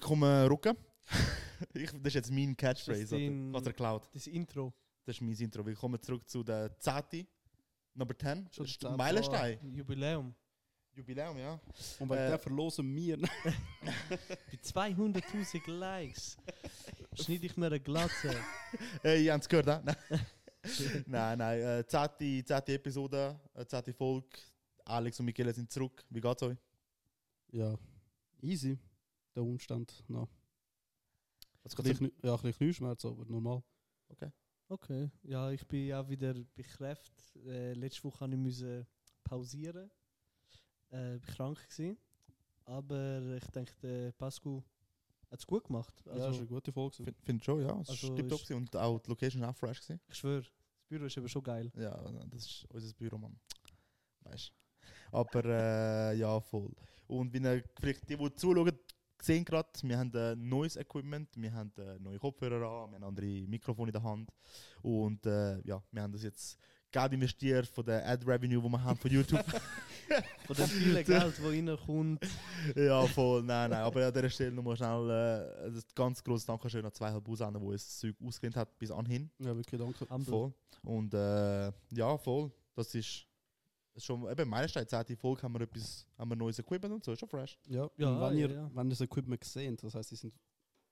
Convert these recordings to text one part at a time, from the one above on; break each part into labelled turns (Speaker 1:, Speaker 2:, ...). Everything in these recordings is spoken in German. Speaker 1: Willkommen Rucken. ich, das ist jetzt mein Catchphrase,
Speaker 2: Das ist dein-
Speaker 1: oder? Was er klaut.
Speaker 2: Das Intro.
Speaker 1: Das ist mein Intro. Willkommen zurück zu der Zati, Number 10.
Speaker 2: Schon
Speaker 1: St-
Speaker 2: zehn
Speaker 1: Meilenstein.
Speaker 2: Jahre Jubiläum.
Speaker 1: Jubiläum, ja.
Speaker 3: Und wegen
Speaker 1: Äh,
Speaker 3: der verlosen wir.
Speaker 2: Bei 200.000 Likes. Schneide ich mir eine Glatze.
Speaker 1: Äh, ihr habt es gehört, ne? Nein, nein. nein äh, Zati, Zati Episode, äh, Zati Folge. Alex und Michele sind zurück. Wie geht's euch?
Speaker 3: Ja, easy. Der Umstand. No.
Speaker 1: Was
Speaker 3: Ein bisschen, ja, ein bisschen Knieschmerz, aber normal.
Speaker 2: Okay. Ja, ich bin auch wieder bei Kräft. Äh, letzte Woche musste ich müssen pausieren. Äh, ich war krank. Gewesen. Aber ich denke, der Pascu hat es gut gemacht.
Speaker 3: ja, ist
Speaker 2: Also,
Speaker 3: eine gute Folge. gewesen.
Speaker 1: Finde schon, ja. Es
Speaker 2: Also
Speaker 1: ist tiptop
Speaker 2: ist-
Speaker 1: gewesen und auch die Location war auch fresh. Gewesen.
Speaker 2: ich schwöre, das Büro ist eben schon geil.
Speaker 1: Ja, das ist unser Büro, Mann. Weißt du? Aber äh, ja, voll. Und wenn ihr vielleicht die, die zuschauen, sehen gerade, wir haben äh, neues Equipment, wir haben äh, neue Kopfhörer an, wir haben andere Mikrofone in der Hand. Und äh, ja, wir haben das jetzt Geld investiert von der Ad-Revenue, die wir haben von YouTube.
Speaker 2: Von dem vielen Geld, das reinkommt.
Speaker 1: ja, voll, nein, nein. Aber an dieser Stelle nochmal schnell äh, ein ganz grosses Dankeschön an zweieinhalb Busen, die uns das Zeug ausgelehnt hat bis anhin.
Speaker 3: Ja, wirklich danke.
Speaker 2: Handel.
Speaker 1: Voll. Und äh, ja, voll. Das ist ist schon eben Meilenstein. Zweite Folge haben wir etwas, haben wir neues Equipment und so, ist schon fresh.
Speaker 3: Ja,
Speaker 2: Ja,
Speaker 3: und wenn,
Speaker 2: ja,
Speaker 3: ihr,
Speaker 2: ja.
Speaker 3: wenn ihr das Equipment seht, das heisst, sie sind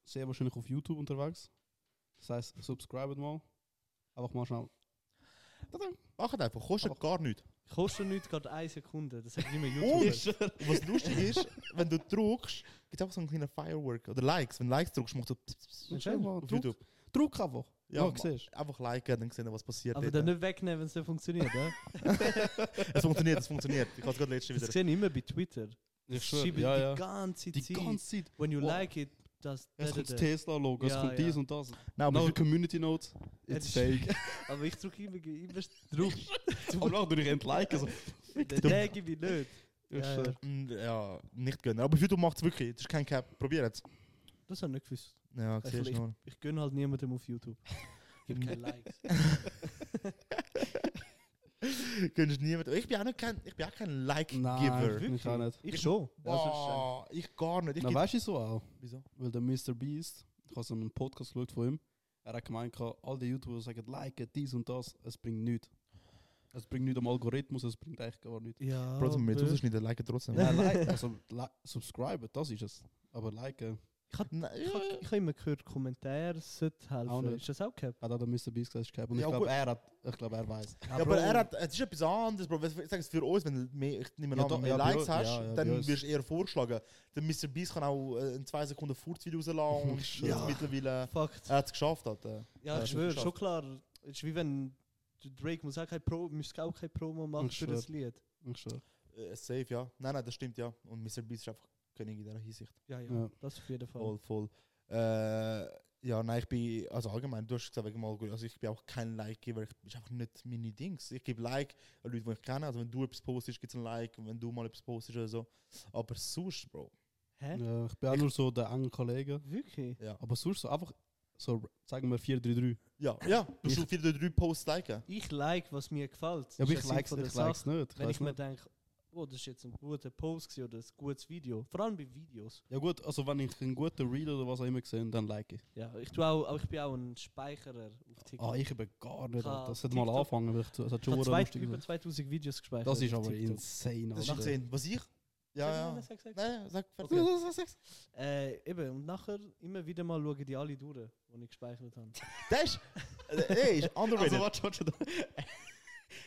Speaker 3: sehr wahrscheinlich auf YouTube unterwegs. Das heisst, subscribet mal. Einfach mal schnell.
Speaker 1: Macht halt einfach, kostet
Speaker 3: Aber-
Speaker 1: gar nichts.
Speaker 2: Kostet nichts, gerade eine Sekunde. Das sagt nicht mehr
Speaker 1: Oh,
Speaker 2: YouTube.
Speaker 1: Und was lustig ist, wenn du drückst, gibt es einfach so einen kleinen Firework oder Likes. Wenn du Likes drückst, machst du pss, pss, pss,
Speaker 3: Und schau mal,
Speaker 1: auf
Speaker 3: Druck,
Speaker 1: YouTube.
Speaker 3: Druck einfach.
Speaker 1: Ja,
Speaker 3: Ja,
Speaker 1: ma-
Speaker 3: siehst
Speaker 1: Einfach liken, dann sehen wir, was passiert.
Speaker 2: Aber
Speaker 1: dort.
Speaker 2: dann nicht wegnehmen, wenn es nicht funktioniert. Ja?
Speaker 1: es funktioniert, es funktioniert. Ich habe es gerade letzte
Speaker 2: Das
Speaker 1: wieder.
Speaker 2: sehe ich immer bei Twitter.
Speaker 3: du. Ich
Speaker 2: Schieben
Speaker 3: ja,
Speaker 2: Dus die
Speaker 3: ja.
Speaker 2: ganze
Speaker 3: Die
Speaker 2: Zeit.
Speaker 3: ganze Zeit.
Speaker 2: When you
Speaker 3: Wow.
Speaker 2: like it, das.
Speaker 3: Es kommt
Speaker 2: da,
Speaker 3: das
Speaker 2: da, da.
Speaker 3: Tesla-Logo, es
Speaker 2: Ja,
Speaker 3: kommt
Speaker 2: ja.
Speaker 3: dies und das.
Speaker 1: Nein, aber
Speaker 3: No
Speaker 1: wir-
Speaker 3: Community Notes.
Speaker 2: Ja,
Speaker 3: It's
Speaker 2: das ist-
Speaker 3: fake.
Speaker 2: Aber ich drücke immer, immer drauf.
Speaker 3: Zum Lachen durch entliken. So.
Speaker 2: Den Tag gebe ich nicht.
Speaker 3: Ich
Speaker 2: Ja,
Speaker 3: schwör.
Speaker 2: ja.
Speaker 1: Mm, ja, nicht gönnen. Aber YouTube macht es wirklich. Das ist kein Cap. Probier es.
Speaker 2: Das habe ich nicht gewusst.
Speaker 1: Ja,
Speaker 2: Ich,
Speaker 1: siehst du
Speaker 2: ich,
Speaker 1: nur.
Speaker 2: ich gönne halt niemandem auf YouTube. Ich habe keine Likes.
Speaker 1: Gönnst niemand. Ich bin auch, nicht kein, ich bin auch kein Like-Giver.
Speaker 3: Nein, ich auch nicht.
Speaker 2: Ich schon.
Speaker 1: Boah, ich gar nicht. Ich
Speaker 3: Na,
Speaker 1: geb-
Speaker 3: weißt du so auch?
Speaker 1: Wieso?
Speaker 3: Weil der Mr. Beast, ich habe so einen Podcast geschaut von ihm, er hat gemeint, gehabt, all die YouTuber sagen, liken, dies und das, es bringt nichts. Es bringt nicht am Algorithmus, es bringt echt gar nichts.
Speaker 2: Ja.
Speaker 1: Bro, wenn wir jetzt
Speaker 2: aber-
Speaker 1: rausschneiden, liken trotzdem.
Speaker 3: Nein, like, also li subscriben, das ist es. Aber äh, liken,
Speaker 1: Nein,
Speaker 2: Ich habe ich hab immer gehört, Kommentare sollten
Speaker 3: Auch
Speaker 2: helfen.
Speaker 3: nicht.
Speaker 2: Ist das auch gehabt?
Speaker 3: hat auch der Mr. Beast gesagt, ist kein. Und
Speaker 1: Ja,
Speaker 3: ich
Speaker 1: gut.
Speaker 3: glaube, er hat, ich glaube, er weiß.
Speaker 1: ja, aber er hat, es ist etwas anderes, Bro. Ich sage es für uns, wenn du mehr, ich nehme
Speaker 3: Ja,
Speaker 1: an,
Speaker 3: doch,
Speaker 1: wenn du mehr
Speaker 3: ja, bei
Speaker 1: Likes
Speaker 3: uns-
Speaker 1: hast,
Speaker 3: ja, ja, bei
Speaker 1: dann
Speaker 3: uns.
Speaker 1: wirst du eher vorgeschlagen. Der Mr. Beast kann auch äh, in zwei Sekunden Furzvideo rauslassen und
Speaker 3: Schon.
Speaker 1: jetzt mittlerweile...
Speaker 2: Fakt.
Speaker 1: Er hat es geschafft, Alter.
Speaker 2: Ja,
Speaker 1: Ja,
Speaker 2: ich schwöre,
Speaker 1: schon.
Speaker 2: schon klar. Es ist wie wenn der Drake muss auch keine, Pro müsste auch keine Promo machen
Speaker 3: Ich
Speaker 2: für das Lied.
Speaker 3: Ich schwör.
Speaker 1: Äh, safe, ja. Nein, nein, das stimmt, ja. Und Mr. Beast ist einfach König in dieser Hinsicht.
Speaker 2: Ja, ja,
Speaker 3: Ja.
Speaker 2: Das auf jeden Fall.
Speaker 1: Voll, voll. Äh, ja, nein, ich bin, also allgemein, du hast gesagt, wegen mal, also ich bin auch kein Like-Giver, ich ist einfach nicht meine Dings. Ich gebe Like an Leute, die ich kenne, also wenn du etwas postest, gibt es ein Like, wenn du mal etwas postest oder so. Aber sonst, Bro,
Speaker 2: Hä?
Speaker 3: Ja, ich bin auch nur so der enge Kollege.
Speaker 2: Wirklich?
Speaker 3: Aber sonst so einfach, so sagen wir 433.
Speaker 1: ja, ja, du
Speaker 3: Ich-
Speaker 1: sollst wieder drei Posts liken.
Speaker 2: Ich like, was mir gefällt.
Speaker 3: Ja,
Speaker 2: Das
Speaker 3: aber ich
Speaker 2: ist der Sinn
Speaker 3: like es
Speaker 2: von der
Speaker 3: nicht. Ich likes nicht. Ich
Speaker 2: Wenn ich
Speaker 3: weiss
Speaker 2: mir
Speaker 3: nicht.
Speaker 2: denke, oh, das ist jetzt ein guter Post gewesen oder ein gutes Video. Vor allem bei Videos.
Speaker 3: Ja gut, also wenn ich einen guten Read oder was auch immer sehe, dann like ich.
Speaker 2: Ja, ich, tue auch, auch- ich bin auch ein Speicherer auf TikTok.
Speaker 3: Ah, ich eben gar nicht.
Speaker 2: Ah,
Speaker 3: Alter. Das hat mal
Speaker 2: TikTok.
Speaker 3: anfangen, weil ich, das hat
Speaker 2: ich
Speaker 3: schon
Speaker 2: habe
Speaker 3: hure
Speaker 2: zwei,
Speaker 3: lustig
Speaker 2: über
Speaker 3: gewesen.
Speaker 2: 2000 Videos gespeichert.
Speaker 3: Das ist
Speaker 2: auf
Speaker 3: aber
Speaker 2: TikTok.
Speaker 3: insane.
Speaker 1: Das ist
Speaker 3: Alter.
Speaker 1: gesehen. Was ich? Ja, ja.
Speaker 2: Sag ich mal, sag, sag.
Speaker 1: Nein, sag fertig.
Speaker 2: Okay.
Speaker 3: Das
Speaker 2: Äh, eben, und nachher immer wieder mal schauen die alle durch, die ich gespeichert habe.
Speaker 1: Das ist, äh, ey, ist underrated.
Speaker 3: Also warte, warte, warte.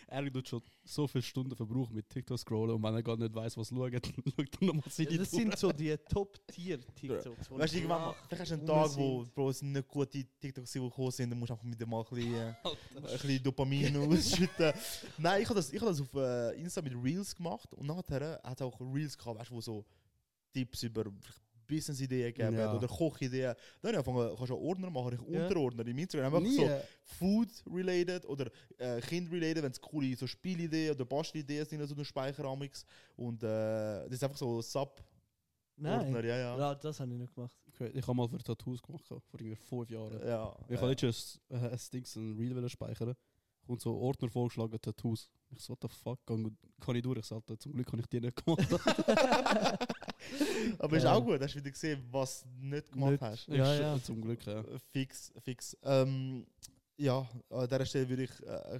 Speaker 3: Er tut schon so viele Stunden Verbrauch mit TikTok scrollen und wenn er gar nicht weiß, was schaut, dann schaut er nochmal seine
Speaker 2: Ja, das
Speaker 3: Tour.
Speaker 2: sind so die Top-Tier-Tiktoks. die
Speaker 1: Weißt du,
Speaker 2: ich
Speaker 1: irgendwann mal,
Speaker 2: mache.
Speaker 1: vielleicht hast du einen
Speaker 2: Ohne
Speaker 1: Tag, wo Bro, es nicht gute TikToks sind, die gekommen sind, dann musst du einfach mit dem mal ein bisschen, äh, ein bisschen Dopamin ausschütten. Nein, ich habe das, ich hab das auf äh, Insta mit Reels gemacht und nachher hat es auch Reels gehabt, weißt du, wo so Tipps über vielleicht Business-Ideen geben
Speaker 3: Ja.
Speaker 1: oder Kochideen. Dann habe ich angefangen, kannst du einen Ordner machen, ich
Speaker 2: Ja.
Speaker 1: Unterordner im Instagram. Einfach
Speaker 3: Nie.
Speaker 1: so Food-related oder äh, Kind-related, wenn es coole so Spielideen oder Bastelideen sind, also du speicher amix. Und äh, das ist einfach so Sub-Ordner,
Speaker 2: Nein,
Speaker 1: ja, ja.
Speaker 2: ja, das habe ich nicht gemacht.
Speaker 3: Okay, Ich habe mal für Tattoos gemacht, vor irgendwie fünf Jahren.
Speaker 1: Ja, äh. ja.
Speaker 2: äh.
Speaker 3: Ich äh, habe letztens ein, äh, ein Ding, ein Reel wollen speichern. kommt so Ordner vorgeschlagen, Tattoos. Ich so, what the fuck, kann, kann ich durch? Ich so, Alter, zum Glück habe ich die nicht gemacht.
Speaker 1: Aber ist
Speaker 2: Geil.
Speaker 1: auch gut, hast du wieder gesehen, was du nicht gemacht
Speaker 2: Nicht.
Speaker 1: hast.
Speaker 2: Ja,
Speaker 3: Ich-
Speaker 2: ja.
Speaker 3: Zum Glück, ja.
Speaker 1: Fix, fix. Ähm, ja, an dieser Stelle würde ich äh,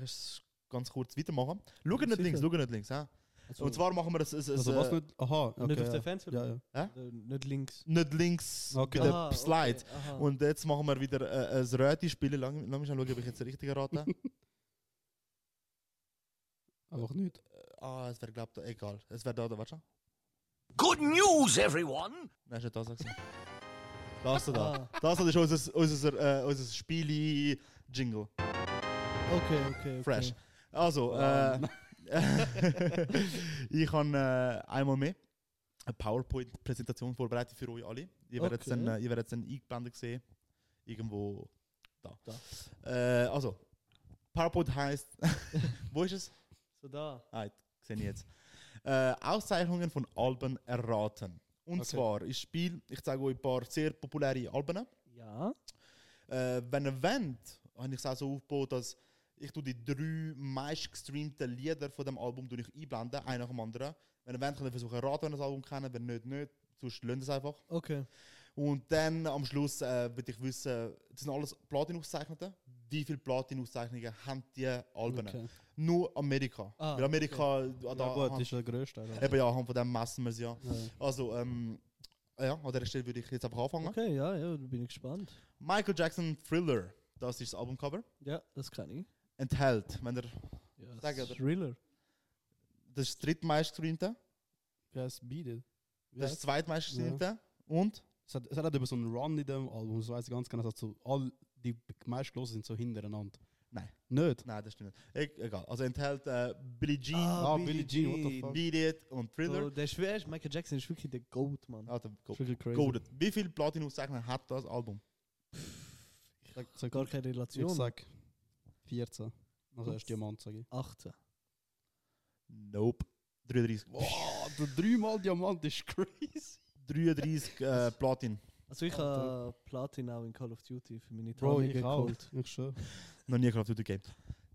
Speaker 1: ganz kurz weitermachen. Schau nicht
Speaker 2: Sicher.
Speaker 1: links, schau nicht links. hä?
Speaker 2: Also,
Speaker 1: Und zwar machen wir das.
Speaker 3: Also was nicht? Aha, okay.
Speaker 2: äh, nicht auf
Speaker 3: ja.
Speaker 2: der Fenster,
Speaker 3: ja, ja.
Speaker 2: äh, nicht links.
Speaker 1: nicht links
Speaker 3: Okay.
Speaker 1: bei der
Speaker 2: Aha, okay,
Speaker 1: Slide.
Speaker 2: aha.
Speaker 1: Und jetzt machen wir wieder äh, ein Röti-Spiel. Lass mich lass mich schnell schauen, ob ich jetzt richtig errate.
Speaker 3: Einfach nicht.
Speaker 1: ah, es wäre, glaube ich, egal. Es wäre da, da, warte schon.
Speaker 4: Good news, everyone!
Speaker 1: Nein, ist nicht das. gewesen. Das da.
Speaker 2: Ah,
Speaker 1: Das da ist unser, unser, äh, unser Spieli-Jingle.
Speaker 2: okay, okay, okay.
Speaker 1: Fresh. Also, äh,
Speaker 3: Ähm,
Speaker 1: ich habe äh, einmal mehr eine PowerPoint-Präsentation vorbereitet für euch alle. Ihr werdet
Speaker 2: Okay.
Speaker 1: es dann, äh, ihr werdet es dann eingeblendet sehen. Irgendwo da.
Speaker 2: Da.
Speaker 1: Äh, also, PowerPoint heißt. wo ist es?
Speaker 2: So da.
Speaker 1: Ah, jetzt sehe ich jetzt. Äh, Auszeichnungen von Alben erraten. Und
Speaker 3: Okay.
Speaker 1: zwar ist Spiel, ich zeige euch ein paar sehr populäre Alben.
Speaker 2: Ja.
Speaker 1: Äh, wenn ihr wollt, habe ich es auch so aufgebaut, dass ich tue die drei meistgestreamten Lieder von dem Album tue ich einblenden, einer nach dem anderen. Wenn ihr wollt, könnt ihr versuchen raten, wenn ihr das Album kennt, wenn nicht, nicht. Sonst lönt es einfach.
Speaker 2: Okay.
Speaker 1: Und dann am Schluss äh, würde ich wissen, das sind alles Platin-Auszeichnete. Wie viele Platin-Auszeichnungen haben die Alben?
Speaker 3: okay.
Speaker 1: Nur Amerika.
Speaker 2: Ah,
Speaker 1: Weil Amerika,
Speaker 3: Ja,
Speaker 1: ah, da
Speaker 3: gut,
Speaker 1: haben-
Speaker 3: das ist der größte. Alter.
Speaker 1: Eben ja, von dem messen wir es ja.
Speaker 3: Ja.
Speaker 1: Also, ähm, ja, an dieser Stelle würde ich jetzt einfach anfangen.
Speaker 2: Okay, ja, ja, da bin ich gespannt.
Speaker 1: Michael Jackson Thriller, das ist das Albumcover,
Speaker 2: Ja, das kann ich.
Speaker 1: enthält, wenn er,
Speaker 2: Ja,
Speaker 1: Sag ja, der-
Speaker 2: Thriller.
Speaker 1: das ist das drittmeist gestreamte,
Speaker 3: Wie heißt Beat It? Wie
Speaker 1: das ist das
Speaker 3: heißt-
Speaker 1: zweitmeist gestreamte und
Speaker 3: Es hat, es hat eben so einen Run in dem Album, das weiß ich ganz genau. Es hat so all die meistgelassen sind so hintereinander.
Speaker 1: Nein.
Speaker 3: Nicht?
Speaker 1: nein, das stimmt nicht. E egal, also enthält äh, Billie Jean,
Speaker 3: Ah, Billie Jean, what the fuck.
Speaker 1: Beat It und Thriller. Oh,
Speaker 2: So, der ist wirklich- Michael Jackson ist wirklich der Goat, Mann.
Speaker 1: Alter, go
Speaker 3: Ist wirklich crazy.
Speaker 1: golden. Wie viele Platin-Auszeichnungen hat das Album?
Speaker 3: Ich sag, sag,
Speaker 2: Gar keine
Speaker 3: ich
Speaker 2: Relation.
Speaker 3: sag 14. Also erst Diamant, sage ich.
Speaker 2: 18.
Speaker 1: Nope. 33.
Speaker 3: Wow, der dreimal Diamant ist crazy.
Speaker 1: 33 äh, Platin.
Speaker 2: Also ich
Speaker 3: Alter.
Speaker 2: habe Platin auch in Call of Duty für meine
Speaker 3: Bro,
Speaker 2: Tarnung
Speaker 3: ich auch.
Speaker 2: geholt.
Speaker 3: Ich schon.
Speaker 1: Noch nie Call of Duty Games.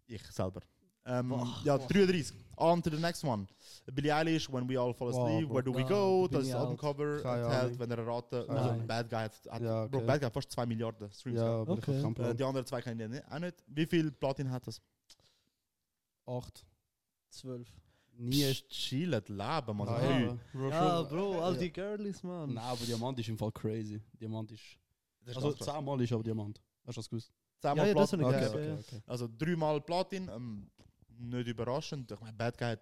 Speaker 1: Ich selber. Ähm,
Speaker 2: Boah.
Speaker 1: ja, 33. On to the next one. Billie Eilish, When We All Fall
Speaker 3: Boah,
Speaker 1: Asleep,
Speaker 3: Bro.
Speaker 1: Where Do We
Speaker 2: Ah,
Speaker 1: Go,
Speaker 2: da bin
Speaker 1: das
Speaker 2: ich
Speaker 1: ist
Speaker 2: out.
Speaker 1: Albumcover,
Speaker 3: Keine
Speaker 1: enthält,
Speaker 3: Ahnung.
Speaker 1: wenn er erraten,
Speaker 3: Keine
Speaker 1: also
Speaker 2: Ahnung.
Speaker 1: Bad Guy hat, hat
Speaker 3: Ja,
Speaker 1: Bro,
Speaker 3: okay.
Speaker 1: Bad Guy hat fast 2 Milliarden Streams.
Speaker 3: Ja, aber ich
Speaker 2: Okay.
Speaker 3: hab keinen
Speaker 1: gehabt. Äh,
Speaker 3: Plan.
Speaker 1: die anderen zwei kann ich nicht, auch nicht. Wie viel Platin hat das?
Speaker 3: 8.
Speaker 2: 12.
Speaker 3: Nie ist.
Speaker 1: Psst, chillet, Leben, Mann.
Speaker 3: Ah,
Speaker 1: Hey,
Speaker 3: ja, Bro,
Speaker 2: Ja,
Speaker 3: schon.
Speaker 2: Bro, all
Speaker 3: Ja.
Speaker 2: die Girlies, Mann.
Speaker 3: Nein, aber Diamant ist im Fall crazy. Diamant ist.
Speaker 1: das ist
Speaker 3: also
Speaker 1: ganz klar.
Speaker 3: zehnmal ist aber Diamant. Hast du das gewusst?
Speaker 1: Zehnmal
Speaker 2: Ja, ja, das
Speaker 1: Platin.
Speaker 2: habe ich
Speaker 1: Okay.
Speaker 2: gesehen.
Speaker 3: okay,
Speaker 2: ja.
Speaker 3: okay.
Speaker 1: Also dreimal Platin, ähm, nicht überraschend. Ich meine, Bad Guy hat,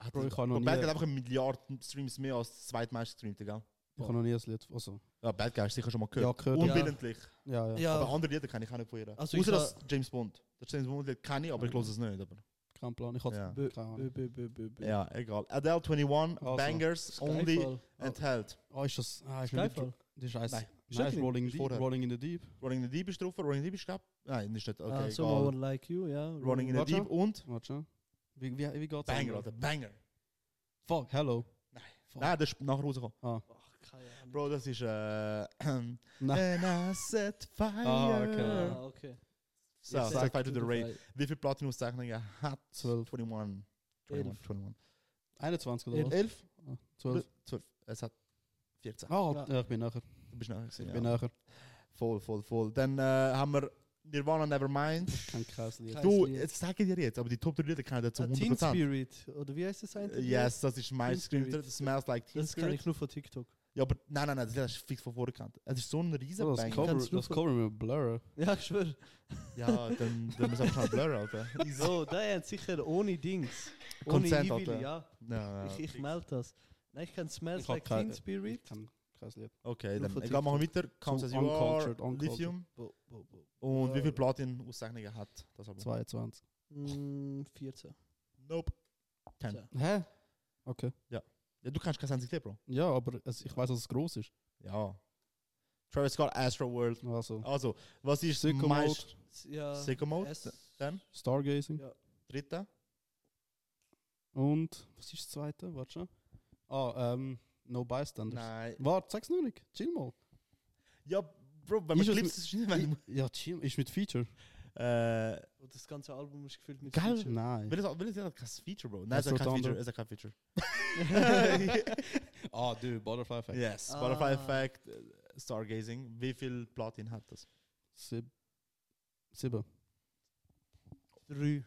Speaker 1: hat,
Speaker 3: Bro, ich habe noch
Speaker 1: Bad
Speaker 3: nie-
Speaker 1: Guy hat einfach eine Milliarde Streams mehr als das zweitmeist gestreamte, gell?
Speaker 3: Ich habe noch nie ein Lied. Also,
Speaker 1: Ja, Bad Guy hast du sicher schon mal
Speaker 3: ja,
Speaker 1: gehört.
Speaker 3: gehört.
Speaker 2: Und- Ja.
Speaker 1: Unwillentlich.
Speaker 3: Ja, ja.
Speaker 2: Ja,
Speaker 1: Aber andere Lieder kenne ich auch nicht von ihr.
Speaker 2: Also
Speaker 1: Außer
Speaker 2: ich
Speaker 1: das James Bond. Das James Bond Lied kenne ich, aber ich höre es nicht. Aber.
Speaker 3: Kein Plan. Ich hatte
Speaker 1: Ja.
Speaker 2: Bö-
Speaker 3: keine Ahnung.
Speaker 2: bö- bö- bö- bö- bö.
Speaker 1: ja, egal. Adele 21,
Speaker 3: Also,
Speaker 1: Bangers, Only,
Speaker 2: Skyfall. Oh.
Speaker 1: Enthält.
Speaker 3: Ah, ist das. Ah, ist mir nicht-
Speaker 2: Skyfall.
Speaker 3: Das ist eins.
Speaker 1: Nein.
Speaker 3: Nein,
Speaker 1: Stimmt
Speaker 3: ist Rolling,
Speaker 1: nicht.
Speaker 3: Deep,
Speaker 1: Vorher.
Speaker 3: Rolling in the Deep.
Speaker 1: Running in the Deep ist drauf. Running in the Deep ist glaub- Nein, ist nicht. Okay,
Speaker 2: ah,
Speaker 1: egal.
Speaker 2: Someone Like You, ja.
Speaker 1: Running in the
Speaker 3: Roger?
Speaker 1: Deep und
Speaker 3: Warte schon. Wie, wie, wie geht's?
Speaker 1: Banger,
Speaker 3: eigentlich?
Speaker 1: Alter. Banger.
Speaker 3: Fuck, hello. Fuck.
Speaker 1: Nein, das ist nachher rausgekommen.
Speaker 2: Ach, keine Ahnung.
Speaker 1: Bro, das ist. Äh, When
Speaker 3: Nein.
Speaker 1: I set fire.
Speaker 3: Ah, okay.
Speaker 2: Ah, okay.
Speaker 1: So,
Speaker 2: Yes,
Speaker 1: set
Speaker 2: yes.
Speaker 1: fire to the rain.
Speaker 2: Right.
Speaker 1: Wie viele Platin-Auszeichnungen hat
Speaker 3: Zwölf.
Speaker 1: 21? 21, 21.
Speaker 3: 21 oder was?
Speaker 1: 11?
Speaker 3: Ah, 12.
Speaker 1: 12. Es hat 14.
Speaker 3: Ah,
Speaker 2: Ja.
Speaker 3: ja. ich bin nachher.
Speaker 1: Du bist nachher
Speaker 3: Ich
Speaker 1: gesehen.
Speaker 3: bin nachher.
Speaker 1: Voll, voll, voll. Dann äh, haben wir Nirvana Nevermind.
Speaker 3: Kein krasses Lied.
Speaker 2: Kein-
Speaker 1: Du,
Speaker 2: Lied.
Speaker 1: jetzt sage dir jetzt, aber die Top 3 Lieder kennen dazu
Speaker 2: Ah, Teen
Speaker 1: 100%.
Speaker 2: Spirit, oder wie heißt das
Speaker 1: Äh,
Speaker 2: eigentlich?
Speaker 1: Yes, das ist mein
Speaker 2: Teen Spirit.
Speaker 1: Screen. Smells like Teen
Speaker 2: Das kann
Speaker 1: Spirit.
Speaker 2: ich nur von TikTok.
Speaker 1: Ja, aber nein, nein, nein, das Lied hast du fix von vorher gekannt. Es ist so ein riesen
Speaker 3: Oh, das
Speaker 1: Banger.
Speaker 3: Cover,
Speaker 2: Kannst du
Speaker 3: das
Speaker 2: von-
Speaker 3: Cover mit Blur.
Speaker 2: Ja, ich schwöre.
Speaker 1: Ja, dann, dann müssen wir es einfach blurren, Alter.
Speaker 2: So, der hat Oh, sicher ohne Dings. Ohne
Speaker 1: Consent,
Speaker 2: Evil,
Speaker 1: Alter.
Speaker 2: ja.
Speaker 1: Ja, ja.
Speaker 2: Ich, ich melde das. Nein, ich kann Smells
Speaker 3: Ich hab
Speaker 2: Like
Speaker 3: keine-
Speaker 2: Teen Spirit.
Speaker 3: Kein krasses Lied.
Speaker 1: Okay,
Speaker 2: Nur
Speaker 1: dann
Speaker 2: von
Speaker 1: egal, machen wir weiter. Comes
Speaker 3: So
Speaker 1: As You Are,
Speaker 3: uncultured, uncultured.
Speaker 1: Lithium. Oh,
Speaker 2: Bo, bo, bo.
Speaker 1: Und wie
Speaker 2: Äh.
Speaker 1: viel Platin-Auszeichnungen hat das Album?
Speaker 3: 22.
Speaker 2: Mm, 14.
Speaker 1: Nope. Kein.
Speaker 2: Tja.
Speaker 3: Hä? Okay.
Speaker 1: Ja, du kannst kein einziges Lied, Bro.
Speaker 3: Ja, aber es, ich weiß, dass es groß ist.
Speaker 1: Ja. Travis Scott, Astro World.
Speaker 3: Also,
Speaker 1: Also, was ist
Speaker 3: Sicko
Speaker 1: meist...
Speaker 2: S- Ja.
Speaker 3: Uh,
Speaker 1: Sicko Mode?
Speaker 2: S-
Speaker 1: Dann?
Speaker 3: Stargazing.
Speaker 2: Ja.
Speaker 1: Dritte?
Speaker 3: Und, was ist das zweite? Warte schon. Ah, ähm, No Bystanders.
Speaker 1: Nein.
Speaker 3: Warte, sag's noch nicht. Chill mal.
Speaker 1: Ja, Bro, wenn man
Speaker 3: Ist es
Speaker 1: Clips ist es nicht, wenn
Speaker 3: Ja, chill. Ist mit Feature.
Speaker 1: Äh,
Speaker 2: Und das ganze Album ist gefüllt mit
Speaker 1: Geil.
Speaker 2: Feature.
Speaker 3: Nein.
Speaker 1: will es, will es ja kein Feature, Bro? Nein,
Speaker 3: Hast
Speaker 1: es ist
Speaker 3: du
Speaker 1: kein
Speaker 3: da
Speaker 1: Feature.
Speaker 3: andere?
Speaker 1: Es ist kein Feature.
Speaker 3: Ah, du, Butterfly Effect.
Speaker 1: yes, Butterfly
Speaker 2: Ah.
Speaker 1: Effect, äh, Stargazing. Wie viel Platin hat das?
Speaker 3: Sieb. Sieben.
Speaker 2: Drei.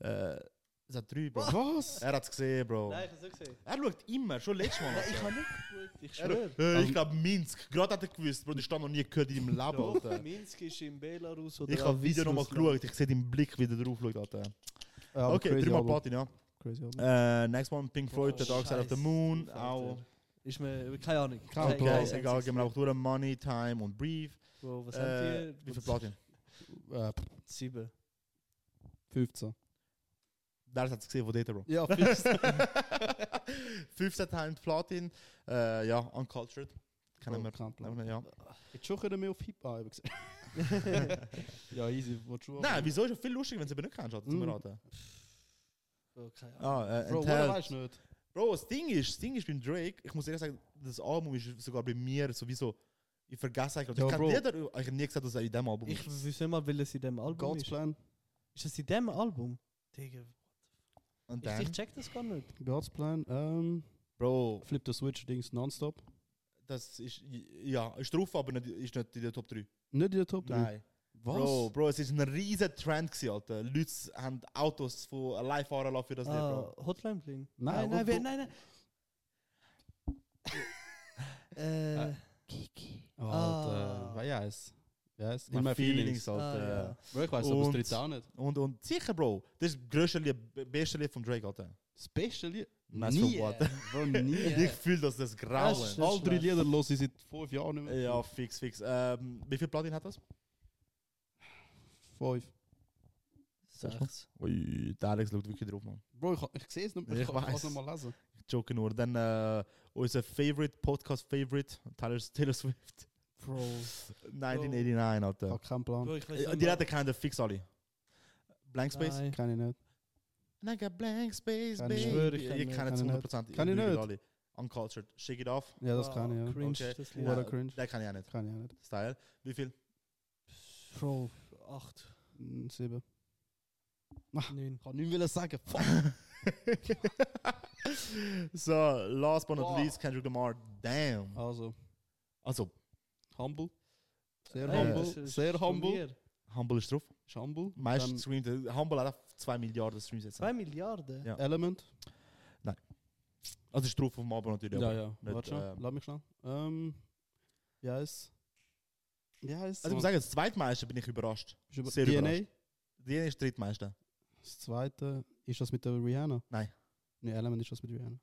Speaker 1: Äh, es hat drei, Bro.
Speaker 3: Was?
Speaker 1: Er hat es gesehen, Bro.
Speaker 2: Nein, ich hab's auch gesehen.
Speaker 1: Er schaut immer, schon letztes Mal.
Speaker 2: Nein, ich
Speaker 1: also.
Speaker 2: habe nicht geguckt, ich
Speaker 1: Er-
Speaker 2: schwöre.
Speaker 1: Äh, ich glaube Minsk. Gerade hat er gewusst, Bro, ich stand noch nie gehört in deinem Leben, Alter.
Speaker 2: Minsk ist in Belarus oder
Speaker 1: Ich habe Video nochmal
Speaker 2: Weißrussland.
Speaker 1: geschaut, ich sehe deinen Blick, wie der drauf schaut, Alter.
Speaker 3: Ja, aber
Speaker 1: Okay,
Speaker 3: crazy
Speaker 1: dreimal
Speaker 3: Album.
Speaker 1: Platin, ja.
Speaker 3: Crazy Album.
Speaker 1: Äh, next one, Pink Floyd,
Speaker 2: Oh,
Speaker 1: The Dark Side of the
Speaker 2: scheiß
Speaker 1: Moon.
Speaker 2: drauf,
Speaker 1: Auch.
Speaker 2: Alter. Ist mir keine Ahnung.
Speaker 3: Kein
Speaker 1: Okay,
Speaker 3: Plan.
Speaker 1: ist egal, gehen wir auch durch. Money, Time und Brief.
Speaker 2: Bro, was
Speaker 1: Äh,
Speaker 2: habt ihr?
Speaker 1: wie viel Platin?
Speaker 3: Äh,
Speaker 2: Sieben.
Speaker 3: 15.
Speaker 1: Der hat es gesehen von dort, Bro.
Speaker 3: Ja,
Speaker 1: 15 Time Platin. Äh, ja, Uncultured. Kennen
Speaker 3: Oh.
Speaker 1: wir. Nehmen wir, ja.
Speaker 3: Jetzt schon können wir auf Hip ah, hab ich gesehen. Ja, easy. Wolltest du
Speaker 1: Nein, wieso ist ja viel lustiger, wenn sie nicht kennst, Alter, zum
Speaker 3: Mhm.
Speaker 1: Raten.
Speaker 2: Bro, keine Ahnung.
Speaker 1: Ah, äh,
Speaker 3: Bro, woher
Speaker 1: Entheld.
Speaker 3: weißt du nicht?
Speaker 1: Bro, das Ding ist, das Ding ist beim Drake, ich muss ehrlich sagen, das Album ist sogar bei mir sowieso. Ich vergesse eigentlich.
Speaker 3: Ja,
Speaker 1: ich kann
Speaker 3: Bro.
Speaker 1: jeder, ich habe nie gesagt, dass er in diesem Album
Speaker 2: Ich
Speaker 1: ist.
Speaker 2: weiß nicht mal, weil es in dem Album
Speaker 3: God's
Speaker 2: ist.
Speaker 3: Plan.
Speaker 2: Ist das in dem Album? Digga,
Speaker 1: Und
Speaker 2: ich, ich
Speaker 1: dann,
Speaker 2: check das gar nicht.
Speaker 3: God's Plan. Ähm,
Speaker 1: Bro,
Speaker 3: Flip the Switch Dings nonstop.
Speaker 1: das ist, ja, ist drauf, aber nicht, ist nicht in der Top 3.
Speaker 3: Nicht in der Top 3.
Speaker 1: Nein.
Speaker 3: Was?
Speaker 1: Bro, Bro, es ist ein riesen Trend gewesen, Alter. Leute haben Autos von allein fahren lassen für das Lied,
Speaker 2: Ah,
Speaker 1: Bro.
Speaker 2: Hotline Bling.
Speaker 3: Nein,
Speaker 2: Ah, nein,
Speaker 3: wo-
Speaker 2: wer- nein, nein. äh, Kiki.
Speaker 3: Oh,
Speaker 2: Ah.
Speaker 3: Alter. Wer heißt? Wer heißt?
Speaker 1: My Feelings, Alter.
Speaker 2: Ah,
Speaker 1: ja.
Speaker 2: ja.
Speaker 3: Bro, ich weiß
Speaker 1: Und-
Speaker 3: aber das dritte auch nicht.
Speaker 1: Und, und sicher, Bro, das ist das grösste Lied, b- beste Lied von Drake, Alter.
Speaker 3: Das beste Lied?
Speaker 1: Nice for
Speaker 3: Nie.
Speaker 1: what?
Speaker 3: Bro, nie.
Speaker 1: Ich fühle das, das
Speaker 2: Das
Speaker 1: Grauen.
Speaker 2: ist-
Speaker 3: All drei
Speaker 2: schlecht.
Speaker 3: Lieder los ich seit fünf Jahren nicht mehr.
Speaker 1: Ja, fix, fix. Ähm, wie viel Platin hat das?
Speaker 3: Fünf.
Speaker 2: Sechs.
Speaker 1: Ui, der Alex schaut wirklich drauf, man.
Speaker 3: Bro, ich, ich sehe es nicht mehr.
Speaker 1: Ich
Speaker 3: Ich, kann- ich kann es
Speaker 1: weiß.
Speaker 3: nicht mal lesen.
Speaker 1: Ich joke nur. Dann äh, unser Favorite, Podcast-Favorite, Taylor, Taylor Swift.
Speaker 2: Bro.
Speaker 1: 1989,
Speaker 3: Ich
Speaker 1: Alter.
Speaker 3: habe keinen Plan.
Speaker 2: Bro, ich weiß
Speaker 1: Äh,
Speaker 2: nicht
Speaker 1: Die
Speaker 2: mal-
Speaker 1: hatten keinen fix alle. Blank Space?
Speaker 2: Nein.
Speaker 3: Kann ich nicht.
Speaker 1: And I got blank space,
Speaker 3: Kann ich
Speaker 1: baby.
Speaker 3: nicht.
Speaker 2: Schwör, ich
Speaker 1: Ihr-
Speaker 2: kann
Speaker 1: Ihr
Speaker 2: nicht.
Speaker 1: kennt
Speaker 3: Kann
Speaker 1: es
Speaker 3: ich
Speaker 1: 100%.
Speaker 3: Kann ich
Speaker 1: Ihr
Speaker 3: nicht.
Speaker 1: mögt alle. Uncultured. Shake it off.
Speaker 3: Ja, das
Speaker 2: Ah,
Speaker 3: kann ich, ja.
Speaker 2: Cringe,
Speaker 1: Okay.
Speaker 2: das Lied.
Speaker 3: Oder
Speaker 1: Ja.
Speaker 3: cringe.
Speaker 1: Den kann ich auch nicht.
Speaker 3: Kann ich auch nicht.
Speaker 1: Style. Wie viel?
Speaker 2: Bro, acht,
Speaker 3: Mm, Sieben.
Speaker 2: neun.
Speaker 3: Ich kann nicht mehr sagen. Fuck.
Speaker 1: so, last but not
Speaker 3: Boah.
Speaker 1: least, Kendrick Lamar. Damn.
Speaker 3: Also,
Speaker 1: Also,
Speaker 3: humble. Sehr
Speaker 1: Hey,
Speaker 3: humble.
Speaker 2: das ist
Speaker 3: sehr
Speaker 2: von
Speaker 3: humble.
Speaker 2: mir.
Speaker 1: Humble ist drauf.
Speaker 3: Ist humble.
Speaker 1: Meist
Speaker 3: Dann
Speaker 1: streamt. äh, Humble hat auch 2 Milliarden Streams jetzt.
Speaker 2: Zwei Milliarden?
Speaker 1: Ja.
Speaker 3: Element.
Speaker 1: Also ist drauf vom Album natürlich.
Speaker 3: Ja,
Speaker 1: aber
Speaker 3: ja.
Speaker 1: nicht,
Speaker 3: Warte schon.
Speaker 1: ähm,
Speaker 3: Lass mich schnell. Ähm, wie heißt Wie heißt
Speaker 1: Also ich muss sagen, das zweitmeiste bin ich überrascht.
Speaker 3: Über
Speaker 1: sehr
Speaker 3: DNA.
Speaker 1: überrascht. Die ist drittmeiste.
Speaker 3: Das zweite. Ist das mit der Rihanna?
Speaker 1: Nein.
Speaker 3: Nee, Element ist das mit Rihanna.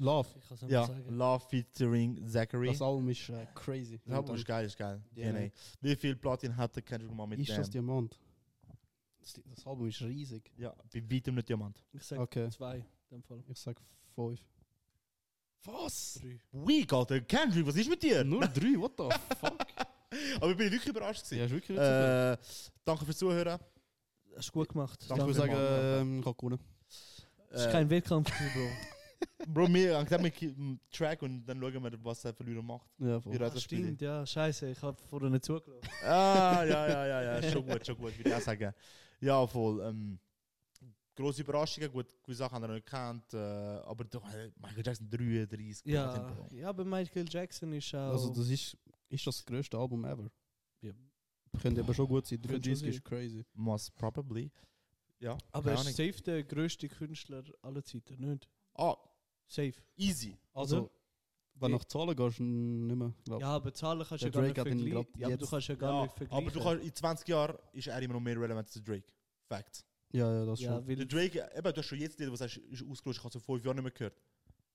Speaker 3: Love.
Speaker 2: Ich kann es nicht
Speaker 1: Ja,
Speaker 2: sagen.
Speaker 1: Love featuring Zachary.
Speaker 3: Das Album ist äh, crazy.
Speaker 1: Das Album ist geil, ist geil.
Speaker 3: DNA.
Speaker 1: DNA. Wie viel Platin hatte Kendrick Lamar mit
Speaker 3: Ist das
Speaker 1: dem?
Speaker 3: Diamant? Das, das Album ist riesig.
Speaker 1: Ja, bei weitem nicht Diamant.
Speaker 2: Ich sag
Speaker 3: Okay.
Speaker 2: zwei, in dem Fall.
Speaker 3: Ich sag fünf. Was?
Speaker 2: Drei.
Speaker 1: Weak, Alter. Kendrick, was ist mit dir?
Speaker 3: Nur drei? What the fuck?
Speaker 1: Aber ich bin wirklich überrascht
Speaker 3: Ja,
Speaker 1: gewesen.
Speaker 3: ist wirklich
Speaker 1: Äh, danke fürs Zuhören.
Speaker 2: Hast du gut gemacht.
Speaker 1: Danke
Speaker 3: Ich
Speaker 1: Danke.
Speaker 3: würde sagen, ähm, ich habe gewonnen.
Speaker 2: Das ist
Speaker 1: Äh,
Speaker 2: kein Wettkampf, eh, Bro.
Speaker 1: Bro, wir haben gesagt, wir kippen den Track und dann schauen wir, was der Verlierer macht.
Speaker 3: Ja,
Speaker 1: Wie
Speaker 3: voll.
Speaker 1: das Spiel.
Speaker 2: Stimmt, ja. Scheiße, ich habe vorher nicht zugelassen.
Speaker 1: Ah, ja, ja, ja, ja, schon gut, schon gut, würde ich auch sagen. Ja, voll. Ähm, grosse Überraschungen, gut, gewisse Sachen haben wir noch nicht gekannt, äh, aber doch, äh, Michael Jackson 33.
Speaker 2: Ja,
Speaker 1: Platin, Bro.
Speaker 2: ja, aber Michael Jackson ist auch.
Speaker 3: Also
Speaker 1: dus-
Speaker 3: das ist, ist das größte Album ever.
Speaker 2: Ja.
Speaker 3: Könnte aber schon gut sein.
Speaker 2: Könnte schon
Speaker 3: 33
Speaker 2: sein.
Speaker 3: ist crazy.
Speaker 1: Most probably. Ja,
Speaker 2: aber er
Speaker 1: keine
Speaker 2: ist
Speaker 1: Ahnung.
Speaker 2: safe der größte Künstler aller Zeiten, nicht?
Speaker 1: Ah,
Speaker 2: Safe.
Speaker 1: easy.
Speaker 3: Also,
Speaker 2: Oder?
Speaker 3: wenn du nach Zahlen gehst, nicht mehr, glaube
Speaker 2: Ja, aber Zahlen kannst du ja
Speaker 3: Der
Speaker 2: gar nicht
Speaker 3: Drake hat ihn
Speaker 2: vergleichen.
Speaker 3: grad
Speaker 2: Ja, aber du
Speaker 3: jetzt-
Speaker 2: kannst ja gar
Speaker 1: Ja,
Speaker 2: nicht vergleichen.
Speaker 1: aber du kannst, in 20 Jahren ist er immer noch mehr relevant als der Drake. Fact.
Speaker 3: ich. Ja, ja, das
Speaker 2: Ja,
Speaker 3: schon.
Speaker 1: Der
Speaker 2: weil
Speaker 1: Drake, eben, du hast schon jetzt Lieder, was hast, ist ausgelöscht, ich habe es vor 5 Jahren nicht mehr gehört.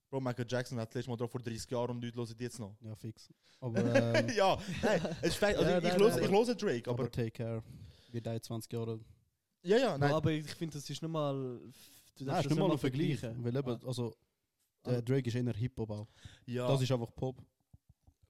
Speaker 1: Bro, Michael Jackson hat das letzte Mal drauf vor 30 Jahren und die Leute hören die jetzt noch.
Speaker 3: Ja, fix. Aber, ähm,
Speaker 1: ja, nein, es ist fact, also
Speaker 2: Ja,
Speaker 1: ich,
Speaker 2: nein,
Speaker 1: ich, höre,
Speaker 2: nein.
Speaker 1: ich höre Drake, aber,
Speaker 3: aber Take Care. Wir da 20 Jahre.
Speaker 1: ja, ja, nein,
Speaker 2: Bro, aber ich finde, das ist nicht mal. Du darfst
Speaker 3: Nein, ist
Speaker 2: das
Speaker 3: nicht mal
Speaker 2: mal
Speaker 3: ein Vergleich. Weil eben,
Speaker 2: Ah.
Speaker 3: also, der Drake ist eher Hip-Hop auch.
Speaker 1: ja,
Speaker 3: Das ist einfach Pop.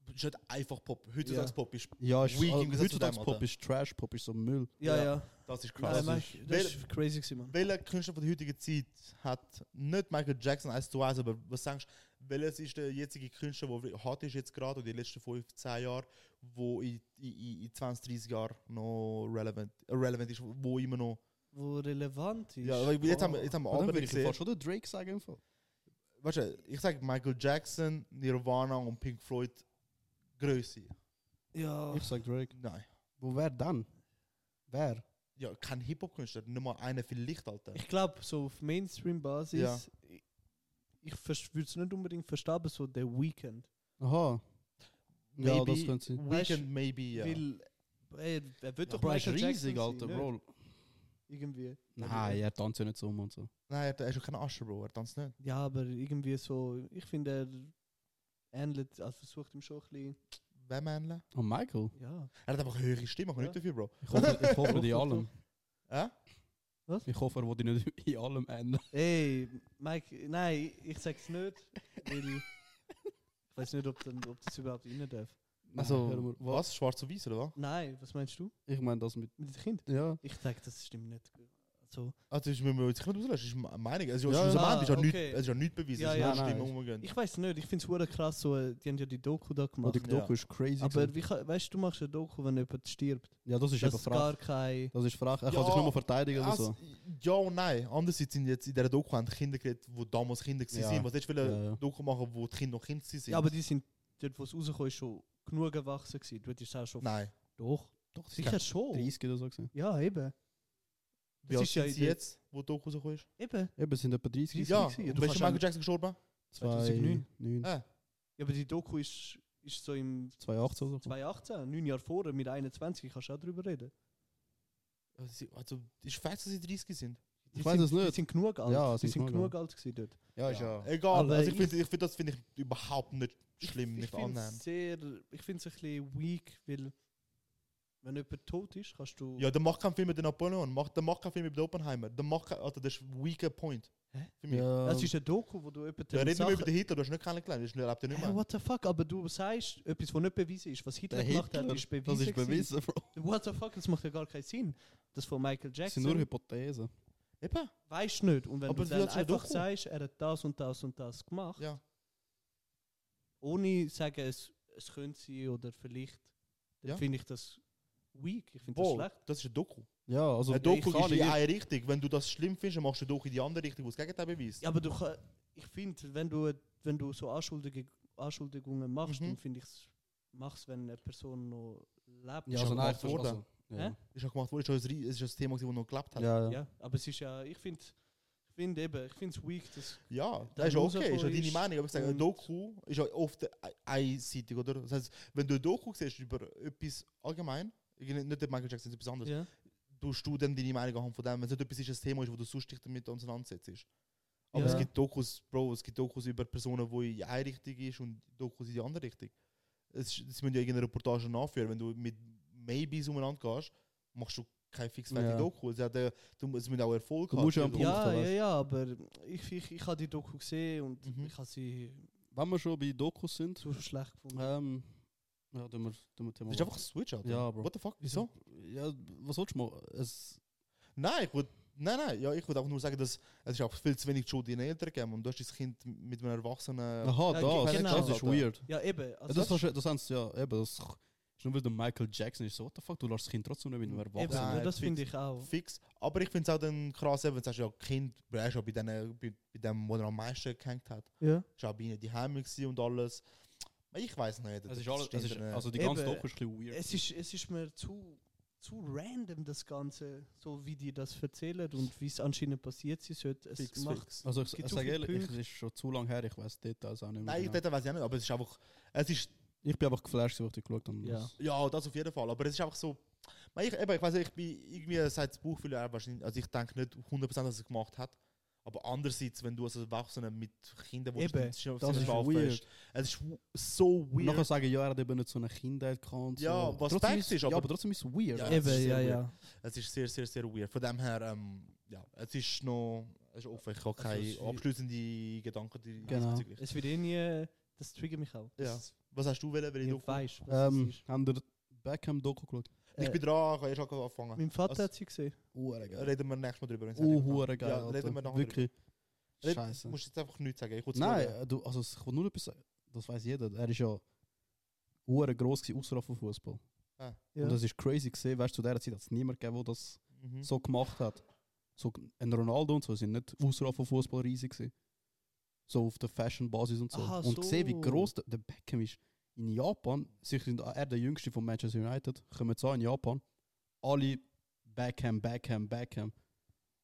Speaker 1: ist nicht einfach Pop. Heutzutage
Speaker 2: Ja.
Speaker 1: Pop ist
Speaker 3: Ja, ist,
Speaker 1: Weak im
Speaker 3: also,
Speaker 1: Gegensatz zu dem,
Speaker 3: heutzutage Pop
Speaker 1: Alter.
Speaker 3: ist Trash, Pop ist so Müll.
Speaker 2: Ja,
Speaker 1: Ja.
Speaker 2: ja.
Speaker 1: Das ist krass.
Speaker 2: Nein, Mann,
Speaker 3: ist-
Speaker 2: das ist crazy gewesen, Mann.
Speaker 1: Welcher Künstler von der heutigen Zeit hat nicht Michael Jackson als zu eins, aber was sagst du, welches ist der jetzige Künstler, der wirklich hart ist jetzt gerade oder die letzten 15 Jahre, wo in, in, in- in 20, 30 Jahren noch relevant, äh, relevant ist, wo immer noch.
Speaker 2: Wo relevant ist.
Speaker 1: Ja, aber jetzt haben wir, jetzt haben wir
Speaker 3: Aber dann
Speaker 1: andere
Speaker 3: würde ich
Speaker 1: gesehen.
Speaker 3: fast schon den Drake sagen. im Fall.
Speaker 1: Weißt du, ich sage Michael Jackson, Nirvana und Pink Floyd Größe.
Speaker 2: ja.
Speaker 3: Ich sag Drake.
Speaker 1: Nein.
Speaker 3: Wo wer dann? Wer?
Speaker 1: Ja, kein Hip-Hop-Künstler, nur einer vielleicht, Alter.
Speaker 2: Ich glaube, so auf Mainstream-Basis,
Speaker 1: Ja.
Speaker 2: ich, ich würde es nicht unbedingt verstehen, aber so der Weekend.
Speaker 3: Aha. Ja,
Speaker 1: Maybe,
Speaker 3: das könnte sein.
Speaker 2: Weißt du,
Speaker 1: Weekend, maybe, ja.
Speaker 2: Weil, ey, er wird
Speaker 3: Ja,
Speaker 2: doch
Speaker 3: Bro, er ist
Speaker 2: Michael Jackson
Speaker 3: riesig,
Speaker 2: sein,
Speaker 3: Alter,
Speaker 2: ne?
Speaker 3: Bro.
Speaker 2: Irgendwie.
Speaker 3: Nein, er tanzt ja nicht so um und so.
Speaker 1: Nein, er ist ja kein Asche, Bro, er tanzt nicht.
Speaker 2: Ja, aber irgendwie so, ich finde, er ähnelt, also versucht ihm schon ein bisschen,
Speaker 1: Wer Männle?
Speaker 3: Oh, Michael.
Speaker 2: ja.
Speaker 1: Er hat einfach eine höhere Stimme, ich kann
Speaker 2: Ja.
Speaker 1: nicht dafür, Bro.
Speaker 3: Ich hoffe, ich hoffe die allem.
Speaker 1: Äh?
Speaker 3: Ich hoffe, er will die nicht in allem ändern.
Speaker 2: Ey, Mike, nein, ich sag's nicht, weil ich weiß nicht, ob, dann, ob das überhaupt rein darf.
Speaker 1: Also,
Speaker 3: hör mal, wa-
Speaker 1: was? Schwarz und weiß, oder was?
Speaker 2: Nein, was meinst du
Speaker 3: Ich meine das mit.
Speaker 2: mit dem Kind?
Speaker 3: Ja.
Speaker 2: Ich sag, das stimmt nicht. Also,
Speaker 1: Also, ich will mir jetzt nicht auslösen, das ist meine Meinung. Also,
Speaker 3: Ja,
Speaker 1: ja, ja,
Speaker 3: ja.
Speaker 1: ist ja
Speaker 2: Ah,
Speaker 1: nichts
Speaker 2: okay.
Speaker 1: es ist ja nichts bewiesen,
Speaker 2: Ja,
Speaker 1: es ist
Speaker 2: ja.
Speaker 1: nur
Speaker 3: Nein,
Speaker 1: Stimmen
Speaker 3: nein.
Speaker 1: umgehen.
Speaker 2: ich weiß nicht, ich find's hure krass, so, äh, die haben ja die Doku da
Speaker 3: Oh,
Speaker 2: gemacht.
Speaker 3: die Doku
Speaker 1: Ja.
Speaker 3: ist crazy.
Speaker 2: Aber
Speaker 3: gewesen.
Speaker 2: wie, kann- weißt du, du machst eine Doku, wenn jemand stirbt.
Speaker 3: ja, das ist
Speaker 2: Das
Speaker 3: eben
Speaker 2: ist
Speaker 3: frech.
Speaker 2: gar kein.
Speaker 3: Das ist frech. Er
Speaker 1: Ja,
Speaker 3: kann sich nur mal verteidigen oder so.
Speaker 1: Also, ja und nein. Andererseits sind jetzt in dieser Doku haben die Kinder geredet, die damals Kinder
Speaker 3: Ja.
Speaker 1: waren. Was jetzt will
Speaker 3: Ja, ja.
Speaker 1: eine Doku machen, wo die Kinder noch Kinder waren?
Speaker 2: Ja, aber die sind dort, wo es rausgekommen ist, schon genug erwachsen gewesen. Du hättest auch schon.
Speaker 1: Nein.
Speaker 2: Doch.
Speaker 1: Doch, das
Speaker 2: Sicher schon.
Speaker 3: 30 oder so gesehen.
Speaker 2: Ja, eben.
Speaker 1: Wie
Speaker 2: Das
Speaker 1: alt
Speaker 2: ist ja
Speaker 1: sind
Speaker 2: in
Speaker 1: sie
Speaker 2: der-
Speaker 1: jetzt, wo die Doku rausgekommen ist?
Speaker 2: Eben.
Speaker 3: Eben, sind etwa 30.
Speaker 1: Ja,
Speaker 2: gewesen.
Speaker 1: und
Speaker 2: Du
Speaker 1: wann
Speaker 2: kannst
Speaker 1: ist Michael
Speaker 2: dann-
Speaker 1: Jackson gestorben?
Speaker 3: 2009.
Speaker 2: 2009.
Speaker 1: Ah.
Speaker 2: Ja, aber die Doku ist, ist so im
Speaker 3: 2018 oder so.
Speaker 2: 2018, neun Jahre vorher, mit 21, kannst du auch drüber reden.
Speaker 1: Also, sie- also ist fett, dass sie 30 sind.
Speaker 2: Die
Speaker 3: Ich weiß
Speaker 2: sind-
Speaker 3: es nicht.
Speaker 2: Die sind genug alt.
Speaker 3: Ja,
Speaker 2: die
Speaker 3: sind
Speaker 2: sind,
Speaker 3: genug
Speaker 2: genug alt gewesen dort.
Speaker 3: Ja, ist ja.
Speaker 1: Egal,
Speaker 2: Aber
Speaker 1: also ich
Speaker 2: ich-
Speaker 1: finde ich find, das finde ich überhaupt nicht schlimm,
Speaker 2: ich
Speaker 1: nicht
Speaker 2: find's
Speaker 1: annehmen.
Speaker 2: sehr, ich finde es ein bisschen weak, weil wenn jemand tot ist, kannst du.
Speaker 1: Ja, der macht keinen Film mit den Napoleon, macht, der macht keinen Film mit den Oppenheimer, der macht keinen, Alter, das ist ein weaker Point.
Speaker 2: Hä?
Speaker 1: Für mich.
Speaker 3: Ja,
Speaker 2: das ist eine Doku, wo du jemanden
Speaker 1: Ähm, Ja, reden wir
Speaker 2: Sachen-
Speaker 1: über den Hitler, du hast ihn nicht kennengelernt, das lebt ja nicht
Speaker 2: Hey,
Speaker 1: mehr.
Speaker 2: what the fuck? Aber du sagst etwas, was nicht bewiesen ist. Was Hitler
Speaker 3: Der
Speaker 2: gemacht
Speaker 3: Hitler,
Speaker 2: hat, ist bewiesen.
Speaker 3: das ist
Speaker 2: gewesen.
Speaker 3: bewiesen, Bro.
Speaker 2: What the fuck? Das macht ja gar keinen Sinn. Das von Michael
Speaker 3: Das sind nur
Speaker 2: Jackson.
Speaker 3: Hypothesen.
Speaker 1: Eben.
Speaker 2: Weißt du nicht. Und wenn
Speaker 1: Aber wie
Speaker 2: du dann
Speaker 1: hat's eine
Speaker 2: einfach
Speaker 1: Doku?
Speaker 2: sagst, er hat das und das und das gemacht,
Speaker 1: Ja.
Speaker 2: ohne sagen, es, es könnte sein oder vielleicht, dann
Speaker 1: Ja.
Speaker 2: finde ich das weak. Ich finde das
Speaker 1: Boah,
Speaker 2: schlecht.
Speaker 1: das ist ein Doku.
Speaker 3: Ja, also.
Speaker 1: Ein Doku
Speaker 3: keine
Speaker 1: ist in
Speaker 3: Ahnung,
Speaker 1: eine Richtung. Wenn du das schlimm findest, dann machst du doch in die andere Richtung, wo das Gegenteil beweist.
Speaker 2: Ja, aber du, kann- ich finde, wenn du, wenn du so Anschuldig Anschuldigungen machst,
Speaker 1: Mhm.
Speaker 2: dann finde ich es, mach's, wenn eine Person noch lebt.
Speaker 3: Ja,
Speaker 1: Ist
Speaker 3: also
Speaker 1: aber
Speaker 3: nein,
Speaker 1: gemacht worden.
Speaker 3: also- ja.
Speaker 2: Hä?
Speaker 1: Ist ja gemacht worden, ist ja ein Rie- es ist ja ein Thema, gewesen, das noch gelebt hat. Ja,
Speaker 3: Ja, ja.
Speaker 2: Ja, aber es ist ja, ich finde, ich finde eben, ich finde es weak, dass
Speaker 1: das ist ja
Speaker 2: muss
Speaker 1: okay, ist ja
Speaker 2: aber
Speaker 1: deine
Speaker 2: ist-
Speaker 1: Meinung. Aber ich sage,
Speaker 2: und-
Speaker 1: eine Doku ist ja oft e- einseitig, oder? Das heißt, wenn du eine Doku siehst über etwas allgemein, nicht nicht der Michael Jackson, etwas anderes,
Speaker 2: ja.
Speaker 1: tust du dann deine Meinung anhand von dem, wenn es nicht etwas ist, ein Thema ist, wo du sonst dich damit auseinandersetzt. Aber
Speaker 2: Ja.
Speaker 1: es gibt Dokus, Bro, es gibt Dokus über Personen, die in eine Richtung ist und Dokus in die andere Richtung. Es, ist- es müssen ja irgendeine Reportage nachführen. Wenn du mit Maybes umeinander gehst, machst du keine fixfertige
Speaker 3: Ja.
Speaker 1: Doku. Es, hat, äh, du, es müssen auch Erfolg
Speaker 3: Du musst ja
Speaker 1: haben.
Speaker 3: am Punkt.
Speaker 2: ja,
Speaker 3: oder
Speaker 2: ja,
Speaker 3: was?
Speaker 2: ja, aber ich, ich, ich habe die Doku gesehen und
Speaker 1: Mhm.
Speaker 2: ich habe sie
Speaker 3: Wenn wir schon bei Dokus sind,
Speaker 2: zu schlecht gefunden.
Speaker 3: ähm, ja, tun wir, tun wir Thema.
Speaker 1: Das ist einfach ein Switch, Alter.
Speaker 3: Ja, Bro.
Speaker 1: What the fuck? Wieso?
Speaker 3: Ja, was willst du mal? Es,
Speaker 1: Nein, ich würde nein, nein, ja, ich würd auch nur sagen, dass es ist auch viel zu wenig Schuld in den Eltern gegeben und du hast dein Kind mit einem Erwachsenen.
Speaker 3: aha,
Speaker 2: ja,
Speaker 3: das,
Speaker 2: ge- genau.
Speaker 3: das ist weird.
Speaker 2: Ja, eben.
Speaker 3: Ja,
Speaker 2: Also
Speaker 3: das, das, das haben sie ja, eben, das ist nur weil der Michael Jackson ist so, what the fuck, du lässt das Kind trotzdem nicht mit einem
Speaker 2: eben,
Speaker 3: Erwachsenen.
Speaker 1: Nein,
Speaker 2: ja, das
Speaker 1: fix.
Speaker 2: finde ich auch.
Speaker 1: fix. Aber ich finde es auch dann krass, eben, wenn du sagst, ja, Kind, er ist ja bei, denen, bei, bei dem, wo er am meisten gehängt hat.
Speaker 2: Ja.
Speaker 1: Ist auch bei ihnen die gewesen und alles. Ich weiß nicht.
Speaker 3: Es ist
Speaker 1: das
Speaker 3: alles, es ist,
Speaker 1: stimmt nicht.
Speaker 3: also die ganze
Speaker 2: Eben.
Speaker 3: Doku ist ein bisschen weird.
Speaker 2: Es ist, es ist mir zu, zu random, das Ganze, so wie die das erzählen und wie es anscheinend passiert sein sollte. Es
Speaker 1: Fix,
Speaker 2: macht
Speaker 1: fix.
Speaker 3: also ich,
Speaker 2: gibt
Speaker 3: ich
Speaker 2: so
Speaker 3: sage
Speaker 2: viele
Speaker 3: ehrlich, ich, es
Speaker 2: Punkte.
Speaker 3: ist schon zu lange her, ich weiß Details auch nicht mehr.
Speaker 1: Nein, ich
Speaker 3: genau.
Speaker 1: das weiß ich auch nicht, aber es ist einfach. Es ist.
Speaker 3: ich bin einfach geflasht, als ich die geschaut habe.
Speaker 2: Ja.
Speaker 3: Das-
Speaker 1: Ja, das auf jeden Fall. Aber es ist einfach so. Ich, eben, ich weiß nicht, ich bin irgendwie seit das Buch viel Jahre wahrscheinlich. Also ich denke nicht 100%, dass er es gemacht hat. Aber andererseits, wenn du als Erwachsener mit Kindern
Speaker 2: Eben,
Speaker 1: willst, dann
Speaker 3: Das ist
Speaker 1: strafest.
Speaker 3: weird.
Speaker 1: Es ist w- so
Speaker 3: Und nachher
Speaker 1: weird.
Speaker 3: sagen, ja, er hat eben nicht so eine Kindheit gehabt. und
Speaker 1: Ja,
Speaker 3: so.
Speaker 1: was
Speaker 3: trotzdem
Speaker 1: Facts
Speaker 3: ist,
Speaker 1: ist,
Speaker 3: ja,
Speaker 1: aber-
Speaker 3: aber trotzdem ist es weird.
Speaker 1: Ja, es
Speaker 2: Eben,
Speaker 1: ist
Speaker 2: ja,
Speaker 1: sehr
Speaker 2: ja.
Speaker 1: Es ist sehr, sehr, sehr weird. Von dem her, ähm, ja, es ist noch. Es ist offen. Ich habe
Speaker 2: Also
Speaker 1: keine
Speaker 2: es ist-
Speaker 1: abschließenden Gedanken die-
Speaker 3: Genau.
Speaker 1: diesbezüglich.
Speaker 2: Es wird eh nie, das triggert mich auch.
Speaker 1: Ja.
Speaker 2: Das-
Speaker 1: Was hast du wollen, wenn ich
Speaker 2: Ich weiß, was es
Speaker 3: Ähm,
Speaker 2: ist.
Speaker 3: haben der Beckham Doku geschaut?
Speaker 1: Ich bin dran, ich habe erst angefangen.
Speaker 2: Mein Vater
Speaker 1: Also-
Speaker 2: hat sie gesehen.
Speaker 3: Hure geil.
Speaker 1: Reden wir nächstes Mal drüber. wenn's
Speaker 3: Oh,
Speaker 1: fertig
Speaker 3: hure
Speaker 1: ist.
Speaker 3: geil.
Speaker 1: Ja, reden wir
Speaker 3: Alter.
Speaker 1: nachher
Speaker 3: Wirklich.
Speaker 1: drüber. Red-
Speaker 3: Scheiße.
Speaker 1: musst jetzt einfach nichts sagen. Ich kurz
Speaker 3: Nein,
Speaker 1: hören.
Speaker 3: äh, du, also es kommt nur etwas, das weiß jeder. Er ist ja hure gross gewesen, außerhalb vom Fußball.
Speaker 2: Ja.
Speaker 3: Und das ist crazy gesehen, weißt du, zu der Zeit hat es niemand gegeben, der das
Speaker 2: Hm.
Speaker 1: Mhm.
Speaker 3: so gemacht hat. So, ein Ronaldo und so sind nicht außerhalb vom Fußball riesig gewesen. So auf der Fashion-Basis und so.
Speaker 2: Aha,
Speaker 3: und gesehen, wie
Speaker 2: so.
Speaker 3: gross der, der Beckham ist. In Japan, sicher sind er der jüngste von Manchester United, kommen jetzt an in Japan, alle Beckham, Beckham, Beckham.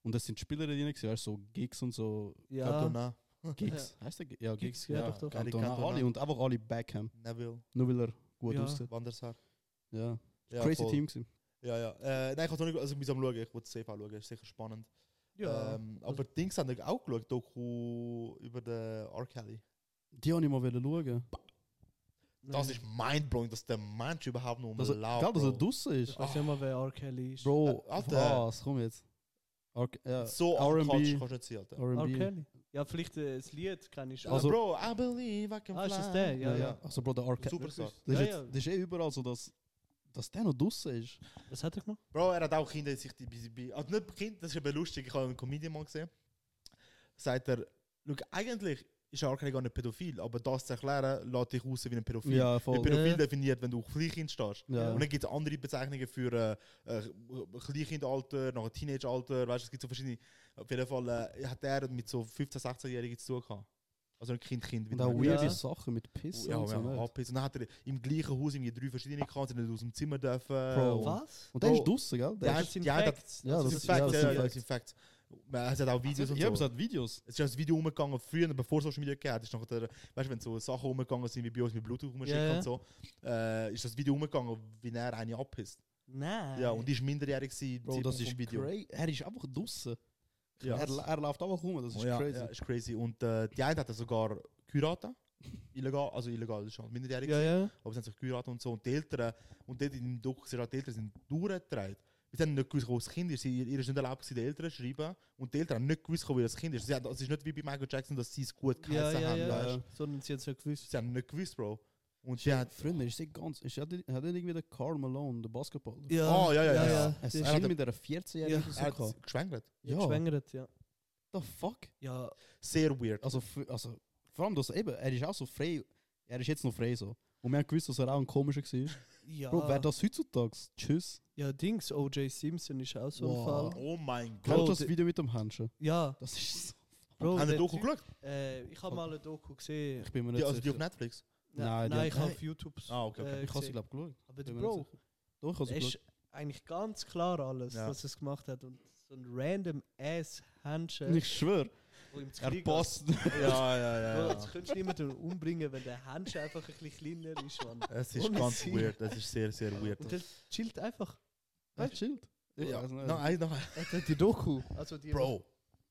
Speaker 3: Und das sind Spieler drin, gewesen, weißt du, so Gigs und so.
Speaker 2: ja.
Speaker 1: Cantona,
Speaker 3: Gigs, heißt der? Gi- Ja, Gigs.
Speaker 2: Giggs, ja, doch, doch.
Speaker 1: Eric
Speaker 3: Cantona,
Speaker 1: Cantona.
Speaker 3: alle und einfach alle Beckham.
Speaker 1: Neville,
Speaker 3: Nur weil er gut
Speaker 2: Ja.
Speaker 3: aussieht.
Speaker 1: Van der Sar.
Speaker 3: Ja.
Speaker 1: Ja,
Speaker 3: Crazy
Speaker 1: voll.
Speaker 3: Team gewesen.
Speaker 1: Ja, ja. Äh, nein, ich habe noch nicht, also ich muss am schauen, ich wollte es safe auch schauen, ist sicher spannend.
Speaker 2: Ja.
Speaker 1: Ähm, aber Dings haben wir auch geschaut, Doku über den R. Kelly.
Speaker 3: Die wollte ich mal wollen schauen.
Speaker 1: Das ist mindblowing, dass der Mensch überhaupt noch
Speaker 3: Dass er,
Speaker 1: umlaufen
Speaker 3: geil, also, dass er
Speaker 1: Bro.
Speaker 3: draussen ist.
Speaker 2: Ich weiß nicht mal, wer R. Kelly ist.
Speaker 3: Bro,
Speaker 1: Äh, Alter.
Speaker 3: was? Komm jetzt. Ark- ja,
Speaker 1: So
Speaker 3: R&B.
Speaker 1: uncultured kannst du nicht sein, Alter.
Speaker 2: R.
Speaker 3: R&B.
Speaker 2: Kelly. Ja, vielleicht äh, das Lied kann ich
Speaker 1: Ja,
Speaker 2: auch.
Speaker 3: Also-
Speaker 1: Bro, I believe I can
Speaker 2: Ah,
Speaker 1: fly.
Speaker 2: ist das der? Ja,
Speaker 3: Ja,
Speaker 2: ja.
Speaker 3: ja. Also, Bro, der R. Kelly.
Speaker 1: Super gesagt.
Speaker 3: Das,
Speaker 2: Ja,
Speaker 3: ist jetzt-
Speaker 2: ja.
Speaker 3: das ist eh überall so, dass, dass der noch draussen ist.
Speaker 2: Was hat er gemacht?
Speaker 1: Bro, er hat auch Kinder in sich. Die, die, die, also nicht Kind, das ist eben lustig. Ich habe einen Comedian mal gesehen. Sagt er, schau, eigentlich ist R. Kelly gar nicht pädophil, aber das zu erklären, lässt dich aus wie ein Pädophil.
Speaker 3: Ja,
Speaker 1: Weil
Speaker 3: voll. ne?
Speaker 1: pädophil
Speaker 2: Ja.
Speaker 1: definiert, wenn du auf Kleinkind stehst.
Speaker 3: Ja.
Speaker 1: Und dann gibt es andere Bezeichnungen für äh, äh, Kleinkindalter, nachher Teenagealter, weißt du, es gibt so verschiedene. Auf jeden Fall äh, hat er mit so 15-, 16-Jährigen zu tun gehabt. Also ein Kind-Kind.
Speaker 3: Und
Speaker 1: wie
Speaker 3: auch
Speaker 1: man-
Speaker 3: weirde
Speaker 2: Ja.
Speaker 3: Sachen mit Pissen
Speaker 1: ja,
Speaker 3: und so. ne?
Speaker 1: ja,
Speaker 3: nicht?
Speaker 1: abpissen. Und dann hat er im gleichen Haus irgendwie drei verschiedene gehabt, die nicht aus dem Zimmer dürfen.
Speaker 3: Bro.
Speaker 1: Und-
Speaker 2: Was?
Speaker 3: Und der ist
Speaker 1: Bro.
Speaker 3: draussen, gell? Der
Speaker 1: Ja,
Speaker 3: ist-
Speaker 1: das sind Facts.
Speaker 3: Ja,
Speaker 1: Das
Speaker 3: das
Speaker 1: ist
Speaker 3: ist- ja, Also,
Speaker 1: Fakt,
Speaker 3: das
Speaker 1: ja,
Speaker 3: sind
Speaker 1: ja, das ist Fakt. Man hat auch Videos und
Speaker 3: Ja, aber es
Speaker 1: so.
Speaker 3: hat Videos.
Speaker 1: Es ist ja das Video umgegangen, früher, bevor es Social Media gegeben hat, ist nachher, weißt du, wenn so Sachen umgegangen sind, wie bei uns mit Bluetooth rumschicken
Speaker 2: Ja.
Speaker 1: und so, äh, ist das Video umgegangen, wie er eine abpisst.
Speaker 2: Nein.
Speaker 1: Ja, und die ist minderjährig gewesen,
Speaker 3: Bro,
Speaker 1: Zeitpunkt
Speaker 3: das
Speaker 1: vom
Speaker 3: ist
Speaker 1: Video.
Speaker 3: crazy. Er ist einfach draussen.
Speaker 1: Ja.
Speaker 3: Er, er läuft einfach rum, das ist
Speaker 1: Oh ja,
Speaker 3: crazy.
Speaker 1: Ja, ist crazy. Und äh, die eine hat er sogar geheiratet. Illegal, also illegal, das ist schon minderjährig.
Speaker 2: Ja,
Speaker 1: gewesen.
Speaker 2: ja.
Speaker 1: aber sie haben sich geheiratet und so. Und die Eltern, und dort in dem Doku siehst du auch, die Eltern sind durchgedreht. Sie haben nicht gewusst, wo das Kind ist. Sie, ihr ist nicht erlaubt, gewesen, die Eltern zu schreiben. Und die Eltern haben nicht gewusst, wo das Kind ist. Sie haben, es ist nicht wie bei Michael Jackson, dass sie es gut
Speaker 2: Ja,
Speaker 1: geheißen
Speaker 2: ja,
Speaker 1: haben.
Speaker 2: ja.
Speaker 1: Weißt?
Speaker 3: ja.
Speaker 2: Sondern sie hat es ja gewusst.
Speaker 1: Sie haben nicht gewusst, Bro. Und sie
Speaker 3: Shit,
Speaker 1: hat.
Speaker 3: Freunde, ist nicht ganz. Ist, hat, er- hat er irgendwie den Karl Malone, der Basketballer?
Speaker 1: Oh, ja, ja, ja, ja.
Speaker 3: Es
Speaker 2: Die
Speaker 3: ist
Speaker 2: ist
Speaker 1: hat-
Speaker 3: mit einer 14-Jährigen
Speaker 1: Er
Speaker 3: ja.
Speaker 1: hat
Speaker 3: so
Speaker 1: geschwängelt.
Speaker 2: ja.
Speaker 3: Ja.
Speaker 2: geschwängert, ja.
Speaker 3: The fuck?
Speaker 2: Ja,
Speaker 1: Sehr weird.
Speaker 3: Also, f- also vor allem, dass eben, er ist auch so frei. Er ist jetzt noch frei so. Und wir haben gewusst, dass er auch ein komischer war.
Speaker 2: ja.
Speaker 3: Bro, wer das heutzutage? Tschüss.
Speaker 2: Ja, Dings, O.J. Simpson ist auch so
Speaker 3: Wow.
Speaker 2: ein Fall.
Speaker 1: Oh mein Gott.
Speaker 3: Glaubt
Speaker 2: Bro,
Speaker 3: das
Speaker 2: d-
Speaker 3: Video mit dem Händchen?
Speaker 2: Ja,
Speaker 3: Das ist so.
Speaker 2: Bro.
Speaker 1: haben
Speaker 2: der
Speaker 1: die Doku
Speaker 2: Typ-
Speaker 1: geschaut?
Speaker 2: Äh, ich habe mal eine Doku gesehen.
Speaker 3: Ich bin mir nicht
Speaker 1: Die, also die
Speaker 3: sicher.
Speaker 1: auf Netflix?
Speaker 3: Nein,
Speaker 2: Nein,
Speaker 3: die
Speaker 2: nein
Speaker 3: hat-
Speaker 2: ich habe
Speaker 3: nein.
Speaker 2: auf YouTube.
Speaker 1: Ah, okay, okay.
Speaker 2: Äh,
Speaker 3: ich habe
Speaker 2: gesehen.
Speaker 3: sie, glaube ich, geschaut.
Speaker 2: Aber
Speaker 3: Bin
Speaker 2: der
Speaker 3: mir nicht
Speaker 2: Bro,
Speaker 3: sicher. Doch, ich habe
Speaker 2: es
Speaker 3: sie
Speaker 2: ist
Speaker 3: geschaut.
Speaker 2: eigentlich ganz klar alles,
Speaker 1: Ja.
Speaker 2: was es gemacht hat. Und so ein random ass Handshake,
Speaker 3: Ich schwöre,
Speaker 2: wo ihm zu
Speaker 3: er
Speaker 2: Krieg
Speaker 3: passt.
Speaker 1: ja, ja,
Speaker 2: geht. Bro, Jetzt könntest du niemanden umbringen, wenn der Handshake einfach ein bisschen kleiner ist. Mann.
Speaker 1: Es ist
Speaker 2: Ohne
Speaker 1: ganz
Speaker 2: sie.
Speaker 1: weird. Es ist sehr, sehr weird.
Speaker 2: Und der chillt einfach.
Speaker 3: Er chillt. Ich
Speaker 1: Ja. Nou,
Speaker 3: weiß nicht.
Speaker 1: Nein, nein.
Speaker 2: Die Doku. Also die
Speaker 1: Bro,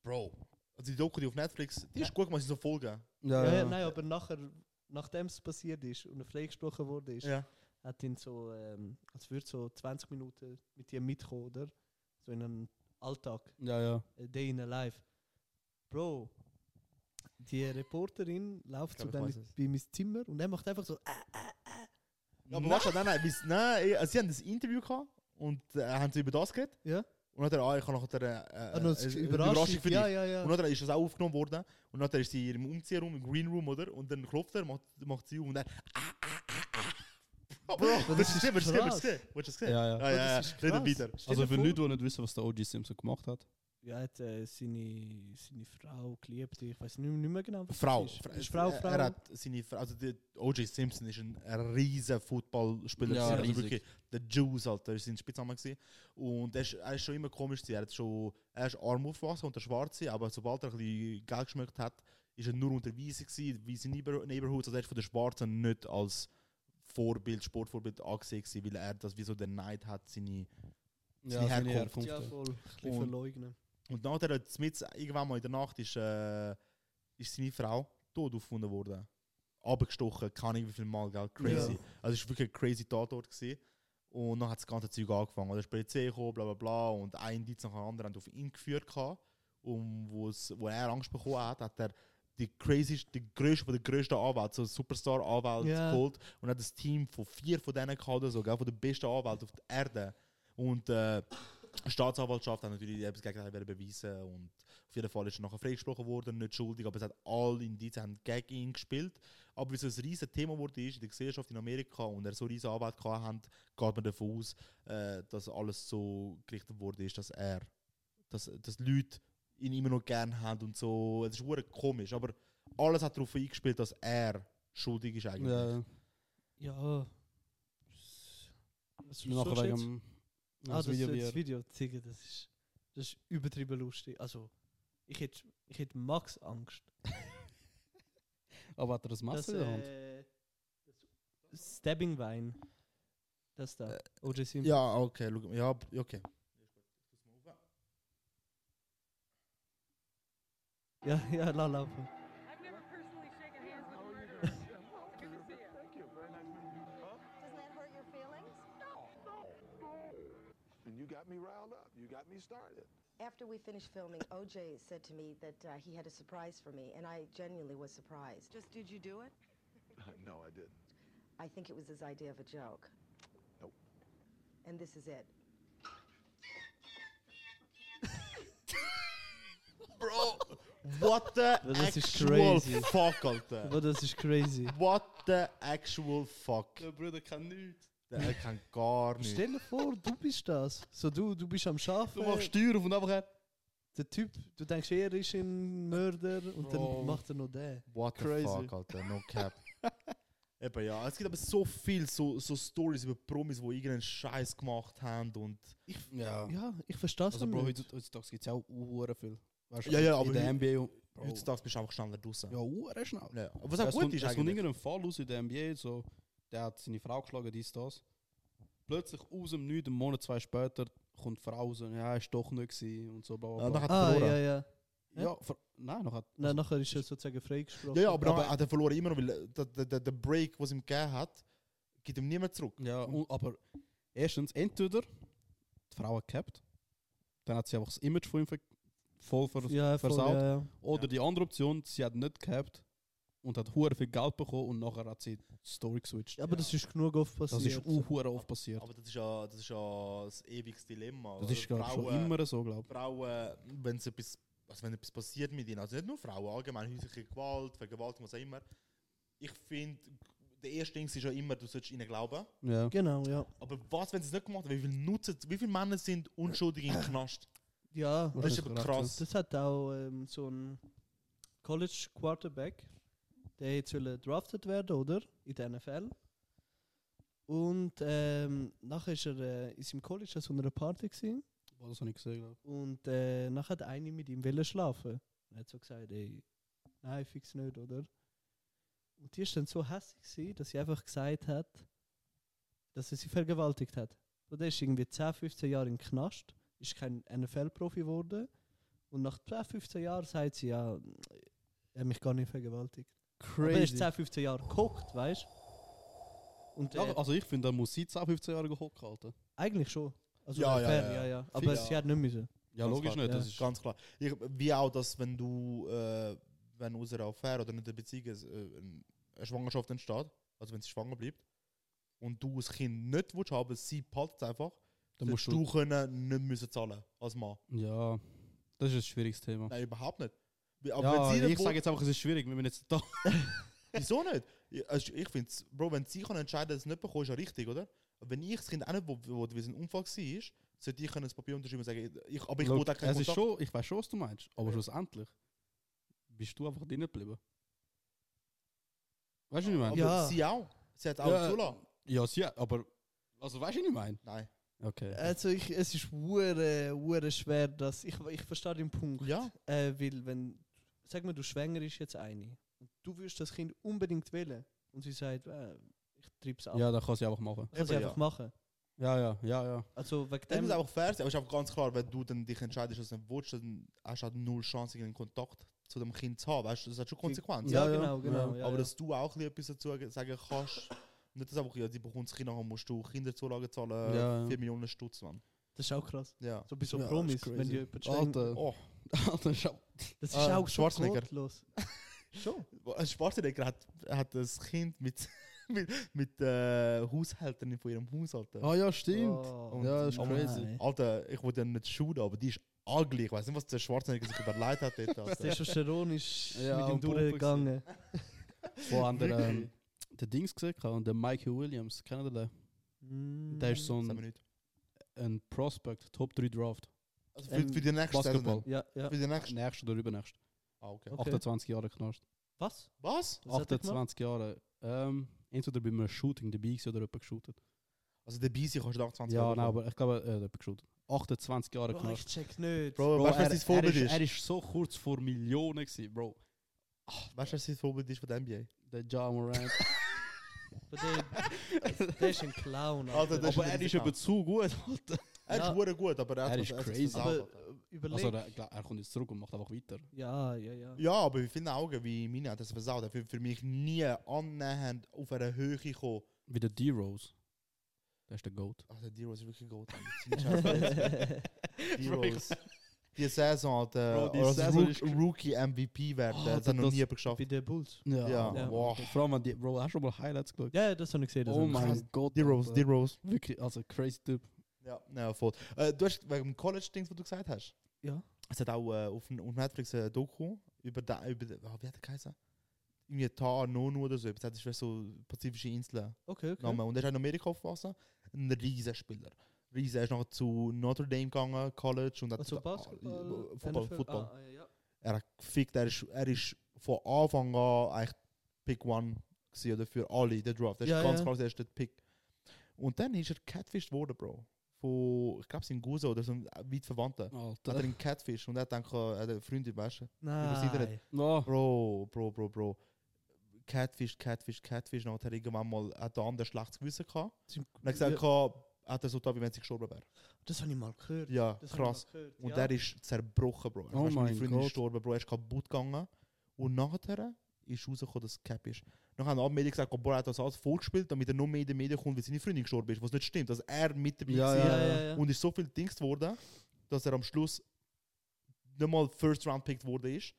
Speaker 1: Bro. Also die Doku, die auf Netflix, die ist gut gemacht, sie sind so Folgen.
Speaker 2: Ja,
Speaker 3: Ja, ja,
Speaker 2: ja, nein, aber nachher, nachdem es passiert ist und er freigesprochen wurde, ist,
Speaker 1: Ja.
Speaker 2: hat ihn so, ähm, als würde so 20 Minuten mit ihm mitkommen, oder? So in einem Alltag,
Speaker 3: Ja, ja.
Speaker 2: a day in a life. Bro, die Reporterin
Speaker 1: glaub,
Speaker 2: läuft so
Speaker 1: ich
Speaker 2: dann
Speaker 1: weiß
Speaker 2: in-
Speaker 1: es.
Speaker 2: bei mein Zimmer und er macht einfach so, äh,
Speaker 1: Ja, aber warte, nein, nein, wie's- nein, eh, also sie haben das Interview gehabt und äh, haben sie über das geredet.
Speaker 2: Ja.
Speaker 1: Und dann hat er, ah, ich habe nachher äh, äh,
Speaker 2: äh,
Speaker 1: äh,
Speaker 2: Überraschung,
Speaker 1: eine Überraschung für dich.
Speaker 2: ja, ja, ja.
Speaker 1: Und dann ist das auch aufgenommen worden. Und dann ist sie im Umzieherraum, im Green Room, oder? Und dann klopft er, macht, macht sie auf und dann. ah, Bro, das ist immer, das ist immer, das ist immer. Willst du das sehen?
Speaker 3: Ja, ja.
Speaker 1: ja, ja.
Speaker 2: Das ist
Speaker 1: Reden
Speaker 2: krass.
Speaker 1: weiter.
Speaker 2: Stell
Speaker 3: Also
Speaker 2: dir
Speaker 3: für
Speaker 2: vor-
Speaker 3: Leute, die nicht wissen, was der OG Simpson gemacht hat.
Speaker 2: Ja, er hat äh, seine, seine Frau geliebt, ich weiß nicht, nicht mehr genau, was
Speaker 1: Frau.
Speaker 2: es ist. Ist Frau,
Speaker 1: Er-
Speaker 2: Frau.
Speaker 1: eh, Er hat seine Frau, also der O.J. Simpson ist ein riesen Footballspieler.
Speaker 3: Ja,
Speaker 1: gewesen. also
Speaker 3: riesig.
Speaker 1: wirklich der Juice, Alter, ist sein Spitzname gewesen. Und er ist, er ist schon immer komisch gewesen. Er hat schon, er ist arm aufgewachsen und der Schwarze, aber sobald er ein bisschen Geld geschmeckt hat, ist er nur unterwiesen gewesen, wie seine Neighbor Neighborhoods. Also er ist von den Schwarzen nicht als Vorbild, Sportvorbild angesehen gewesen, weil er das wie so den Neid hat, seine Ja,
Speaker 3: seine
Speaker 1: seine
Speaker 3: Herkunft.
Speaker 2: Ja, voll, ein bisschen
Speaker 1: Und-
Speaker 2: verleugnen.
Speaker 1: Und nachher hat Smith irgendwann mal in der Nacht ist, äh, ist seine Frau tot gefunden worden. Abgestochen, keine Ahnung wie viel Mal, gell? Crazy.
Speaker 2: Ja.
Speaker 1: Also es war wirklich ein crazy Tatort. Gewesen. Und dann hat das ganze Zeug angefangen. Oder ist die Polizei gekommen, bla bla bla. Und um, ein Dienst nach dem anderen haben auf ihn geführt. Gehabt. Und wo's, wo er Angst bekommen hat, hat er die crazy, die größte von der größten Anwalt, so Superstar-Anwalt
Speaker 2: Ja.
Speaker 1: geholt und hat das Team von vier von denen gehabt oder so, gell, von den besten Anwälten auf der Erde. Und äh, die Staatsanwaltschaft hat natürlich etwas gegen ihn wollen beweisen und auf jeden Fall ist er nachher freigesprochen worden, nicht schuldig, aber es hat alle Indizien haben gegen ihn gespielt. Aber weil es ein riesiges Thema wurde ist in der Gesellschaft in Amerika und er so riesige Arbeit gehabt hat, geht man davon aus, äh, dass alles so gerichtet wurde ist, dass er, dass, dass die Leute ihn immer noch gern haben und so. Es ist hure komisch, aber alles hat darauf eingespielt, dass er schuldig ist eigentlich.
Speaker 3: Ja,
Speaker 2: Ja. Was
Speaker 3: nachher
Speaker 2: sonst
Speaker 3: wegen
Speaker 2: jetzt?
Speaker 3: dem-
Speaker 2: Ah, das,
Speaker 3: das Video, wie
Speaker 2: das
Speaker 3: er-
Speaker 2: Video zeigen, das ist, das ist übertrieben lustig. Also, ich hätte, ich hätte Max Angst.
Speaker 3: Aber hat er Ah, das Messer in der Hand?
Speaker 2: äh, das Stabbing Wein. Das da. OJ Simpson.
Speaker 1: Ja, okay, schau- ja, b- ja, okay.
Speaker 2: Ja, ja, la laufen.
Speaker 5: I've never personally shaken hands with a murderer. Good to see you.
Speaker 6: Doesn't that hurt your feelings?
Speaker 7: And you got me riled up. You got me started.
Speaker 6: After we finished filming, OJ said to me that uh, he had a surprise for me, and I genuinely was surprised. Just did you do it?
Speaker 7: no, I didn't.
Speaker 6: I think it was his idea of a joke.
Speaker 7: Nope.
Speaker 6: And this is it.
Speaker 1: What the
Speaker 2: Das ist
Speaker 1: actual
Speaker 2: crazy.
Speaker 1: fuck, Alter.
Speaker 2: Aber das ist crazy.
Speaker 1: What the actual fuck.
Speaker 3: Bruder kann nichts.
Speaker 1: Der kann gar nicht.
Speaker 2: Stell dir vor, du bist das. So, du, du bist am Schafen.
Speaker 3: Du machst Steuern und einfach
Speaker 2: der Typ, du denkst, er ist ein Mörder und
Speaker 3: Bro.
Speaker 2: dann macht er noch den.
Speaker 1: What
Speaker 3: Crazy.
Speaker 1: the fuck, Alter, no cap. Eben ja, es gibt aber so viel so, so Stories über Promis, die irgendeinen Scheiß gemacht haben und
Speaker 3: Ja.
Speaker 2: Ja, ich verstehe es
Speaker 3: Also, Bro,
Speaker 2: nicht.
Speaker 3: heutzutage gibt es ja auch Uhren viel. Weißt
Speaker 1: Ja, ja, aber
Speaker 3: in der
Speaker 1: heu-
Speaker 3: NBA. und- Bro,
Speaker 1: heutzutage bist du einfach schneller draußen.
Speaker 3: Ja, Uhren schnell.
Speaker 1: Oh. Ja. Was auch
Speaker 3: es
Speaker 1: gut
Speaker 3: kommt,
Speaker 1: ist
Speaker 3: es kommt
Speaker 1: eigentlich.
Speaker 3: irgendein Fall aus in der NBA, so, der hat seine Frau geschlagen, dies, das. Plötzlich aus dem Nichts, einen Monat, zwei später, kommt die Frau raus, ja, ist doch nicht gewesen und so, bla,
Speaker 1: Ja,
Speaker 3: bla,
Speaker 1: und dann
Speaker 3: bla.
Speaker 1: hat er
Speaker 2: Ah,
Speaker 1: verloren.
Speaker 2: ja, ja.
Speaker 3: Ja, ver- nein, noch hat...
Speaker 2: Nein, nachher ist er sozusagen freigesprochen.
Speaker 1: Ja,
Speaker 2: Ah,
Speaker 1: ja, aber, aber hat er verloren immer noch, weil äh, der, der, der, der Break, was ihm gegeben hat, gibt ihm niemand zurück.
Speaker 3: Ja, und, aber erstens, entweder die Frau hat gehabt, dann hat sie einfach das Image von ihm ver- voll ver
Speaker 2: ja, voll,
Speaker 3: versaut.
Speaker 2: ja, ja.
Speaker 3: Oder die andere Option, sie hat nicht gehabt und hat hure viel Geld bekommen und nachher hat sie die Story geswitcht.
Speaker 2: Ja, aber das ist genug oft
Speaker 3: Das
Speaker 2: passiert.
Speaker 3: ist auch hure oft passiert.
Speaker 1: Aber das ist ja das, ist ja das ewiges Dilemma.
Speaker 3: Das
Speaker 1: Also
Speaker 3: ist glaub, ich, schon
Speaker 1: Frauen-
Speaker 3: immer so, glaube ich.
Speaker 1: Frauen, wenn es etwas, also wenn etwas passiert mit ihnen, also nicht nur Frauen, allgemein häusliche Gewalt, Vergewaltigung, was auch immer. Ich finde, der erste Ding ist ja immer, du sollst ihnen glauben.
Speaker 3: Ja.
Speaker 2: Genau, ja.
Speaker 1: Aber was, wenn sie es nicht gemacht haben? Wie viele, nutzen, wie viele Männer sind unschuldig im Knast?
Speaker 2: Ja,
Speaker 1: Das ist aber
Speaker 3: Wahrscheinlich
Speaker 1: krass.
Speaker 2: Genau, das hat auch ähm, so ein College Quarterback, der jetzt soll drafted werden, oder? In der NFL. Und ähm, nachher ist er äh, ist im College an so einer Party gewesen.
Speaker 3: Boah, Das habe ich gesehen, glaube
Speaker 2: Und äh, nachher hat eine mit ihm wollen schlafen. Er hat so gesagt, ey, nein, fix nicht, oder? Und die ist dann so hässlich, gewesen, dass sie einfach gesagt hat, dass er sie vergewaltigt hat. Und der ist irgendwie 10, 15 Jahre im Knast, ist kein NFL-Profi geworden. Und nach 10, 15 Jahren sagt sie, ja, er hat mich gar nicht vergewaltigt. Aber er ist 10, 15 Jahre geguckt, weißt du? Und
Speaker 3: ich. Ja,
Speaker 2: äh,
Speaker 3: also ich finde, da muss sie 10, 15 Jahre gehockt halten.
Speaker 2: eigentlich schon. Also
Speaker 1: Ja, ja,
Speaker 2: fair,
Speaker 1: ja,
Speaker 2: ja,
Speaker 1: ja.
Speaker 2: ja, Aber
Speaker 1: Fix.
Speaker 2: sie hat nicht müssen.
Speaker 3: Ja,
Speaker 1: Ganz
Speaker 3: logisch
Speaker 1: klar.
Speaker 3: nicht. Das
Speaker 2: Ja.
Speaker 3: ist
Speaker 1: Ganz klar. Ich, wie auch, dass wenn du, äh, wenn aus einer Affäre oder in einer Beziehung es, äh, ein- eine Schwangerschaft entsteht, also wenn sie schwanger bleibt, und du das Kind nicht willst haben, sie behaltet es einfach,
Speaker 3: dann musst
Speaker 1: du
Speaker 3: du.
Speaker 1: können nicht müssen zahlen als Mann.
Speaker 3: Ja, das ist ein schwieriges Thema.
Speaker 1: Nein, überhaupt nicht. Wie- Aber
Speaker 3: Ja,
Speaker 1: wenn sie
Speaker 3: ich
Speaker 1: wo-
Speaker 3: sage jetzt einfach, es ist schwierig, wenn wir jetzt da.
Speaker 1: Wieso nicht? Ja, Also ich finde, Bro, wenn sie kann entscheiden, dass es nicht bekommen, ist ja richtig, oder? Aber Wenn ich das Kind auch nicht will, wo- weil es ein Unfall war, sollte ich können das Papier unterschreiben und sagen, ich, aber ich
Speaker 3: Look,
Speaker 1: will auch keinen
Speaker 3: es ist
Speaker 1: Kontakt.
Speaker 3: schon, Ich weiß schon, was du meinst, aber schlussendlich bist du einfach drin geblieben. Weißt du, was
Speaker 1: aber
Speaker 3: ich meine?
Speaker 2: Ja.
Speaker 1: sie auch. Sie hat auch
Speaker 3: Ja.
Speaker 1: zulassen.
Speaker 3: Ja, sie, aber. Also, weißt du, was ich meine? Äh,
Speaker 1: Nein.
Speaker 3: Okay.
Speaker 2: Also ich, es ist hure, hure schwer, dass ich, ich verstehe den Punkt,
Speaker 1: Ja.
Speaker 2: äh, weil wenn, sag mal, du schwanger ist jetzt eine und du würdest das Kind unbedingt wählen und sie sagt, äh, ich treib's ab,
Speaker 3: Ja, dann kann sie einfach machen.
Speaker 2: das kann sie
Speaker 1: eben,
Speaker 2: einfach machen.
Speaker 3: Ja, ja, ja, ja.
Speaker 2: Also wegen
Speaker 1: Dann
Speaker 2: dem,
Speaker 1: muss auch fair sein, aber es ist auch ganz klar, wenn du dann dich entscheidest, dass du nicht willst, dann hast du halt null Chance, irgendeinen Kontakt zu dem Kind zu haben. Weißt du, das hat schon Konsequenzen.
Speaker 2: ja,
Speaker 3: Ja, ja.
Speaker 2: genau, genau. Ja,
Speaker 1: aber
Speaker 2: ja.
Speaker 1: dass du auch ein bisschen etwas dazu sagen kannst, nicht dass einfach, ja, die bekommt das Kind, dann musst du Kinderzulagen zahlen,
Speaker 3: Ja, ja.
Speaker 1: 4 Millionen Stutz, Mann.
Speaker 2: das ist auch krass.
Speaker 1: Ja.
Speaker 2: So bei so
Speaker 3: Ja,
Speaker 2: Promis,
Speaker 3: ist crazy.
Speaker 2: wenn die jemanden schwängern-
Speaker 3: Alter.
Speaker 1: Oh.
Speaker 3: Alter, schau.
Speaker 2: Das ist
Speaker 1: Ah,
Speaker 2: auch so
Speaker 1: Schwarzenegger.
Speaker 2: gottlos.
Speaker 1: Schon. Schwarzenegger Äh, hat, hat das Kind mit, mit, mit äh, Haushälterin von ihrem Haus, Alter.
Speaker 3: Ah ja, stimmt.
Speaker 2: Oh.
Speaker 3: ja, das ist
Speaker 1: Oh
Speaker 3: crazy.
Speaker 2: nein.
Speaker 1: Alter, ich wollte ihn nicht schulen, aber die ist ugly. Ich weiß nicht, was der Schwarzenegger sich überlegt hat. Dort, Alter.
Speaker 2: Testosteron ist
Speaker 3: Ja,
Speaker 2: mit ihm
Speaker 3: und Pumpe
Speaker 2: durchgegangen.
Speaker 3: Wo haben der, ähm, der Dings gesehen gehabt und der Michael Williams, kennt ihr den? Der ist so
Speaker 1: Sagen wir
Speaker 3: ein,
Speaker 1: nicht.
Speaker 3: ein Prospect, Top 3 Draft.
Speaker 1: Also für,
Speaker 2: Ähm,
Speaker 1: für die nächste
Speaker 3: Basketball.
Speaker 2: Ja, ja.
Speaker 1: Saison. Für die nächste.
Speaker 3: Nächste oder übernächste.
Speaker 1: Ah, okay.
Speaker 2: Okay.
Speaker 3: 28 Jahre knast.
Speaker 2: Was?
Speaker 1: Was?
Speaker 2: Was hat er gemacht?
Speaker 3: 28 Jahre. Ähm, entweder bei einem Shooting dabei gewesen oder jemand geshootet.
Speaker 1: Also der Beasy kannst du 28
Speaker 3: Ja, nou,
Speaker 1: Jahre
Speaker 3: nein,
Speaker 1: alt.
Speaker 3: aber ich glaube, er hat jemand geshootet. 28 Jahre
Speaker 2: Bro, ich
Speaker 3: knast.
Speaker 2: check nicht.
Speaker 1: Bro,
Speaker 3: Bro,
Speaker 1: weißt du, was
Speaker 3: er,
Speaker 1: sein
Speaker 3: er,
Speaker 1: Vorbild
Speaker 3: ist,
Speaker 1: ist?
Speaker 3: er ist so kurz vor Millionen gewesen, Bro.
Speaker 1: Weißt du, was sein Vorbild ist von der NBA?
Speaker 3: Der Ja Morant.
Speaker 2: Aber der, der ist ein Clown.
Speaker 1: Alter,
Speaker 2: Alter.
Speaker 1: der-
Speaker 3: aber
Speaker 1: ein
Speaker 3: er ist
Speaker 1: Riesenfan.
Speaker 3: eben zu gut, Alter.
Speaker 1: Er
Speaker 2: Ja.
Speaker 1: ist hure gut, aber er, hat
Speaker 3: Er
Speaker 1: was-
Speaker 3: ist
Speaker 1: hat was
Speaker 3: crazy.
Speaker 2: Aber
Speaker 1: versaut, Alter.
Speaker 2: äh, überleg.
Speaker 3: Also, er, er kommt jetzt zurück und macht einfach weiter.
Speaker 2: ja, ja, ja.
Speaker 1: Ja, aber in vielen Augen wie meine hat das versaut. Er wird für mich nie annähernd auf eine Höhe gekommen.
Speaker 3: Wie der D-Rose. Der ist der Goat.
Speaker 1: Ach, der Dero ist wirklich gut. D-Rose. Die Saison, Alter,
Speaker 3: Bro, die
Speaker 1: eh, als
Speaker 3: Saison
Speaker 1: Rook-
Speaker 3: ist cr-
Speaker 1: Rookie-MVP werden,
Speaker 3: Ah,
Speaker 1: das hat noch
Speaker 3: das-
Speaker 1: nie jemand geschafft.
Speaker 2: Bei den Bulls.
Speaker 3: Ja.
Speaker 1: Ja,
Speaker 2: Ja.
Speaker 1: wow.
Speaker 3: Vor allem, wenn die, Bro, hast du schon mal Highlights geschaut?
Speaker 2: Ja, ja, das habe ich gesehen. das
Speaker 3: Oh
Speaker 2: habe ich
Speaker 3: mein
Speaker 2: gesehen.
Speaker 3: Gott.
Speaker 1: D-Rose,
Speaker 3: Alter.
Speaker 1: D-Rose.
Speaker 3: Wirklich, also crazy Typ.
Speaker 1: Ja, ja voll. Äh, du hast wegen dem College-Dings, was du gesagt hast.
Speaker 2: Ja.
Speaker 1: Es hat auch äh, auf, auf Netflix ein Doku über den, über den ah, wie hat er geheißen? Irgendwie Tar, Nonu oder so. etwas. Das ist so pazifische Inseln.
Speaker 2: Okay, okay.
Speaker 1: Name. Und er ist in Amerika aufgewachsen. Ein riesen Spieler. Riesen. Er ist nachher zu Notre Dame gegangen, College. Und hat
Speaker 2: Also
Speaker 1: dort-
Speaker 2: Basketball,
Speaker 1: äh, Football,
Speaker 2: NFL,
Speaker 1: Football.
Speaker 2: Ah, ja, ja.
Speaker 1: Er hat gefickt. Er ist, er ist von Anfang an eigentlich Pick One gewesen, oder für alle in der Draft. Das
Speaker 2: Ja,
Speaker 1: ist ganz
Speaker 2: ja.
Speaker 1: klar der erste Pick. Und dann ist er catfished worden, Bro. Von, ich glaube, sein Cousin oder so ein weit Verwandter. Hat er
Speaker 3: Alter.
Speaker 1: ihn catfished und er hat gedacht, er hat eine Freundin, weißt du?
Speaker 2: Nein.
Speaker 3: No.
Speaker 1: Bro, bro, bro, bro. Catfish, Catfish, Catfish. Und hat er irgendwann mal hat der andere schlechtes Gewissen gehabt.
Speaker 2: Sie-
Speaker 1: Und er hat gesagt,
Speaker 2: Ja,
Speaker 1: gehabt, hat er so getan, wie wenn sie gestorben wäre.
Speaker 2: Das habe ich mal gehört.
Speaker 1: Ja,
Speaker 2: Das habe ich mal
Speaker 1: krass.
Speaker 2: gehört,
Speaker 1: Und
Speaker 2: ja.
Speaker 1: der ist zerbrochen, Bro. Er
Speaker 3: Oh
Speaker 1: ist meine
Speaker 3: mein
Speaker 1: Freundin
Speaker 3: Gott.
Speaker 1: gestorben, Bro. Er ist kaputt gegangen. Und nachher ist rausgekommen, dass es Cap ist. Dann haben alle Medien gesagt, Bro er hat das alles vorgespielt, damit er nur mehr in die Medien kommt, weil seine Freundin gestorben ist. Was nicht stimmt, dass er mit dabei
Speaker 3: Ja,
Speaker 1: war.
Speaker 2: Ja, ja, ja.
Speaker 1: Und ist so viel Dings geworden, dass er am Schluss nicht mal First Round picked worden ist.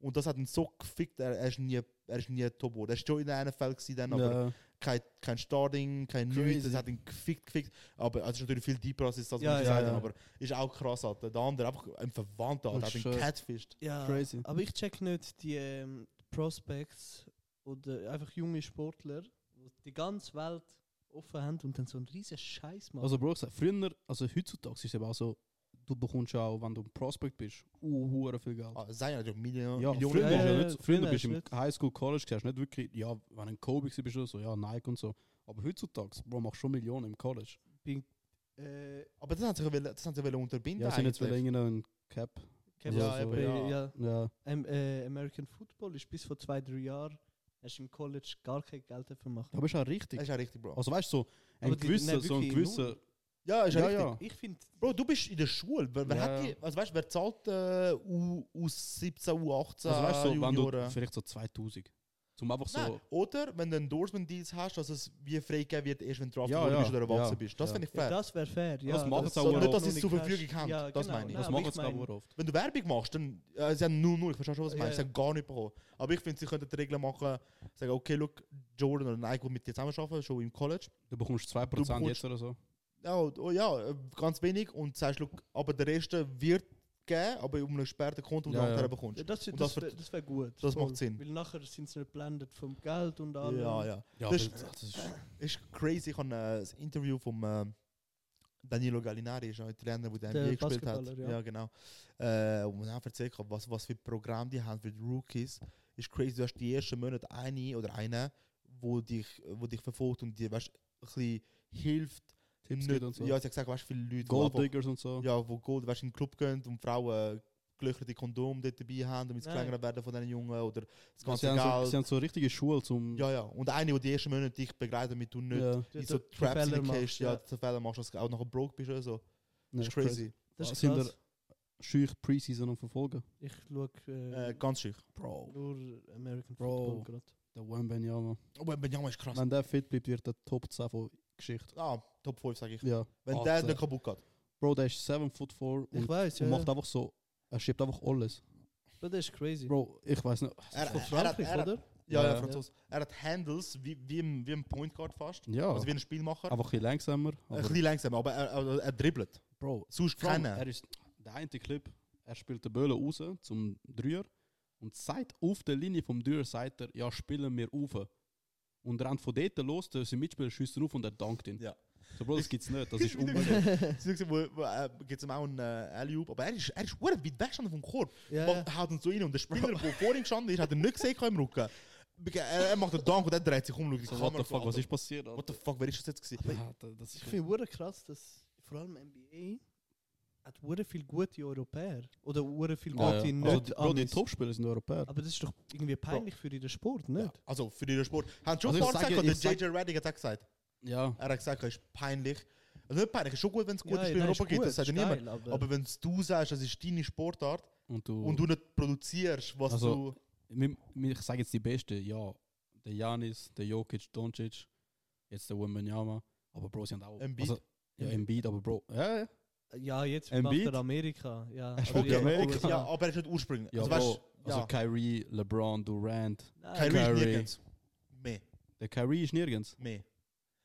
Speaker 1: Und das hat ihn so gefickt, er, er ist nie, er ist nie top geworden. Er ist schon in einem Feld gewesen, dann, aber
Speaker 3: Ja.
Speaker 1: kein, kein Starting, kein
Speaker 3: Crazy.
Speaker 1: nichts, das hat ihn gefickt, gefickt. Aber es ist natürlich viel deeper als das, was
Speaker 2: Ja,
Speaker 1: wir
Speaker 2: ja,
Speaker 1: gesagt
Speaker 3: ja.
Speaker 1: haben, aber ist auch krass, Alter. Der andere, einfach ein Verwandter, Alter,
Speaker 3: Oh,
Speaker 1: hat ihn
Speaker 3: shit.
Speaker 1: catfished.
Speaker 2: Ja,
Speaker 3: Crazy.
Speaker 2: aber ich check nicht die ähm, Prospects oder einfach junge Sportler, die die ganze Welt offen haben und dann so einen riesen Scheiß machen.
Speaker 3: Also, Bro, ich sag, früher, also heutzutage ist es eben auch so, du bekommst ja auch, wenn du ein Prospect bist, uh, hure viel Geld.
Speaker 1: Ah, Zion hat ja Millionen.
Speaker 3: Ja,
Speaker 1: Millionen.
Speaker 3: früher,
Speaker 2: Ja,
Speaker 3: bist du
Speaker 2: ja,
Speaker 3: nicht,
Speaker 2: ja,
Speaker 3: früher,
Speaker 2: früher
Speaker 3: bist du im
Speaker 2: hast du nicht-
Speaker 3: Highschool, College, hast du nicht wirklich, ja, wenn du ein Kobe gewesen bist oder so, ja, Nike und so. Aber heutzutage, Bro, machst du schon Millionen im College.
Speaker 2: äh,
Speaker 1: Aber das haben sie, wollen- das haben sie wollen unterbinden.
Speaker 3: Ja, sind jetzt wieder
Speaker 1: eigentlich.
Speaker 3: irgendein Cap.
Speaker 2: Kevin,
Speaker 3: Ja,
Speaker 2: ja,
Speaker 3: eben,
Speaker 2: ja.
Speaker 1: ja.
Speaker 3: Ja,
Speaker 2: ähm, äh, American Football ist bis vor zwei, drei Jahren hast du im College gar kein Geld dafür machen.
Speaker 3: aber ist ja
Speaker 1: Das
Speaker 3: richtig.
Speaker 1: ist ja richtig, Bro.
Speaker 3: Also, weißt du, so
Speaker 2: Aber
Speaker 3: ein
Speaker 2: die-
Speaker 3: gewisser,
Speaker 2: nein,
Speaker 3: so ein
Speaker 2: wirklich
Speaker 3: gewisser.
Speaker 2: null.
Speaker 1: ja, ist ja,
Speaker 3: Ja,
Speaker 1: richtig.
Speaker 3: ja.
Speaker 2: Ich finde,
Speaker 1: Bro, du bist in der Schule. Wer, wer,
Speaker 3: Ja,
Speaker 1: hat
Speaker 3: ja.
Speaker 1: die, also, weißt, du, wer zahlt äh, U, U17, U18,
Speaker 3: Also, weißt du, so, wenn du
Speaker 1: Junioren?
Speaker 3: vielleicht so 2000. Zum einfach so.
Speaker 1: Nein. Oder wenn du einen Endorsement-Deals hast, dass es wie freigegeben wird, erst wenn du drauf
Speaker 3: Ja,
Speaker 1: worden
Speaker 3: ja,
Speaker 1: bist oder erwachsen
Speaker 3: ja,
Speaker 1: bist. Das
Speaker 3: ja.
Speaker 1: finde ich fair.
Speaker 2: ja, das wäre fair. Ja,
Speaker 3: Das machen sie auch
Speaker 1: so, nicht,
Speaker 3: oft.
Speaker 1: dass sie es
Speaker 2: Ohne
Speaker 1: zur
Speaker 2: Cash.
Speaker 1: Verfügung haben.
Speaker 2: Ja,
Speaker 1: das
Speaker 2: genau.
Speaker 1: meine ich.
Speaker 2: Nein,
Speaker 3: das
Speaker 2: aber
Speaker 3: machen
Speaker 2: ich
Speaker 3: sie, glaube
Speaker 2: mein-
Speaker 3: ich, auch oft.
Speaker 1: Wenn du Werbung machst, dann äh, sie haben 0-0, ich verstehe schon, was du
Speaker 2: Ja,
Speaker 1: meinst. Sie
Speaker 2: ja.
Speaker 1: haben gar nicht bekommen. Aber ich finde, sie könnten die Regeln machen, sagen, okay, look, Jordan oder Nike, die mit dir zusammenarbeiten, schon im College.
Speaker 3: Du bekommst 2%
Speaker 1: bekommst-
Speaker 3: jetzt oder so.
Speaker 1: Ja, und- oh, ja, äh, ganz wenig und sagst, look, aber der Rest wird geben, aber um einen gesperrten Konto, den
Speaker 3: Ja,
Speaker 1: du nachher
Speaker 3: ja.
Speaker 1: bekommst.
Speaker 2: Ja, das
Speaker 1: Und
Speaker 2: das
Speaker 1: das
Speaker 2: wäre
Speaker 1: wird-
Speaker 2: das wär gut.
Speaker 1: das
Speaker 2: voll.
Speaker 1: macht Sinn.
Speaker 2: Weil nachher sind sie nicht blendet vom Geld und allem.
Speaker 1: Ja, ja.
Speaker 3: Ja,
Speaker 1: Das
Speaker 3: aber
Speaker 1: ist-
Speaker 3: das ist.
Speaker 1: ist crazy. Ich habe äh, das Interview vom äh, Danilo Gallinari, ist ein Italiener, der
Speaker 2: Der
Speaker 1: der NBA gespielt hat.
Speaker 2: Basketballer, ja.
Speaker 1: Ja, genau. Äh, und dann erzählt habe, was, was für Programme die haben für die Rookies. Ist crazy. Du hast die ersten Monate eine oder eine, wo dich, wo dich verfolgt und dir weißt, ein bisschen hilft.
Speaker 3: Tipps
Speaker 1: Nicht-
Speaker 3: gibt und so.
Speaker 1: Ja, sie hat gesagt, weißt, viele Leute, die
Speaker 3: Gold
Speaker 1: einfach-
Speaker 3: Diggers und so.
Speaker 1: ja, wo Gold, weißt, in den Club gehen und Frauen gelöcherte Kondome dort dabei haben, damit sie
Speaker 2: Nein.
Speaker 1: kleiner werden von diesen Jungen oder das
Speaker 3: sie,
Speaker 1: ganze
Speaker 3: haben so,
Speaker 1: Geld.
Speaker 3: sie haben so richtige Schuhe um zum.
Speaker 1: ja, ja. Und eine, die die ersten Monate dich begleitet, damit du nicht
Speaker 3: ja.
Speaker 1: in
Speaker 2: Ja,
Speaker 1: so
Speaker 2: du- du
Speaker 1: Traps
Speaker 2: Fehler
Speaker 1: hineingehst,
Speaker 2: machst,
Speaker 1: ja,
Speaker 2: ja.
Speaker 1: zu Fällen machst, dass du auch nachher broke bist oder so.
Speaker 3: Das
Speaker 1: Das ist crazy.
Speaker 2: Das ist
Speaker 3: Sind
Speaker 2: krass.
Speaker 3: Schüch Preseason und verfolgen.
Speaker 2: Ich schaue äh,
Speaker 1: Äh, ganz schick.
Speaker 3: Bro.
Speaker 2: nur American
Speaker 3: Bro.
Speaker 2: Football gerade.
Speaker 3: Der Wembenyama.
Speaker 1: Aber Benjamin ist krass.
Speaker 3: Wenn der fit bleibt, wird der Top 10 von Geschichte.
Speaker 1: Ah, Top 5 sag ich.
Speaker 3: Ja.
Speaker 1: Wenn
Speaker 3: Alter.
Speaker 1: der nicht kaputt geht.
Speaker 3: Bro, der ist 7 foot 4
Speaker 2: Ich
Speaker 3: und,
Speaker 2: weiß, ja.
Speaker 3: und macht einfach so. Er schiebt einfach alles.
Speaker 2: But das ist crazy.
Speaker 3: Bro, ich weiß nicht.
Speaker 1: Er, er,
Speaker 2: Von
Speaker 1: hat,
Speaker 2: Frankreich,
Speaker 1: er, hat,
Speaker 2: oder?
Speaker 1: ja, ja,
Speaker 3: Ja.
Speaker 1: Franzos. Er hat Handles wie, wie, im, wie im Point Guard fast.
Speaker 3: Ja, Ah,
Speaker 1: Also wie
Speaker 3: aber
Speaker 1: ein Spielmacher.
Speaker 3: ein bisschen langsamer.
Speaker 1: ein
Speaker 3: Aber
Speaker 1: bisschen langsamer, aber er, er, er dribbelt.
Speaker 3: Bro,
Speaker 1: Sonst
Speaker 3: Vor allem,
Speaker 1: keiner.
Speaker 3: er ist der eine Clip, er spielt den Böller raus zum Dreier und sagt auf der Linie vom Dreier sagt er, ja, spielen wir rauf. Und rennt von dort los, der sein Mitspieler schießt rauf und er dankt ihn.
Speaker 1: Ja.
Speaker 3: So, Bro, das gibt's nicht, das ist
Speaker 1: Wieder
Speaker 3: unmöglich.
Speaker 1: Sie haben gesagt, wo, wo, äh, gibt ihm auch einen äh, Alley-Oop, aber er ist, er ist verdammt weit weg gestanden vom Korb.
Speaker 2: Ja,
Speaker 1: Ball
Speaker 2: ja.
Speaker 1: haut uns so rein und der Spieler, der vor ihm gestanden ist, hat er nicht gesehen im Rücken. Er, er macht den Dank und er dreht sich um, schaut die
Speaker 3: So, what the
Speaker 1: Kamera
Speaker 3: fuck,
Speaker 1: so,
Speaker 3: was
Speaker 1: Alter,
Speaker 3: ist passiert?
Speaker 1: What the fuck, wer ist das jetzt gewesen?
Speaker 3: Ja, da- das
Speaker 2: Ich
Speaker 3: ist
Speaker 2: finde es krass, dass vor allem NBA hat hure viel gute Europäer oder hure viel
Speaker 3: ja,
Speaker 2: gute
Speaker 3: ja.
Speaker 2: nicht
Speaker 3: Also, die- Bro, die
Speaker 2: Amis.
Speaker 3: Topspieler sind Europäer.
Speaker 2: Aber das ist doch irgendwie peinlich für den Sport, nicht?
Speaker 1: Also für den Sport. Haben schon
Speaker 3: Also
Speaker 1: also
Speaker 3: ich
Speaker 1: paar
Speaker 3: sage-
Speaker 1: gesagt, und der
Speaker 3: ich sage-
Speaker 1: JJ Redick hat auch gesagt.
Speaker 3: Ja,
Speaker 1: Er hat gesagt, er ist peinlich. Also nicht peinlich, ist schon gut, wenn es gute
Speaker 2: nein,
Speaker 1: Spieler in
Speaker 2: ist
Speaker 1: Europa gibt,
Speaker 2: gut,
Speaker 1: das sagt ja
Speaker 2: ist
Speaker 1: niemand.
Speaker 2: geil, aber,
Speaker 1: Aber wenn es du sagst, das ist deine Sportart
Speaker 3: und du.
Speaker 1: und du nicht produzierst, was
Speaker 3: Also-
Speaker 1: du.
Speaker 3: Mi- mi- ich sage jetzt die Besten, ja. Der Janis, der Jokic, Doncic, jetzt der Wembanyama. Aber Bro, sie haben auch...
Speaker 1: Embiid.
Speaker 3: Also, ja, Embiid, aber Bro... Ja, ja.
Speaker 2: ja, jetzt macht
Speaker 3: Embiid?
Speaker 2: er Amerika. Ja,
Speaker 3: Er
Speaker 2: aber
Speaker 3: spielt
Speaker 2: ja,
Speaker 3: in Amerika.
Speaker 2: USA.
Speaker 1: Ja, aber er ist nicht ursprünglich.
Speaker 3: Ja,
Speaker 1: also,
Speaker 3: Bro,
Speaker 1: weißt,
Speaker 3: also
Speaker 1: ja.
Speaker 3: Kyrie, LeBron, Durant.
Speaker 2: Nein,
Speaker 1: Kyrie ist
Speaker 3: Kyrie.
Speaker 1: nirgends. Mehr,
Speaker 3: Der Kyrie ist nirgends.
Speaker 1: mehr.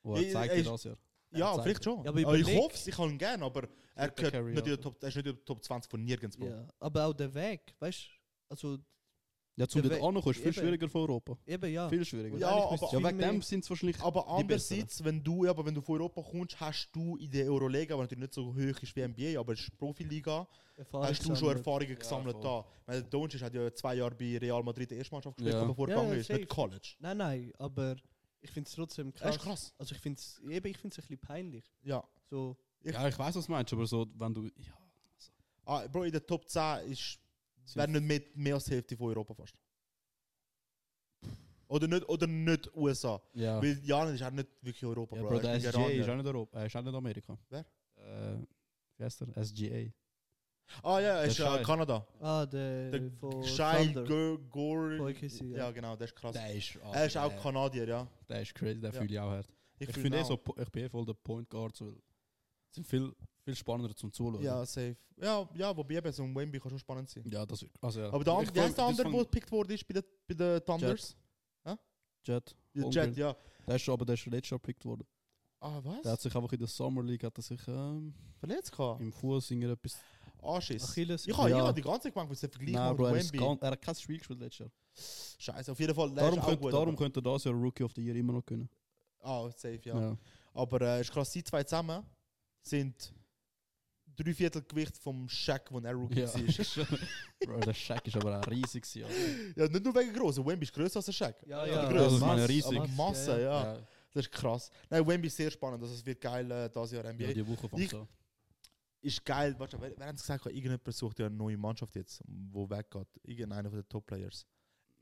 Speaker 3: Oh,
Speaker 1: Ja,
Speaker 3: er
Speaker 1: ja,
Speaker 3: zeigt
Speaker 1: er
Speaker 3: dir
Speaker 1: ist-
Speaker 3: das ja.
Speaker 1: Ja,
Speaker 3: zeigt
Speaker 1: vielleicht
Speaker 3: er.
Speaker 1: schon.
Speaker 2: Ja, aber
Speaker 1: aber ich
Speaker 2: überleg-
Speaker 1: hoffe es, ich kann ihn gerne, aber er,
Speaker 3: wird der
Speaker 1: gehört nicht
Speaker 3: Carry,
Speaker 1: in
Speaker 3: Alter.
Speaker 1: der Top, er ist nicht in der Top 20 von nirgends, Bro.
Speaker 2: Ja, aber auch der Weg, weißt du? Also,
Speaker 3: Ja, zum
Speaker 2: Der
Speaker 3: dort
Speaker 2: We-
Speaker 3: ankommen ist viel
Speaker 2: eben.
Speaker 3: schwieriger für Europa.
Speaker 2: eben ja.
Speaker 3: Viel schwieriger.
Speaker 1: Ja,
Speaker 3: Ja,
Speaker 2: Eigentlich
Speaker 1: aber-
Speaker 2: müsste es viel
Speaker 3: wegen
Speaker 2: mehr-
Speaker 3: dem sind es wahrscheinlich...
Speaker 1: Aber
Speaker 3: Die Besseren.
Speaker 1: andererseits, wenn du, ja, aber wenn du von Europa kommst, hast du in der Euroliga, die natürlich nicht so hoch ist wie NBA, aber es ist Profiliga,
Speaker 2: Erfahrung
Speaker 1: hast du schon
Speaker 2: gesammelt.
Speaker 1: Erfahrungen gesammelt
Speaker 3: voll.
Speaker 1: da. Weil Doncic hat ja zwei Jahre bei Real Madrid die Erstmannschaft gespielt,
Speaker 3: Ja.
Speaker 1: bevor er
Speaker 2: Ja,
Speaker 1: gegangen
Speaker 2: ja,
Speaker 1: ist, nicht
Speaker 2: safe.
Speaker 1: College.
Speaker 2: Nein, nein, aber ich finde es trotzdem
Speaker 1: Das
Speaker 2: krass.
Speaker 1: ist krass.
Speaker 2: Also ich finde es eben, ich find's ein bisschen peinlich.
Speaker 1: Ja.
Speaker 2: So,
Speaker 3: Ja, ich weiß was du meinst, aber so, wenn du... Ja,
Speaker 1: Ah, Bro, in der Top 10 ist,
Speaker 3: sind-
Speaker 1: wäre nicht mehr, mehr als die Hälfte von Europa fast. Oder nicht, oder nicht USA.
Speaker 3: ja.
Speaker 1: Weil Jan ist auch nicht wirklich Europa,
Speaker 3: Ja,
Speaker 1: Bro.
Speaker 3: Bro,
Speaker 1: Er
Speaker 3: der
Speaker 1: ist
Speaker 3: SGA
Speaker 1: Iranier.
Speaker 3: ist auch nicht Europa, äh, ist auch nicht Amerika.
Speaker 1: Wer?
Speaker 3: Äh, wie heißt der? SGA.
Speaker 1: Ah ja, er
Speaker 3: Der
Speaker 1: ist
Speaker 3: Shai.
Speaker 1: äh, Kanada.
Speaker 2: ah, der,
Speaker 1: Der
Speaker 2: von
Speaker 1: Shai
Speaker 2: Thunder.
Speaker 1: Gor- Gor-
Speaker 2: Von OKC, ja.
Speaker 1: Ja, genau, der ist krass.
Speaker 3: Der ist,
Speaker 1: Er ist auch
Speaker 3: der-
Speaker 1: Kanadier, ja.
Speaker 3: Der ist crazy, der
Speaker 1: Ja.
Speaker 3: fühle ich auch hart. Ich,
Speaker 1: fühl
Speaker 3: finde eh
Speaker 1: auch.
Speaker 3: so, po- ich bin eh voll der Point Guards, weil es sind viel, viel spannender zum Zuschauen.
Speaker 1: Ja, safe. Ja, ja wobei eben so ein Wemby kann schon spannend sein.
Speaker 3: ja das also ja.
Speaker 1: Aber der
Speaker 3: Ich
Speaker 1: andere, wie heißt der
Speaker 3: freu- das
Speaker 1: andere, der
Speaker 3: fang-
Speaker 1: gepickt worden ist bei den bei den Thunders?
Speaker 3: Jet.
Speaker 1: Ja,
Speaker 3: Holmgren.
Speaker 1: Jet, ja.
Speaker 3: Der ist schon, aber der ist schon letztes Jahr gepickt worden.
Speaker 1: Ah,
Speaker 3: Der hat
Speaker 1: was?
Speaker 3: sich einfach in der Summer League hat er sich ähm,
Speaker 1: Verletzt gehabt?
Speaker 3: im Fuß irgendetwas.
Speaker 1: Ah, Schiss.
Speaker 2: Achilles.
Speaker 1: Ich habe
Speaker 3: Ja.
Speaker 1: ja. die ganze Zeit gemacht, weil es den Vergleich
Speaker 3: Nein,
Speaker 1: macht
Speaker 3: Bro, er,
Speaker 1: mit
Speaker 3: ist
Speaker 1: Wemby.
Speaker 3: ganz, er hat kein Spiel gespielt letztes Jahr.
Speaker 1: Scheiße, auf jeden Fall. der
Speaker 3: Darum,
Speaker 1: ist auch
Speaker 3: könnte,
Speaker 1: gut,
Speaker 3: darum
Speaker 1: aber-
Speaker 3: könnte er das Jahr Rookie of the Year immer noch können.
Speaker 1: Ah, safe, ja. Aber äh, ist krass, sie zwei zusammen sind drei Viertel Gewicht vom Shaq, den er Rookie
Speaker 3: Ja.
Speaker 1: war.
Speaker 3: Bro, der Shaq ist aber auch riesig. gewesen, Alter.
Speaker 1: Ja, nicht nur wegen groß. Wemby ist größer als der Shaq.
Speaker 2: Ja,
Speaker 1: ja.
Speaker 2: ja.
Speaker 1: Größe,
Speaker 3: Also, ich meine,
Speaker 2: Masse,
Speaker 3: riesig.
Speaker 2: Masse,
Speaker 1: Masse, ja.
Speaker 3: Ja,
Speaker 1: Das ist krass. Nein, Wemby ist sehr spannend. Also, es wird geil äh, das Jahr NBA.
Speaker 3: ja, die Woche fängt
Speaker 1: Ich-
Speaker 3: an.
Speaker 1: Ist geil. Warte, wer, wer hat gesagt, irgendjemand sucht ja eine neue Mannschaft jetzt, wo weggeht? Irgendeiner von den Top-Players.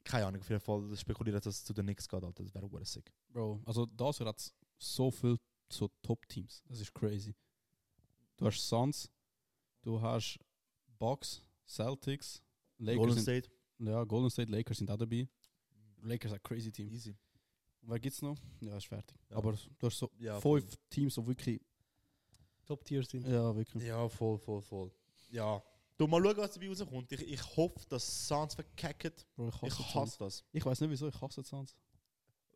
Speaker 1: Keine Ahnung, auf jeden Fall spekuliert, dass es zu den Knicks geht, Alter. Das wäre auch sick.
Speaker 3: Bro, also das Jahr hat so viel so Top-Teams. Das ist crazy. Du hast Suns, du hast Bucks, Celtics, Lakers
Speaker 1: Golden
Speaker 3: sind,
Speaker 1: State.
Speaker 3: Ja, Golden State, Lakers sind auch dabei. Lakers ein crazy Team.
Speaker 1: Easy.
Speaker 3: Und wer gibt's noch? Ja, ist fertig.
Speaker 1: Ja.
Speaker 3: Aber du hast so
Speaker 1: Ja, voll.
Speaker 3: fünf Teams, die wirklich.
Speaker 2: Top Tier sind.
Speaker 3: Ja, wirklich.
Speaker 1: Ja, voll, voll, voll. Ja. Du, mal schauen, was dabei rauskommt. Ich, ich hoffe, dass Suns verkackt.
Speaker 3: Bro, ich hasse
Speaker 1: Ich
Speaker 3: Suns.
Speaker 1: hasse das.
Speaker 3: Ich weiß nicht wieso, ich hasse die Suns.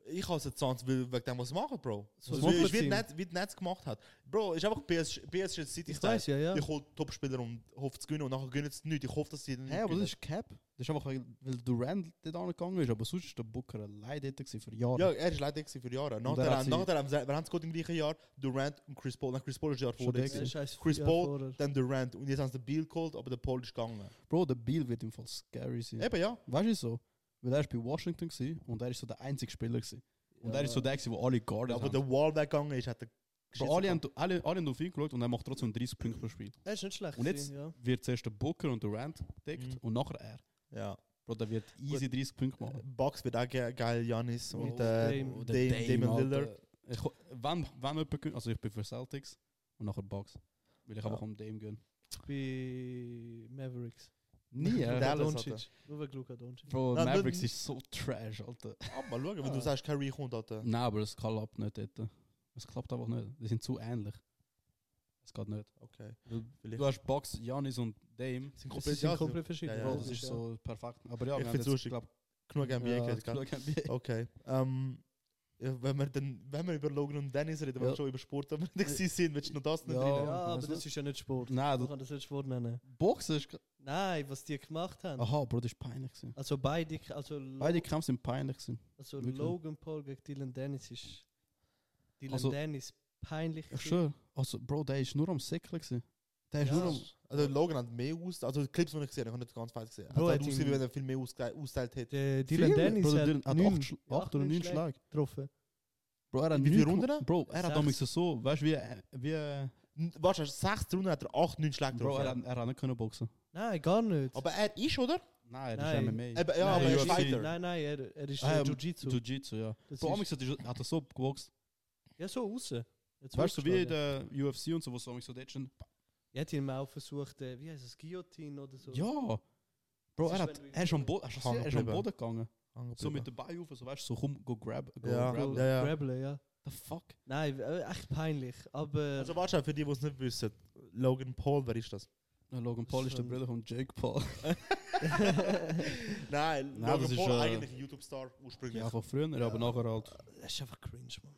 Speaker 1: Ich hasse die Suns weil- wegen dem, was sie machen, Bro.
Speaker 2: Was
Speaker 1: Also,
Speaker 2: machen
Speaker 1: wie,
Speaker 2: sie?
Speaker 1: wie, die Nets, wie die Nets gemacht hat. Bro, ist einfach PSG, PSG City
Speaker 2: Ich
Speaker 1: Style.
Speaker 2: weiß ja, ja.
Speaker 1: Ich hole Topspieler und hoffe zu gewinnen und nachher gewinnen sie nicht. Ich hoffe, dass sie nicht
Speaker 3: Hä, aber
Speaker 1: gewinnen.
Speaker 3: das ist Cap. Das ist einfach, weil weil Durant dort angegangen ist, aber sonst ist der Booker allein dort gewesen für Jahre.
Speaker 1: Ja, er war leider gewesen für Jahre.
Speaker 3: er
Speaker 1: Nachher
Speaker 3: hat
Speaker 1: haben
Speaker 3: sie-
Speaker 1: nachher haben sie, wir haben es gerade im gleichen Jahr, Durant und Chris Paul. Nein, Chris Paul ist Jahr
Speaker 3: Schon
Speaker 1: vorher.
Speaker 3: der
Speaker 1: gewesen.
Speaker 3: gewesen.
Speaker 2: scheiß
Speaker 1: Chris
Speaker 2: Jahr
Speaker 1: Paul,
Speaker 2: vorher.
Speaker 1: Dann Durant. Und jetzt haben sie den Bill geholt, aber der Paul ist gegangen.
Speaker 3: Bro, der Bill wird im Fall scary sein.
Speaker 1: Eben, ja.
Speaker 3: Weißt du so? Weil er war bei Washington gewesen, und er ist so der einzige Spieler. Gewesen. Und er ist so der, gewesen, wo alle guardet
Speaker 1: Aber
Speaker 3: haben.
Speaker 1: der Wall weggegangen ist, hat er
Speaker 3: Bro, alle, haben, alle, alle haben auf ihn geschaut und er macht trotzdem 30 Punkte pro Spiel.
Speaker 2: Er ist nicht schlecht.
Speaker 3: Und jetzt-
Speaker 2: gewesen, ja.
Speaker 3: Wird zuerst der Booker und Durant gedeckt
Speaker 1: Mhm.
Speaker 3: und nachher er.
Speaker 1: Ja.
Speaker 3: Bro, der wird easy 30 Punkte machen.
Speaker 1: Bucks wird auch ge geil, Janis
Speaker 2: Bro,
Speaker 1: und äh,
Speaker 2: Dame.
Speaker 1: Eh, Dame,
Speaker 3: Oh, Der Dame,
Speaker 1: Damon
Speaker 3: Alter.
Speaker 1: Lillard.
Speaker 3: Ich, ho- wenn, wenn jemand gönnt, also ich bin für Celtics und nachher Bucks. Weil ich
Speaker 1: Ja.
Speaker 3: einfach am Dame gehen.
Speaker 2: Bei Mavericks.
Speaker 3: Nie,
Speaker 1: äh.
Speaker 2: Luka
Speaker 1: Dallas hat
Speaker 2: Doncic. Nur wegen Luka Doncic.
Speaker 3: Bro,
Speaker 1: Nein,
Speaker 3: Mavericks
Speaker 1: dann-
Speaker 3: ist so trash, Alter.
Speaker 1: Ah, mal schauen, wenn
Speaker 2: Ja.
Speaker 1: du sagst, Curry kommt, Alter.
Speaker 3: Nein, aber es klappt nicht dort. Es klappt einfach nicht. Die sind zu ähnlich. Es geht nicht.
Speaker 1: Okay.
Speaker 3: Du,
Speaker 1: Vielleicht.
Speaker 3: du hast Box, Janis und Dame.
Speaker 1: sind
Speaker 2: Das sind komplett
Speaker 1: Ja,
Speaker 2: verschieden.
Speaker 1: ja,
Speaker 3: Bro,
Speaker 1: das
Speaker 3: das ist so perfekt. Aber ja,
Speaker 1: Ich
Speaker 3: wir haben
Speaker 1: find's
Speaker 3: jetzt,
Speaker 1: lustig.
Speaker 3: glaub,
Speaker 1: Genug NBA
Speaker 3: ja,
Speaker 1: geredet, gell?
Speaker 3: genug NBA.
Speaker 1: Okay. Ähm, ja, wenn, wir dann, wenn wir über Logan und Dennis reden, wenn
Speaker 3: Ja.
Speaker 1: wir schon über Sport am Reden gewesen sind, willst du noch das nicht
Speaker 3: Ja. Also-
Speaker 2: Ja,
Speaker 1: reden?
Speaker 2: aber
Speaker 3: weißt du?
Speaker 2: das ist ja nicht Sport.
Speaker 3: Nein,
Speaker 2: Man
Speaker 3: du,
Speaker 2: kann das nicht Sport nennen.
Speaker 3: Boxen ist.
Speaker 2: Nein, was die gemacht haben.
Speaker 3: Aha, Bro, das ist peinlich. Gewesen.
Speaker 2: Also beide, also, Lo-
Speaker 3: Beide Kämpfe sind peinlich. Gewesen.
Speaker 2: also
Speaker 3: wirklich.
Speaker 2: Logan Paul gegen Dylan Dennis ist Dylan
Speaker 3: Also-
Speaker 2: Dennis peinlich.
Speaker 3: Ja,
Speaker 2: gewesen.
Speaker 3: sure. Also, Bro, der ist nur am Säckeln. gewesen. Der ist
Speaker 2: Ja.
Speaker 3: nur am.
Speaker 1: Also Logan hat mehr aus, also die Clips, die ich gesehen habe, ich habe nicht ganz falsch gesehen.
Speaker 2: Bro,
Speaker 1: Also,
Speaker 2: hat
Speaker 1: hat ausgesehen,
Speaker 2: ihn-
Speaker 1: wie wenn er viel mehr ausge- austeilt hätte.
Speaker 2: Der Dylan
Speaker 3: Viel,
Speaker 2: Dennis
Speaker 3: Bro, der
Speaker 2: hat,
Speaker 3: Dylan hat
Speaker 2: neun,
Speaker 3: acht Schla- acht oder
Speaker 2: neun
Speaker 3: neun
Speaker 2: Schläge
Speaker 3: Schläge.
Speaker 2: getroffen.
Speaker 3: Bro, er hat
Speaker 1: Wie viele
Speaker 3: neun Kno-
Speaker 1: Runden?
Speaker 3: Bro, er hat
Speaker 2: Sechs.
Speaker 3: damals so, weißt du, wie. äh, wie äh,
Speaker 1: N- Warte, hast du sechs Runden hat er acht, neun Schläge
Speaker 3: Bro,
Speaker 1: getroffen.
Speaker 3: er, hat- er hat nicht können boxen.
Speaker 2: Nein, gar nicht.
Speaker 1: aber er ist, oder?
Speaker 3: Nein,
Speaker 2: das ist
Speaker 3: das
Speaker 2: Nein. MMA.
Speaker 3: ist MMA.
Speaker 1: Eben, ja,
Speaker 2: nein,
Speaker 1: aber er ist
Speaker 3: UFC.
Speaker 1: Fighter.
Speaker 2: Nein, nein, er, er ist
Speaker 3: Ah,
Speaker 2: äh,
Speaker 3: ähm,
Speaker 2: Jiu-Jitsu.
Speaker 3: Jiu-Jitsu, ja.
Speaker 2: Das
Speaker 3: Bro,
Speaker 2: ist-
Speaker 3: Amix hat, hat er so geboxt.
Speaker 2: ja, so raus. Jetzt
Speaker 3: Weißt du, so wie in
Speaker 2: der.
Speaker 3: der UFC und so, wo so Amix so dort schon.
Speaker 2: Er hat ihm auch versucht, äh, wie heißt es, Guillotine oder so.
Speaker 3: Ja! Bro,
Speaker 2: Das
Speaker 3: er,
Speaker 2: ist,
Speaker 3: hat,
Speaker 2: wenn du-
Speaker 3: er ist am, Bo er ist
Speaker 1: Hang
Speaker 3: er ist am
Speaker 1: geblieben.
Speaker 3: Boden gegangen. So mit den Beinen auf, so weißt du, so komm, go grab. Go
Speaker 1: Ja.
Speaker 3: grab.
Speaker 1: Ja, ja.
Speaker 2: Grappler, ja.
Speaker 3: The fuck?
Speaker 2: Nein, äh, echt peinlich. Aber
Speaker 1: Also warte, für die, die es nicht wissen, Logan Paul, wer ist das?
Speaker 3: Ja, Logan Paul ist der
Speaker 2: Schon.
Speaker 3: Bruder von Jake Paul.
Speaker 1: Nein,
Speaker 3: Nein, das
Speaker 1: Logan
Speaker 3: ist,
Speaker 1: Paul
Speaker 3: äh,
Speaker 1: eigentlich ein YouTube-Star ursprünglich.
Speaker 3: ja, von früher, aber nachher halt.
Speaker 2: es ist einfach cringe, Mann.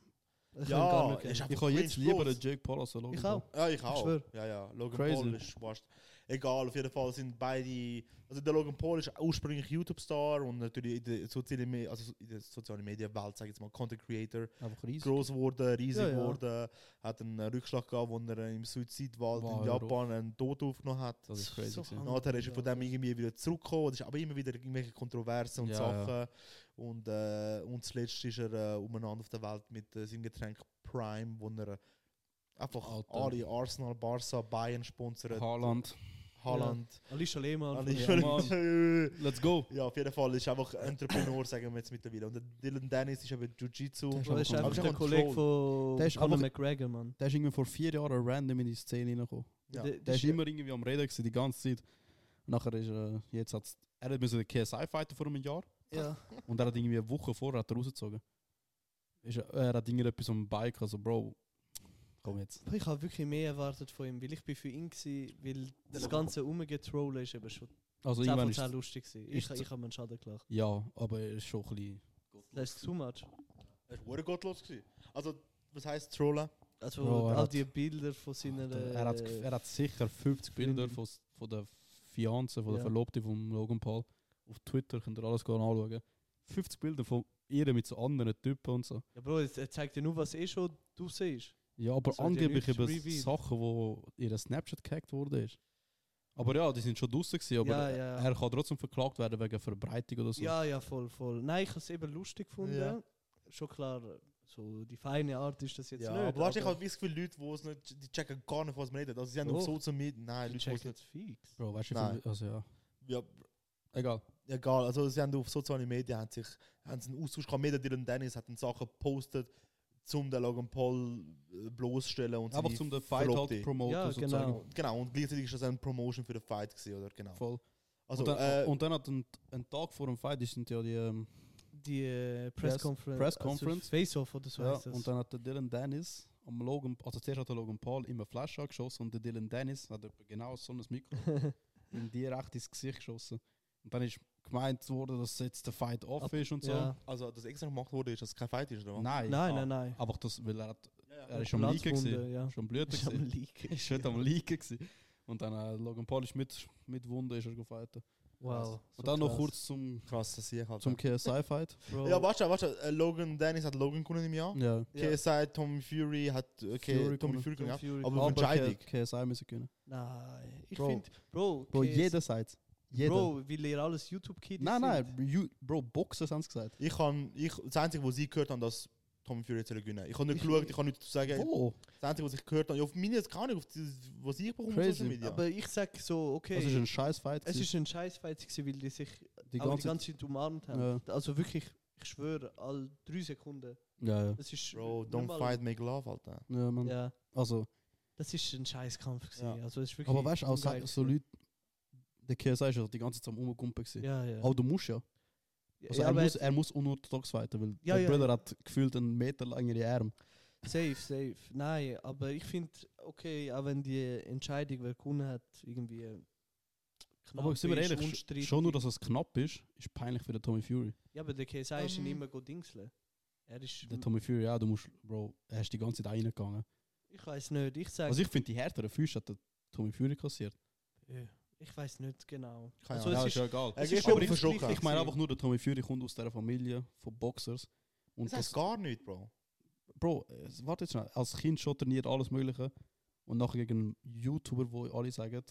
Speaker 2: Ich
Speaker 1: Ja,
Speaker 2: kann gar nicht
Speaker 1: er ist
Speaker 2: kennen.
Speaker 1: einfach
Speaker 3: Ich habe jetzt
Speaker 1: cringe
Speaker 3: lieber
Speaker 1: groß.
Speaker 3: den Jake Paul als den Logan
Speaker 2: Ich auch.
Speaker 3: Paul.
Speaker 1: Ja, ich auch.
Speaker 2: schwör.
Speaker 1: Ja, ja, Logan
Speaker 3: Crazy.
Speaker 1: Paul ist fast. Egal, auf jeden Fall sind beide. Also der Logan Paul ist ursprünglich YouTube-Star und natürlich in der sozialen Me- also in der sozialen Medienwelt, sag ich jetzt mal, Content Creator,
Speaker 3: Einfach riesig.
Speaker 1: groß geworden, riesig
Speaker 2: Ja, ja.
Speaker 1: geworden, hat einen äh, Rückschlag gehabt, wo er im Suizidwald
Speaker 3: Wow,
Speaker 1: in
Speaker 3: hör auf.
Speaker 1: Japan einen Tod aufgenommen hat.
Speaker 3: Das ist
Speaker 2: So
Speaker 3: crazy.
Speaker 2: krass.
Speaker 3: gewesen.
Speaker 1: Nachher ist er von dem irgendwie wieder zurückgekommen. Es ist aber immer wieder irgendwelche Kontroversen und
Speaker 3: Ja,
Speaker 1: Sachen. Und, äh, und zuletzt ist er äh, umeinander auf der Welt mit äh, seinem Getränk Prime, wo er äh, einfach
Speaker 3: Alter.
Speaker 1: alle Arsenal, Barca, Bayern sponsert.
Speaker 3: Haaland.
Speaker 1: Haaland.
Speaker 2: Alicia Lehmann.
Speaker 1: Alle
Speaker 3: Ja,
Speaker 1: schon-
Speaker 3: Let's go.
Speaker 1: ja, auf jeden Fall ist er einfach Entrepreneur, sagen wir jetzt mittlerweile. Und der Dylan Dennis ist eben Jiu-Jitsu.
Speaker 3: Der
Speaker 2: Bro, das ist
Speaker 3: Aber
Speaker 2: einfach
Speaker 1: schon
Speaker 2: der
Speaker 1: Control.
Speaker 2: Kollege von
Speaker 3: Der ist
Speaker 2: Conor
Speaker 3: einfach-
Speaker 2: McGregor, Mann.
Speaker 3: Der ist irgendwie vor vier Jahren random in die Szene reingekommen.
Speaker 1: Ja.
Speaker 2: Der,
Speaker 3: Der ist immer irgendwie am Reden gewesen, die ganze Zeit. Und nachher ist er, äh, jetzt hat's, er hat müssen den KSI fighten vor einem Jahr
Speaker 2: Ja.
Speaker 3: und er hat irgendwie eine Woche vorher hat er rausgezogen. Ist, er- er hat irgendwie etwas am Bike, also Bro, komm jetzt.
Speaker 2: Ich habe wirklich mehr erwartet von ihm, weil ich bin für ihn gewesen, weil das ganze Rumgetrollen ist eben schon
Speaker 3: Also
Speaker 2: 10
Speaker 3: irgendwann
Speaker 2: von
Speaker 3: ist
Speaker 2: 10 lustig gewesen. Ich,
Speaker 3: ist-
Speaker 2: ich habe mir einen Schaden gelacht.
Speaker 3: ja, aber er ist schon ein bisschen...
Speaker 2: Das ist too much.
Speaker 1: Er war verdammt gottlos. gewesen. Also, was heisst Trollen?
Speaker 2: Also
Speaker 3: Bro, er
Speaker 2: all
Speaker 3: hat-
Speaker 2: die Bilder von seiner...
Speaker 3: er, hat,
Speaker 2: äh,
Speaker 3: er hat sicher 50 Bilder
Speaker 2: Freundin.
Speaker 3: von, s- von der Fianze, von der
Speaker 2: Ja.
Speaker 3: Verlobten von Logan Paul. Auf Twitter könnt ihr alles gerne anschauen. 50 Bilder von ihr mit so anderen Typen und so.
Speaker 2: Ja, Bro, jetzt- er zeigt dir nur, was eh schon du siehst.
Speaker 3: Ja, aber
Speaker 2: Das wird ja
Speaker 3: angeblich
Speaker 2: nicht
Speaker 3: eben
Speaker 2: revealed.
Speaker 3: Sachen, wo ihr Snapchat gehackt worden ist. Aber ja, die sind schon draußen gewesen, aber
Speaker 2: Ja, ja.
Speaker 3: er kann trotzdem verklagt werden wegen Verbreitung oder so.
Speaker 2: Ja, ja, voll, voll. Nein, ich habe es eben lustig gefunden.
Speaker 1: Ja.
Speaker 2: Schon klar, äh, so die feine Art ist das jetzt
Speaker 1: Ja,
Speaker 2: nicht.
Speaker 1: aber warte,
Speaker 3: halt
Speaker 1: ich habe das Gefühl, halt Leute, die es nicht die checken gar nicht, was man redet. Also, sie haben auf
Speaker 2: Doch.
Speaker 1: Social Media. Nein,
Speaker 2: die
Speaker 1: Leute, die es
Speaker 2: checken
Speaker 1: nicht.
Speaker 2: es fix.
Speaker 3: Bro, weißt du, wie
Speaker 1: Nein.
Speaker 3: viel- also ja.
Speaker 1: Ja,
Speaker 3: Egal.
Speaker 1: egal, also sie haben auf sozialen Medien haben sich, haben sie einen Austausch gehabt, Meda Dylan Dennis hat dann Sachen gepostet, zum den Logan Paul äh, bloßstellen und
Speaker 3: Einfach
Speaker 1: seine
Speaker 3: zum den Fight
Speaker 1: Verlobte.
Speaker 3: halt promoten
Speaker 2: Ja,
Speaker 3: sozusagen.
Speaker 2: genau.
Speaker 1: Genau, und gleichzeitig ist das eine Promotion für den Fight gewesen, oder? Genau.
Speaker 3: Voll.
Speaker 1: Also,
Speaker 3: und, dann,
Speaker 1: äh,
Speaker 3: und dann hat ein, ein Tag vor dem Fight die sind ja die ähm,
Speaker 2: Die äh, Press
Speaker 3: Press-
Speaker 2: Conference.
Speaker 3: Press Conference.
Speaker 2: Face-Off oder so
Speaker 3: ja,
Speaker 2: heißt das.
Speaker 3: und dann hat der Dylan Dennis am Logan, also zuerst hat der Logan Paul immer Flasche angeschossen und der Dylan Dennis hat etwa genau so ein Mikro in direkt ins Gesicht geschossen. Und dann ist gemeint worden, dass jetzt der Fight off
Speaker 2: Ab-
Speaker 3: ist und so.
Speaker 2: ja.
Speaker 1: also, dass extra gemacht wurde, ist, dass es kein Fight ist, oder? was?
Speaker 3: Nein,
Speaker 2: Nein, nein,
Speaker 3: ah,
Speaker 2: nein.
Speaker 3: Aber das, weil er, hat, er ist
Speaker 2: Eine
Speaker 3: am Liegen
Speaker 2: Platzwunde,
Speaker 3: gewesen,
Speaker 2: ja.
Speaker 3: schon blöd
Speaker 2: Ist am
Speaker 3: gewesen.
Speaker 2: Leak.
Speaker 3: Ist nicht am Liegen gewesen. Und dann äh, Logan Paul ist mit, mit Wunde ist er gefightet.
Speaker 2: Wow. so
Speaker 3: und dann noch
Speaker 2: krass.
Speaker 3: kurz zum,
Speaker 1: Krass, das sehe ich halt.
Speaker 3: zum KSI-Fight.
Speaker 2: Bro,
Speaker 1: ja, warte, warte, äh, Logan Dennis hat Logan gewonnen im Jahr.
Speaker 3: ja.
Speaker 2: Ja.
Speaker 1: KSI, Tommy Fury hat äh, K-
Speaker 3: Fury
Speaker 1: Tommy
Speaker 3: gewonnen.
Speaker 1: Fury
Speaker 2: Tom
Speaker 1: gewonnen. ja.
Speaker 2: Fury.
Speaker 1: Aber Entscheidung.
Speaker 3: K- KSI müssen können.
Speaker 2: Nein. Ich
Speaker 3: Bro.
Speaker 2: finde, Bro,
Speaker 3: Bro,
Speaker 2: KS
Speaker 3: jederseits. Jeder.
Speaker 2: Bro, weil ihr alles YouTube-Kids
Speaker 3: Nein, nein, you, Bro, Boxers haben sie gesagt.
Speaker 1: Ich kann, ich, das Einzige, was ich gehört habe, dass Tommy Fury jetzt gewinnen soll. Ich habe nicht geschaut, ich kann nichts dazu sagen.
Speaker 3: Wo?
Speaker 1: Das Einzige, was ich gehört habe, ja, auf meine, jetzt keine Ahnung, auf das, was ich bekomme auf
Speaker 3: Crazy.
Speaker 1: Social Media.
Speaker 2: Aber ich sag so, okay.
Speaker 3: Das ist ein scheiß Fight.
Speaker 2: es
Speaker 3: gewesen.
Speaker 2: ist ein Scheißfight gewesen, weil die sich
Speaker 3: die
Speaker 2: aber die
Speaker 3: ganze
Speaker 2: ganze Zeit umarmt haben. Also wirklich, ich schwöre, all drei Sekunden.
Speaker 3: Ja, ja.
Speaker 2: Das ist
Speaker 1: Bro,
Speaker 2: nicht
Speaker 1: don't
Speaker 2: mal-
Speaker 1: fight, make love, Alter.
Speaker 3: ja, Mann.
Speaker 2: Ja,
Speaker 3: Also,
Speaker 2: das ist ein Scheißkampf gewesen.
Speaker 1: Ja.
Speaker 2: Also es ist wirklich.
Speaker 3: aber weißt du, auch
Speaker 2: ungeil
Speaker 3: so
Speaker 2: gewesen.
Speaker 3: Leute, der KSI ist ja die ganze Zeit am Rumgumpen gewesen.
Speaker 2: Ja, ja.
Speaker 3: Aber du musst ja. Also
Speaker 2: ja,
Speaker 3: er,
Speaker 2: aber
Speaker 3: muss,
Speaker 2: jetzt-
Speaker 3: er muss unorthodox fighten, weil
Speaker 2: Ja,
Speaker 3: der
Speaker 2: ja.
Speaker 3: Bruder hat gefühlt einen Meter langere Arm.
Speaker 2: Safe, safe. Nein, aber ich finde, okay, auch wenn die Entscheidung, wer gewonnen hat, irgendwie knapp
Speaker 3: Aber sind wir
Speaker 2: ist,
Speaker 3: ehrlich, sch-
Speaker 2: unstrittig.
Speaker 3: schon nur, dass es knapp ist, ist peinlich für den Tommy Fury.
Speaker 2: Ja, aber der KSI ist
Speaker 1: Ähm.
Speaker 2: nicht immer gut dingseln. Er ist...
Speaker 3: Der Tommy Fury, ja, du musst, Bro, er ist die ganze Zeit reingegangen.
Speaker 2: Ich weiß nicht, ich sage...
Speaker 3: Also ich finde, die härteren Füße hat der Tommy Fury kassiert.
Speaker 2: Ja, ich weiß nicht genau.
Speaker 1: Keine
Speaker 2: Also
Speaker 1: Ahnung.
Speaker 2: es ist,
Speaker 3: ja egal.
Speaker 1: Er
Speaker 2: es
Speaker 1: geht
Speaker 2: ist
Speaker 1: schon
Speaker 2: aber
Speaker 1: auf den
Speaker 2: ins
Speaker 1: Schock.
Speaker 2: Gleiche.
Speaker 1: an.
Speaker 3: Ich meine einfach nur, der Tommy Fury kommt aus dieser Familie von Boxers. Und
Speaker 1: Das
Speaker 3: das,
Speaker 1: heißt gar nicht, Bro.
Speaker 3: Bro, äh, warte jetzt schnell. Als Kind schon trainiert alles Mögliche. Und nachher gegen einen YouTuber, wo alle sagen,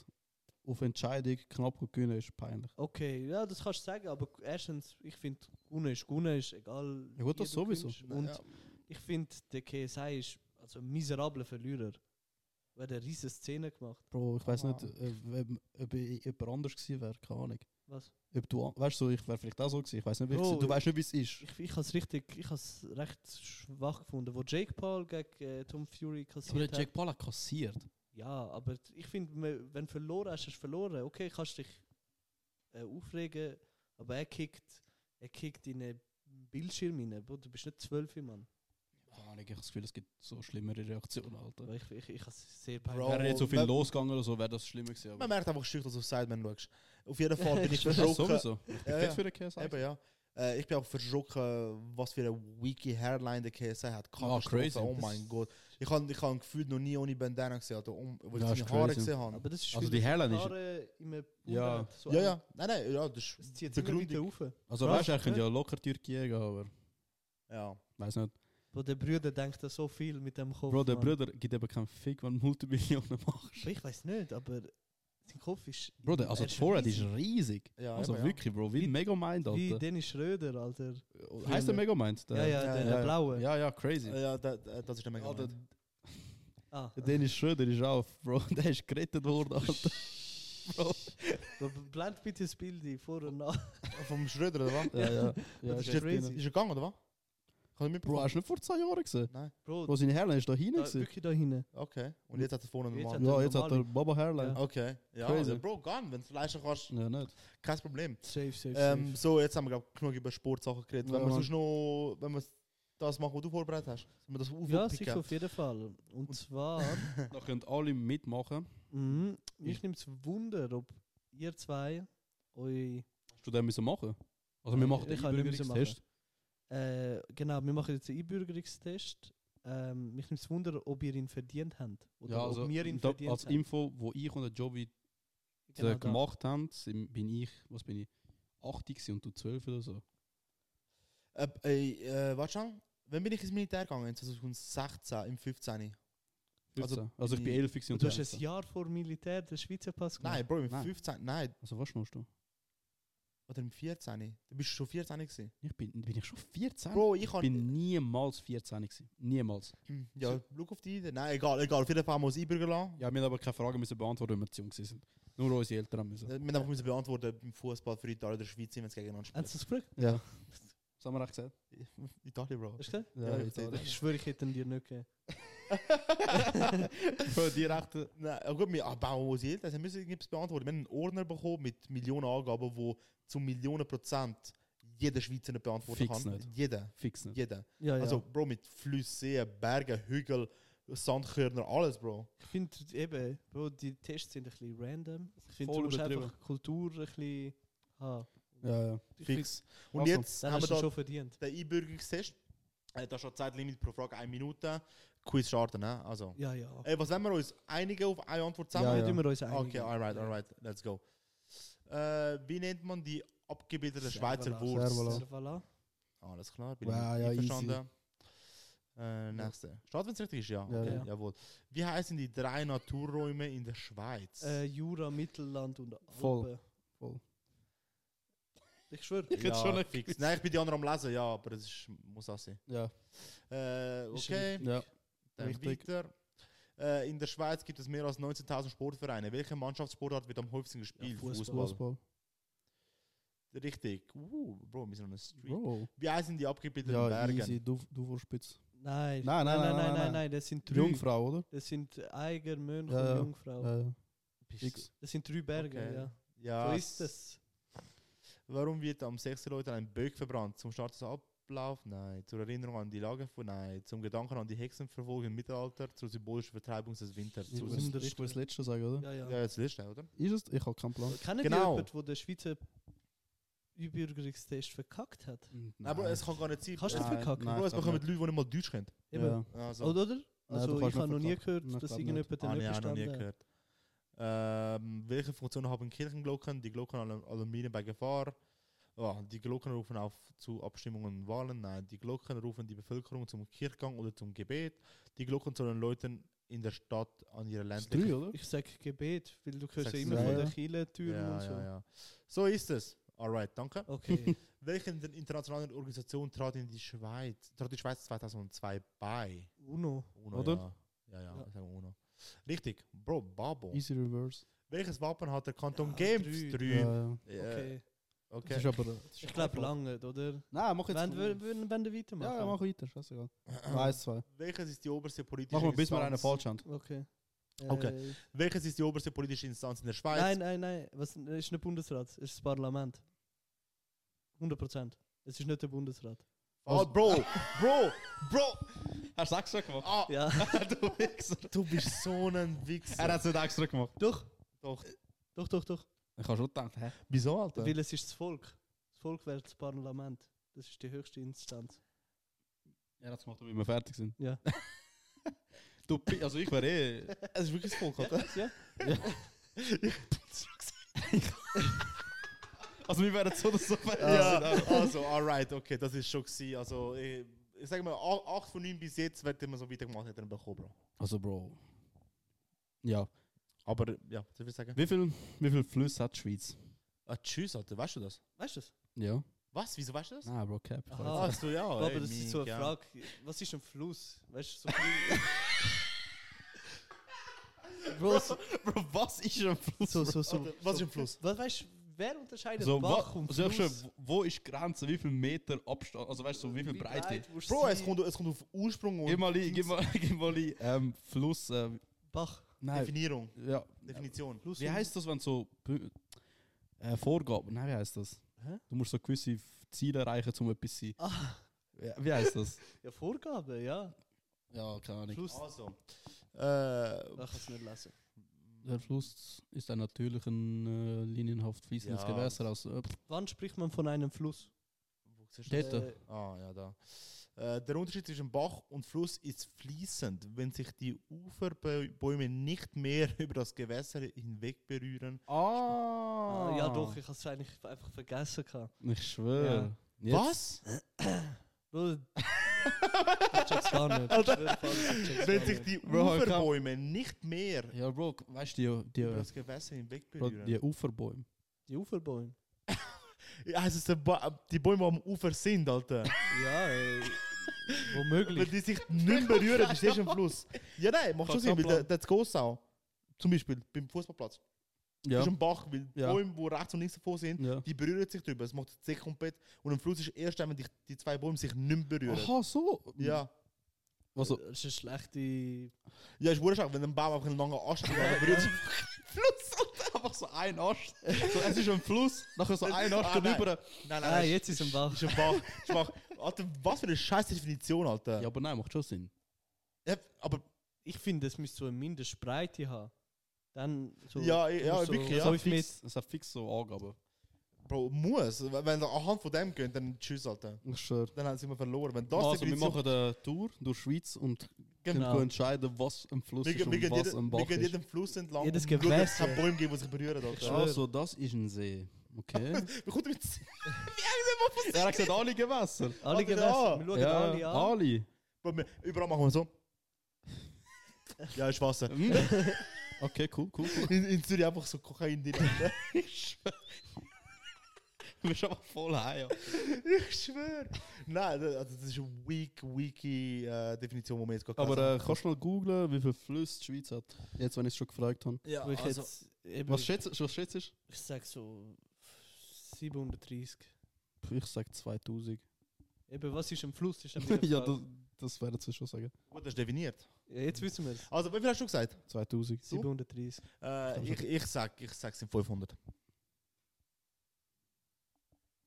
Speaker 3: auf Entscheidung knapp gewinnen ist peinlich.
Speaker 2: Okay, ja, das kannst du sagen, aber erstens, ich finde, Gune ist Gune, ist egal.
Speaker 3: Ja gut,
Speaker 2: wie
Speaker 3: das
Speaker 2: du
Speaker 3: sowieso.
Speaker 2: gewinnst.
Speaker 1: Na
Speaker 2: Und
Speaker 1: ja.
Speaker 2: ich finde, der KSI ist also ein miserabler Verlierer. Weil der riesige Szene gemacht.
Speaker 3: Bro, ich weiß
Speaker 1: Ah.
Speaker 3: nicht, äh, wem- ob ich jemand anders gewesen wäre, keine Ahnung.
Speaker 2: Was?
Speaker 3: Ob du, an- weißt du, ich wäre vielleicht auch so gewesen. Ich weiß nicht, wie ich-
Speaker 2: Bro,
Speaker 3: du weißt nicht, wie es ist.
Speaker 2: Ich, ich habe es richtig, ich has recht schwach gefunden. Wo Jake Paul gegen äh, Tom Fury
Speaker 3: Aber
Speaker 2: kassiert
Speaker 3: der
Speaker 2: hat.
Speaker 3: Jack Paul hat kassiert.
Speaker 2: Ja, aber t- ich finde, me- wenn du verloren hast, hast du verloren. Okay, kannst dich äh, aufregen, aber er kickt, er kickt in einen Bildschirm rein. Bro, du bist nicht zwölf, Mann.
Speaker 3: Keine Ahnung, ich habe das Gefühl, es gibt so schlimmere Reaktionen, Alter.
Speaker 2: Aber ich, ich, ich habe es sehr
Speaker 1: Bro,
Speaker 2: peinlich.
Speaker 3: Wäre jetzt so viel
Speaker 1: wenn-
Speaker 3: losgegangen oder so, wäre das schlimmer gewesen.
Speaker 1: Man
Speaker 3: Aber
Speaker 1: merkt einfach schüchtern, dass du auf Sideman schaust. Auf jeden Fall bin ich
Speaker 2: Ja,
Speaker 3: Ja,
Speaker 1: verschrocken.
Speaker 3: sowieso. Ich bin
Speaker 1: Ja,
Speaker 3: fit
Speaker 1: ja.
Speaker 3: für den KSI.
Speaker 1: Eben, ja. Äh, ich bin auch verschrocken, was für eine weaky Hairline der KSI hat. Katastrophe,
Speaker 3: Ah, crazy.
Speaker 1: Oh
Speaker 3: Das-
Speaker 1: mein Gott. Ich habe ich hab gefühlt noch nie ohne Bandana gesehen, Alter, um, weil
Speaker 3: Ja,
Speaker 1: ich
Speaker 3: ist
Speaker 1: meine Haare
Speaker 3: crazy.
Speaker 1: gesehen habe.
Speaker 2: Aber das ist
Speaker 3: Also
Speaker 2: weil
Speaker 3: die Hairline ist-
Speaker 2: Haare immer
Speaker 3: Ja.
Speaker 2: unten, so
Speaker 1: Ja,
Speaker 2: ein-
Speaker 1: ja. Nein, nein, ja, das
Speaker 2: Es
Speaker 1: ist
Speaker 2: zieht immer wieder
Speaker 1: Begründung.
Speaker 2: rauf.
Speaker 3: Also
Speaker 2: Ja,
Speaker 3: weißt du, er könnte
Speaker 2: ja.
Speaker 3: ja locker Türkei gehen, aber
Speaker 1: Ja.
Speaker 3: weiß nicht.
Speaker 2: Wo der Bruder denkt da so viel mit dem Kopf.
Speaker 3: Bro, der
Speaker 2: Mann.
Speaker 3: Bruder gibt eben keinen Fick, wenn du Multimillionen machst.
Speaker 2: Aber Ich weiß nicht, aber sein Kopf ist.
Speaker 3: Bro, der, also
Speaker 2: er
Speaker 3: die Vorrat ist
Speaker 2: riesig.
Speaker 3: riesig.
Speaker 1: Ja,
Speaker 3: also
Speaker 1: eben, ja.
Speaker 3: wirklich, Bro, wie ein Megamind,
Speaker 2: Wie
Speaker 3: Alter.
Speaker 2: Dennis Schröder, Alter.
Speaker 3: Oh, Heißt der
Speaker 2: Filme.
Speaker 3: Megamind? Der,
Speaker 2: Ja, ja,
Speaker 1: ja,
Speaker 2: der,
Speaker 1: ja,
Speaker 2: der blaue.
Speaker 3: Ja, ja, crazy.
Speaker 1: Äh, Ja, da, da- das ist der mega.
Speaker 3: Alter,
Speaker 1: Moment.
Speaker 2: Ah.
Speaker 3: der Dennis Schröder ist auf, Bro, der ist gerettet worden, Alter. Bro.
Speaker 2: Bro, Blend bitte das Bild ein, vor und nach.
Speaker 1: Vom Schröder, oder was?
Speaker 3: Ja, ja. ja
Speaker 1: das ist,
Speaker 3: ist
Speaker 1: jetzt- ist er gegangen, oder was? Kann ich
Speaker 3: Bro,
Speaker 1: mitbekommen?
Speaker 3: hast du nicht vor zwei Jahren gesehen? Bro,
Speaker 2: Bro,
Speaker 3: seine Hairline ist da hinten
Speaker 2: da,
Speaker 3: gewesen.
Speaker 2: wirklich da hinten.
Speaker 1: Okay. Und jetzt hat er vorne
Speaker 2: Jetzt
Speaker 1: normal.
Speaker 2: hat
Speaker 3: Ja, jetzt hat er
Speaker 2: normale-
Speaker 3: Baba Hairline.
Speaker 1: Okay. Ja,
Speaker 3: Crazy.
Speaker 1: also, Bro, gehen. Wenn du Fleisch kannst,
Speaker 3: Ja, nicht.
Speaker 1: kein Problem.
Speaker 2: Safe, safe, safe.
Speaker 1: Ähm, so, jetzt haben wir glaub, genug über Sportsachen geredet.
Speaker 3: Ja,
Speaker 1: wenn wir
Speaker 3: Mann.
Speaker 1: sonst noch, wenn wir das machen, was du vorbereitet hast, wenn wir das
Speaker 2: ja,
Speaker 1: aufpicken.
Speaker 2: sicher auf jeden Fall. Und zwar,
Speaker 3: Da können alle mitmachen.
Speaker 2: mhm, mich
Speaker 3: Ich-
Speaker 2: nimmt es Wunder, ob ihr zwei eure
Speaker 3: Hast du den müssen machen? Also wir
Speaker 2: Nein,
Speaker 3: machen
Speaker 2: ich
Speaker 3: den
Speaker 2: kann nicht müssen
Speaker 3: Einbürgerungstest.
Speaker 2: Äh, genau, wir machen jetzt einen Einbürgerungstest. Ähm, mich nimmt es Wunder, ob ihr ihn verdient habt. Oder
Speaker 3: Ja, also
Speaker 2: ob wir ihn
Speaker 3: da,
Speaker 2: verdient
Speaker 3: als
Speaker 2: haben.
Speaker 3: Info, wo ich und der Jovi
Speaker 2: Genau
Speaker 3: äh,
Speaker 2: da.
Speaker 3: gemacht haben, sind, bin ich, was bin ich, 80 gewesen und du 12 oder so.
Speaker 1: Äh, ey, äh, warte schon. Wann bin ich ins Militär gegangen? In 2016, im 15.
Speaker 3: 15.
Speaker 1: Also
Speaker 3: Also, ich bin
Speaker 1: bin
Speaker 3: 11 gewesen
Speaker 2: Und
Speaker 3: und
Speaker 2: du hast ein
Speaker 3: 13.
Speaker 2: Jahr vor Militär den Schweizer Pass gemacht.
Speaker 1: Nein, Bro, im
Speaker 3: Nein.
Speaker 1: 15. Nein,
Speaker 3: Also was machst du?
Speaker 1: oder im 14. Du bist schon 14 gewesen.
Speaker 3: Ich bin, bin ich schon 14?
Speaker 1: Bro, ich
Speaker 3: ich
Speaker 1: kann.
Speaker 3: bin niemals 14 gewesen. Niemals.
Speaker 1: Hm, Ja, schau auf die. Nein, egal, egal. Auf jeden Fall muss ich einbürger lassen.
Speaker 3: Ja, wir haben aber keine Fragen müssen beantworten, weil wir zu jung gewesen sind. Nur unsere Eltern haben müssen.
Speaker 1: Äh, Wir müssen einfach müssen beantworten, ob im Fußball für Italien oder Schweiz sind, wenn es gegeneinander
Speaker 2: Haben
Speaker 3: Also-
Speaker 2: sie
Speaker 1: spielt.
Speaker 2: das gefragt?
Speaker 3: Ja. Das haben wir auch gesagt.
Speaker 1: Italien, Bro.
Speaker 2: Hast du gesagt?
Speaker 1: Ja,
Speaker 3: jetzt
Speaker 1: Italien.
Speaker 2: Ich schwöre, ich hätte ihn dir nicht gegeben.
Speaker 3: Bro, die rechte.
Speaker 1: Nein, ja gut, wir bauen uns jedes, also wir müssen irgendwas beantworten. Wir haben einen Ordner bekommen mit Millionen Angaben, wo zu Millionen Prozent jeder Schweizer nicht beantworten
Speaker 3: Fix
Speaker 1: kann.
Speaker 3: nicht.
Speaker 1: Jeder,
Speaker 3: Fix nicht.
Speaker 1: jeder.
Speaker 2: Ja, ja.
Speaker 1: Also, Bro, mit Flüssen, Bergen, Hügel, Sandkörner, alles, Bro.
Speaker 2: Ich finde eben, Bro, die Tests sind ein bisschen random. Ich finde, du
Speaker 3: Voll
Speaker 2: musst
Speaker 3: übertrieben.
Speaker 2: einfach Kultur ein bisschen haben.
Speaker 3: Ja, ja.
Speaker 2: Ich
Speaker 1: Fix. Und
Speaker 3: Also,
Speaker 1: jetzt
Speaker 2: Dann
Speaker 1: haben
Speaker 2: hast
Speaker 1: wir
Speaker 2: du
Speaker 1: da
Speaker 2: schon verdient.
Speaker 1: den Einbürgerungstest. Äh, da steht Zeitlimit pro Frage 1 Minute. Quiz starten, ne? Also.
Speaker 2: Ja, ja.
Speaker 1: Äh, was wollen wir uns einigen auf eine Antwort
Speaker 3: Ja,
Speaker 1: zusammen?
Speaker 2: Dann
Speaker 3: ja.
Speaker 2: tun wir uns einigen.
Speaker 1: Okay, alright, alright, let's go. Äh, wie nennt man die abgebildete Schweizer
Speaker 2: Servola.
Speaker 1: Wurst?
Speaker 2: Servola.
Speaker 1: Alles klar, bin
Speaker 3: Wow,
Speaker 1: ich
Speaker 3: ja,
Speaker 1: verstanden. Äh, nächste. Staat, wenn es richtig ist, ja.
Speaker 3: Ja,
Speaker 1: okay,
Speaker 2: ja.
Speaker 1: Jawohl. Wie heißen die drei Naturräume in der Schweiz?
Speaker 2: Äh, Jura, Mittelland und Alpen.
Speaker 3: Voll. Voll.
Speaker 2: Ich schwöre.
Speaker 3: Ich hätte schon nicht
Speaker 1: fix.
Speaker 3: gewusst.
Speaker 1: Nein, ich bin die anderen am Lesen, ja, aber es ist, muss auch sein.
Speaker 3: Ja.
Speaker 1: Äh, okay,
Speaker 2: richtig.
Speaker 3: Ja.
Speaker 1: dann
Speaker 3: richtig.
Speaker 1: weiter. Äh, in der Schweiz gibt es mehr als 19.000 Sportvereine. Welche Mannschaftssportart wird am häufigsten gespielt?
Speaker 2: Fußball.
Speaker 3: Fußball.
Speaker 1: Richtig. Uh, Bro, wir sind on a streak.
Speaker 3: Bro.
Speaker 1: Wie heißen die abgebildeten
Speaker 3: Ja,
Speaker 1: Berge?
Speaker 3: easy. Du, du vorspitz.
Speaker 2: Nein.
Speaker 3: Nein, nein, nein, nein,
Speaker 2: nein,
Speaker 3: nein.
Speaker 2: Das sind drei.
Speaker 3: Jungfrau, oder?
Speaker 2: Das sind Eiger, Mönch
Speaker 3: Ja, ja.
Speaker 2: und Jungfrau.
Speaker 3: Ja, ja.
Speaker 1: Bist
Speaker 3: Fix.
Speaker 2: Das sind drei Berge,
Speaker 1: Okay.
Speaker 2: ja.
Speaker 1: Ja.
Speaker 2: So ist das.
Speaker 1: Warum wird am 6. Leuten ein Böck verbrannt? Zum Start des Ab Ablauf? Nein. Zur Erinnerung an die Lage von Nein. Zum Gedanken an die Hexenverfolgung im Mittelalter, zur symbolischen Vertreibung des Winters.
Speaker 2: Ja,
Speaker 1: Zu
Speaker 2: das-
Speaker 1: ja,
Speaker 2: Wunderschön.
Speaker 3: Ich muss das letzte sagen, oder?
Speaker 2: Ja, ja.
Speaker 1: das letzte, oder?
Speaker 3: Ist es? Ich habe keinen Plan.
Speaker 2: Kennen
Speaker 1: Genau.
Speaker 2: die jemanden, der den Schweizer Einbürgerungstest verkackt hat?
Speaker 1: Aber es kann gar nicht sein.
Speaker 2: Kannst du das
Speaker 3: Nein,
Speaker 2: verkacken?
Speaker 3: nein.
Speaker 1: Bro, es
Speaker 3: ich glaub
Speaker 1: bekommen Leute, die nicht mal Deutsch kennen.
Speaker 2: Eben.
Speaker 3: Ja.
Speaker 1: Also,
Speaker 2: Oder? oder? Also,
Speaker 3: kannst
Speaker 2: ich habe
Speaker 3: nicht
Speaker 2: noch nie
Speaker 3: verkacken.
Speaker 2: gehört,
Speaker 3: Nein, ich
Speaker 2: dass
Speaker 3: glaub
Speaker 2: irgendjemand den
Speaker 1: Ah,
Speaker 2: nicht
Speaker 1: nee, habe ich noch nie
Speaker 2: verstanden hat.
Speaker 1: gehört. Ähm, welche Funktion haben Kirchenglocken? Die Glocken alarm- alarmieren bei Gefahr. Ja, die Glocken rufen auf zu Abstimmungen und Wahlen. Nein, die Glocken rufen die Bevölkerung zum Kirchgang oder zum Gebet. Die Glocken sollen Leuten in der Stadt an ihre
Speaker 3: Das ist
Speaker 1: ländlichen
Speaker 3: drei, oder?
Speaker 2: Ich sage Gebet, weil du hörst ja
Speaker 1: Sagst
Speaker 2: immer
Speaker 3: du?
Speaker 2: von
Speaker 3: Ja,
Speaker 2: der
Speaker 3: ja.
Speaker 2: Kirchentür
Speaker 1: ja,
Speaker 2: und so.
Speaker 1: ja, ja. So ist es. Alright, danke.
Speaker 2: Okay.
Speaker 1: Welche inter- internationale Organisation trat in die Schweiz, trat die Schweiz 2002 bei?
Speaker 2: UNO.
Speaker 1: UNO,
Speaker 3: Oder?
Speaker 1: Ja, ja, ja,
Speaker 2: Ja.
Speaker 1: ich sage UNO. Richtig, Bro, Babo.
Speaker 3: Easy Reverse.
Speaker 1: Welches Wappen hat der Kanton
Speaker 2: Ja,
Speaker 1: Genf?
Speaker 2: drei.
Speaker 1: Drei.
Speaker 3: Ja, ja.
Speaker 1: Ja,
Speaker 2: Okay.
Speaker 3: Das
Speaker 1: okay.
Speaker 3: ist aber. das ist
Speaker 2: Ich glaube,
Speaker 3: einfach.
Speaker 2: lange, oder?
Speaker 3: Nein, mach jetzt.
Speaker 2: Wenn, wenn, wenn, wenn du weitermachen.
Speaker 3: ja, ja, mach weiter. Scheißegal. Eins, zwei.
Speaker 1: Welches ist die oberste politische
Speaker 3: Machen wir, bis wir einen
Speaker 1: Instanz?
Speaker 3: falsch haben.
Speaker 2: Okay.
Speaker 1: Okay.
Speaker 2: Äh,
Speaker 1: Welches ist die oberste politische Instanz in der Schweiz?
Speaker 2: nein, nein, nein. Was es ist nicht Bundesrat, es ist das Parlament. 100 Prozent. Es ist nicht der Bundesrat.
Speaker 1: Oh, Bro, Bro, Bro.
Speaker 3: Hast du extra gemacht?
Speaker 1: Ah,
Speaker 2: Ja.
Speaker 3: du Wichser.
Speaker 1: du bist so ein Wichser.
Speaker 3: es nicht extra gemacht.
Speaker 2: doch,
Speaker 1: doch.
Speaker 2: doch, doch, doch.
Speaker 3: Ich habe schon gedacht, hä?
Speaker 1: Wieso, Alter?
Speaker 2: Weil es ist das Volk. Das Volk wäre das Parlament. Das ist die höchste Instanz.
Speaker 3: Er hat es gemacht, wie wir fertig sind.
Speaker 2: Ja.
Speaker 3: Du, Pi- also ich wäre eh.
Speaker 1: Es ist wirklich das Volk, oder?
Speaker 2: ja?
Speaker 3: Also wir wären so oder so fertig.
Speaker 1: ja, also, alright, okay, das ist schon gewesen. Also, ich, ich sag mal, 8 von 9 bis jetzt, wenn wir so weitergemacht hätten, bekommen, Bro.
Speaker 3: Also Bro. Ja.
Speaker 1: Aber, ja, soll ich sagen?
Speaker 3: Wie viel, wie viel Flüsse hat die Schweiz?
Speaker 1: Ah, tschüss, Alter, weißt du das?
Speaker 2: Weißt du das?
Speaker 3: Ja.
Speaker 1: Was, wieso weißt du das?
Speaker 3: Nein, Bro, Cap.
Speaker 2: Aha.
Speaker 1: Ah, so, ja.
Speaker 2: Oh, Aber
Speaker 1: ey,
Speaker 2: das ist
Speaker 1: mich,
Speaker 2: so eine
Speaker 1: ja.
Speaker 2: Frage. Was ist ein Fluss? Weißt du, so viel. Bro, so,
Speaker 3: Bro, was ist ein Fluss?
Speaker 2: so, so,
Speaker 1: Alter,
Speaker 2: so.
Speaker 1: Was ist ein Fluss?
Speaker 2: Also, Was weißt du, wer unterscheidet
Speaker 3: So,
Speaker 2: Bach
Speaker 3: wa-
Speaker 2: und
Speaker 3: so,
Speaker 2: Fluss?
Speaker 3: schon, wo ist die Grenze? Wie viel Meter Abstand? Also weißt du, so, wie viel Breite?
Speaker 2: musst du
Speaker 1: Bro, es
Speaker 2: sein?
Speaker 1: kommt, es kommt auf Ursprung und
Speaker 3: Gib mal, ein, gib mal, gib mal ein, ähm, Fluss. Äh,
Speaker 2: Bach.
Speaker 3: nein.
Speaker 1: Definierung,
Speaker 3: Halt. Ja.
Speaker 1: Definition.
Speaker 2: Fluss
Speaker 3: Wie
Speaker 2: und-
Speaker 3: heißt das, wenn so Bü- äh, Vorgaben? Nein, wie heißt das?
Speaker 2: Hä?
Speaker 3: Du musst so gewisse F- Ziele erreichen, um etwas zu sein.
Speaker 2: Ah,
Speaker 3: Ja, Wie heißt das?
Speaker 2: ja, Vorgabe, ja.
Speaker 3: ja, keine Ahnung.
Speaker 2: Fluss.
Speaker 1: Also, äh,
Speaker 2: Da kannst du nicht lesen.
Speaker 3: Der Fluss ist ein natürlich ein äh, linienhaft fließendes
Speaker 1: Ja.
Speaker 3: Gewässer. Also, äh,
Speaker 2: Wann spricht man von einem Fluss?
Speaker 1: wo siehst du das?
Speaker 3: dort.
Speaker 2: Äh,
Speaker 1: Ah, ja, da. Äh, der Unterschied zwischen Bach und Fluss ist fließend, wenn sich die Uferbäume nicht mehr über das Gewässer hinweg berühren.
Speaker 3: ah.
Speaker 2: Ah, ja, doch, ich habe es eigentlich einfach vergessen. Gehabt.
Speaker 3: Ich schwöre.
Speaker 1: Was?
Speaker 2: Bro, ich check's gar nicht. Ich schwör, ich check's
Speaker 1: Wenn
Speaker 2: gar
Speaker 1: sich
Speaker 2: nicht.
Speaker 1: die
Speaker 3: Bro, ich kann-
Speaker 1: Uferbäume nicht mehr
Speaker 3: Ja, Bro, weißt du, die,
Speaker 1: über
Speaker 3: die,
Speaker 1: das Gewässer hinweg
Speaker 3: Bro,
Speaker 1: berühren.
Speaker 3: die Uferbäume.
Speaker 2: Die Uferbäume.
Speaker 1: Ja, also es sind Ba- die Bäume, die am Ufer sind, Alter.
Speaker 2: Ja, äh,
Speaker 1: wenn
Speaker 2: womöglich.
Speaker 1: die sich nicht mehr berühren, ist das schon Fluss. Ja, nein, macht schon Sinn, weil der- der zu groß auch. Zum Beispiel beim Fußballplatz.
Speaker 3: Ja.
Speaker 1: ist ein Bach, weil die
Speaker 3: Ja.
Speaker 1: Bäume, die rechts und links davon sind,
Speaker 3: Ja.
Speaker 1: die berühren sich drüber. Es macht es sehr komplett. Und ein Fluss ist erst dann, wenn die, die zwei Bäume sich nicht mehr berühren.
Speaker 3: Aha, so.
Speaker 1: Ja.
Speaker 3: Also,
Speaker 2: Das ist eine schlechte.
Speaker 1: Ja, ist wurscht, wenn ein Baum einfach einen langen Ast hat, dann berührt sich
Speaker 3: einfach so ein Ast. So, es ist ein Fluss, nachher so ein Ast
Speaker 1: Ah, nein.
Speaker 3: drüber.
Speaker 1: Nein,
Speaker 2: Ah, jetzt ist ein Bach.
Speaker 1: Ist ein Bach. Ist ein Bach. Alter, was für eine scheiß Definition, Alter.
Speaker 3: Ja, aber nein, macht schon Sinn.
Speaker 1: Ja, aber
Speaker 2: Ich finde, es müsste so eine Mindestbreite haben. Dann so.
Speaker 1: Ja, ja,
Speaker 2: musst so
Speaker 1: wirklich, ja,
Speaker 2: fünf Meter.
Speaker 3: fix, es hat fix so Angaben.
Speaker 1: Bro, muss. Wenn ihr anhand von dem geht, dann tschüss, Alter.
Speaker 3: Ich schwöre.
Speaker 1: Dann haben sie immer verloren. Wenn das
Speaker 3: Also, wir
Speaker 1: Definition-
Speaker 3: machen eine Tour durch die Schweiz und
Speaker 2: Genau.
Speaker 3: können entscheiden, was ein Fluss
Speaker 1: wir,
Speaker 3: ist
Speaker 1: gehen-
Speaker 3: und
Speaker 1: wir, gehen
Speaker 3: was
Speaker 1: jeden-
Speaker 3: ein
Speaker 1: wir
Speaker 3: Bach
Speaker 1: gehen
Speaker 3: ist.
Speaker 1: jeden Fluss entlang.
Speaker 2: Jedes
Speaker 1: und schauen, dass es
Speaker 2: Gewässer.
Speaker 1: keine Bäume gibt, die sich berühren. Alter.
Speaker 2: schwöre.
Speaker 3: Also, das ist ein See. Okay.
Speaker 1: Wir kommen mit
Speaker 3: er hat gesagt, alle Gewässer.
Speaker 2: Alle
Speaker 1: Alter,
Speaker 2: Gewässer.
Speaker 1: ja.
Speaker 2: Wir schauen alle
Speaker 3: ja,
Speaker 2: an.
Speaker 3: alle.
Speaker 1: Bro, wir- Überall machen wir so. ja, ist Wasser.
Speaker 3: Hm. Okay, cool, cool, cool.
Speaker 1: In, in Zürich einfach so Kokain drin. ne?
Speaker 3: Ich schwöre. Du bist einfach voll high.
Speaker 1: ich schwöre. Nein, da- also das ist eine weak, weaky äh, Definition, die wir jetzt gerade
Speaker 3: Aber äh,
Speaker 1: gelesen haben.
Speaker 3: kannst du mal googlen, wie viel Flüsse die Schweiz hat? Jetzt, wenn ich es schon gefragt habe.
Speaker 1: ja,
Speaker 2: äh, Wo ich,
Speaker 1: also,
Speaker 2: jetzt, eben,
Speaker 3: Was schätzt, was schätzt du?
Speaker 2: ich sag so 730.
Speaker 3: Puh, Ich sage 2000.
Speaker 2: Eben, was ist ein Fluss? Ist dann wieder
Speaker 3: ja,
Speaker 2: Frage.
Speaker 3: das, das werden sie schon sagen.
Speaker 1: gut, das ist definiert.
Speaker 2: ja, jetzt wissen wir es.
Speaker 1: Also, wie viel hast du gesagt?
Speaker 3: 2000.
Speaker 2: 730.
Speaker 1: Äh, ich, ich sag, ich sag, es sind 500.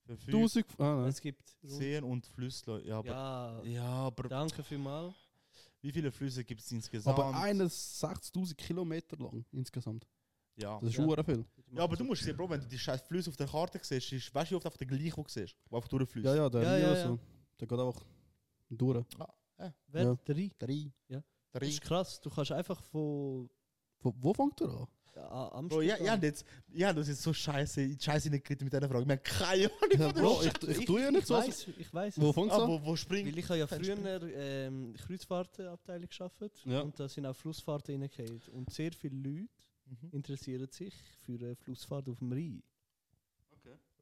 Speaker 1: Verfügt,
Speaker 3: 1000. Ah, nein.
Speaker 2: Es gibt. Rund,
Speaker 1: Seen und Flüsse. Ja, aber,
Speaker 2: ja,
Speaker 1: ja, aber
Speaker 2: danke vielmals.
Speaker 1: wie viele Flüsse gibt es insgesamt?
Speaker 3: Aber 61.000 Kilometer lang insgesamt.
Speaker 1: ja.
Speaker 3: Das ist
Speaker 2: Ja.
Speaker 3: ja. viel.
Speaker 1: ja, aber du musst sehen, Bro, wenn du die scheiß Flüsse auf der Karte siehst, ist, weißt du, wie oft einfach der gleiche, wo du siehst, wo einfach durchfließt.
Speaker 3: Ja, ja, der
Speaker 2: Ja,
Speaker 3: Rio
Speaker 2: ja,
Speaker 3: so. Der geht einfach durch.
Speaker 2: Wer?
Speaker 3: Ja.
Speaker 2: Drei.
Speaker 3: Der Rio.
Speaker 1: Der
Speaker 2: Das
Speaker 1: Ring.
Speaker 2: ist krass. Du kannst einfach von
Speaker 3: Wo, wo fängt er an?
Speaker 2: äh, am
Speaker 1: Bro, ja,
Speaker 2: Stück
Speaker 1: ja,
Speaker 2: an.
Speaker 1: und jetzt, ja, das ist so scheiße, scheiße in der Kritik mit deiner Frage. Wir haben keine Ahnung.
Speaker 3: Ja, Bro, ich, ich, tue ja nicht
Speaker 2: ich
Speaker 3: so. als-
Speaker 2: Weiss, ich weiß.
Speaker 3: Wo fängt es
Speaker 1: Ah,
Speaker 3: an?
Speaker 1: wo, wo springt?
Speaker 2: Weil ich habe ja
Speaker 1: Kein
Speaker 2: früher ähm, Kreuzfahrtenabteilung gearbeitet
Speaker 3: Ja.
Speaker 2: und da sind auch Flussfahrten hineingefallen. Und sehr viele Leute
Speaker 1: Mhm.
Speaker 2: interessieren sich für eine Flussfahrt auf dem Rhein.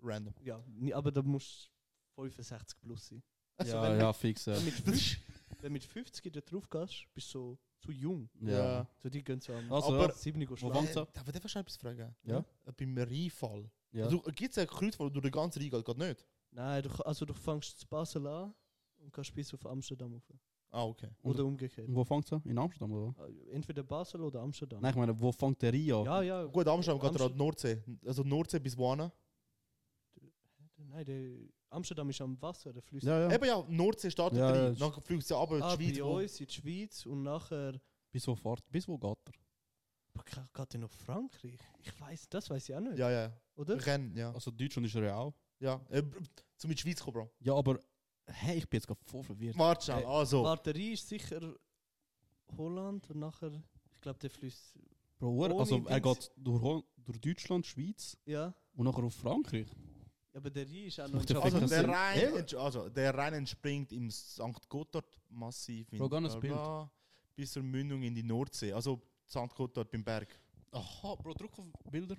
Speaker 1: Random.
Speaker 2: Ja, ni- aber da musst du 65 plus sein. Also
Speaker 3: Ja,
Speaker 2: wenn,
Speaker 3: Ah, ja, fix. Ja.
Speaker 2: Wenn, mit
Speaker 1: Das
Speaker 2: 50,
Speaker 1: ist,
Speaker 2: wenn mit 50 da drauf gehst, bist du so zu jung.
Speaker 3: ja.
Speaker 2: So die gehen so am
Speaker 3: Also,
Speaker 1: Aber-
Speaker 3: ja.
Speaker 2: 7 Uhr
Speaker 3: Wo
Speaker 2: schlafen.
Speaker 3: fängt's
Speaker 1: äh,
Speaker 3: an?
Speaker 1: darf ich dir wahrscheinlich etwas fragen?
Speaker 3: Ja.
Speaker 1: Äh, Beim Rheinfall.
Speaker 3: ja.
Speaker 1: Also, Gibt es einen Kreuzfall, der durch den ganzen Rhein geht? Geht nicht?
Speaker 2: Nein, du, ka- also du fängst zu Basel an und kannst bis auf Amsterdam rauf.
Speaker 1: Ah, okay.
Speaker 3: Und-
Speaker 2: Oder umgekehrt.
Speaker 3: Und wo fängt es an? In Amsterdam, oder?
Speaker 2: Äh, Entweder Basel oder Amsterdam.
Speaker 3: Nein, ich meine, wo fängt der Rio an?
Speaker 2: Ja, ja.
Speaker 1: Gut, Amsterdam geht er
Speaker 2: Amsterdam-
Speaker 1: an die Nordsee. Also Nordsee bis Warne.
Speaker 2: Nein, der Amsterdam ist am Wasser, der Fluss.
Speaker 3: ja. ja.
Speaker 1: Eben ja, Nordsee startet
Speaker 3: Ja,
Speaker 1: ja,
Speaker 3: ja,
Speaker 1: rein.
Speaker 3: das
Speaker 1: Dann fliegt sie aber in die
Speaker 2: Ah,
Speaker 1: Schweiz.
Speaker 2: bei
Speaker 1: wo-
Speaker 2: uns in die Schweiz und nachher
Speaker 3: Bis wo fährt? Bis wo geht er?
Speaker 2: Ge- geht er nach Frankreich. Ich weiß, das weiß ich auch nicht,
Speaker 1: Ja, ja.
Speaker 2: oder?
Speaker 1: Rennen, ja.
Speaker 3: Also Deutschland ist er ja auch.
Speaker 1: ja. Äh, br- zum in die Schweiz kommen, Bro.
Speaker 3: Ja, aber hey, ich bin jetzt gerade voll verwirrt.
Speaker 1: Warte schnell,
Speaker 2: Äh,
Speaker 1: also.
Speaker 2: Warterie ist sicher Holland und nachher, ich glaube, der Fluss.
Speaker 3: Bro, oder?
Speaker 2: Ohne
Speaker 3: also er
Speaker 2: Dings.
Speaker 3: geht durch, Hol- durch Deutschland, Schweiz
Speaker 2: Ja,
Speaker 3: und nachher auf Frankreich.
Speaker 2: aber der Rhein ist auch noch
Speaker 3: Macht ja
Speaker 1: Also
Speaker 3: das
Speaker 1: der
Speaker 3: Sinn?
Speaker 1: Rhein,
Speaker 3: Eben.
Speaker 1: entsch- also, der Rhein entspringt im St. Gotthard massiv in
Speaker 3: Bro, gar nicht das Bild.
Speaker 1: bla, bis zur Mündung in die Nordsee. Also St. Gotthard beim Berg.
Speaker 3: Aha, Bro, druck auf Bilder.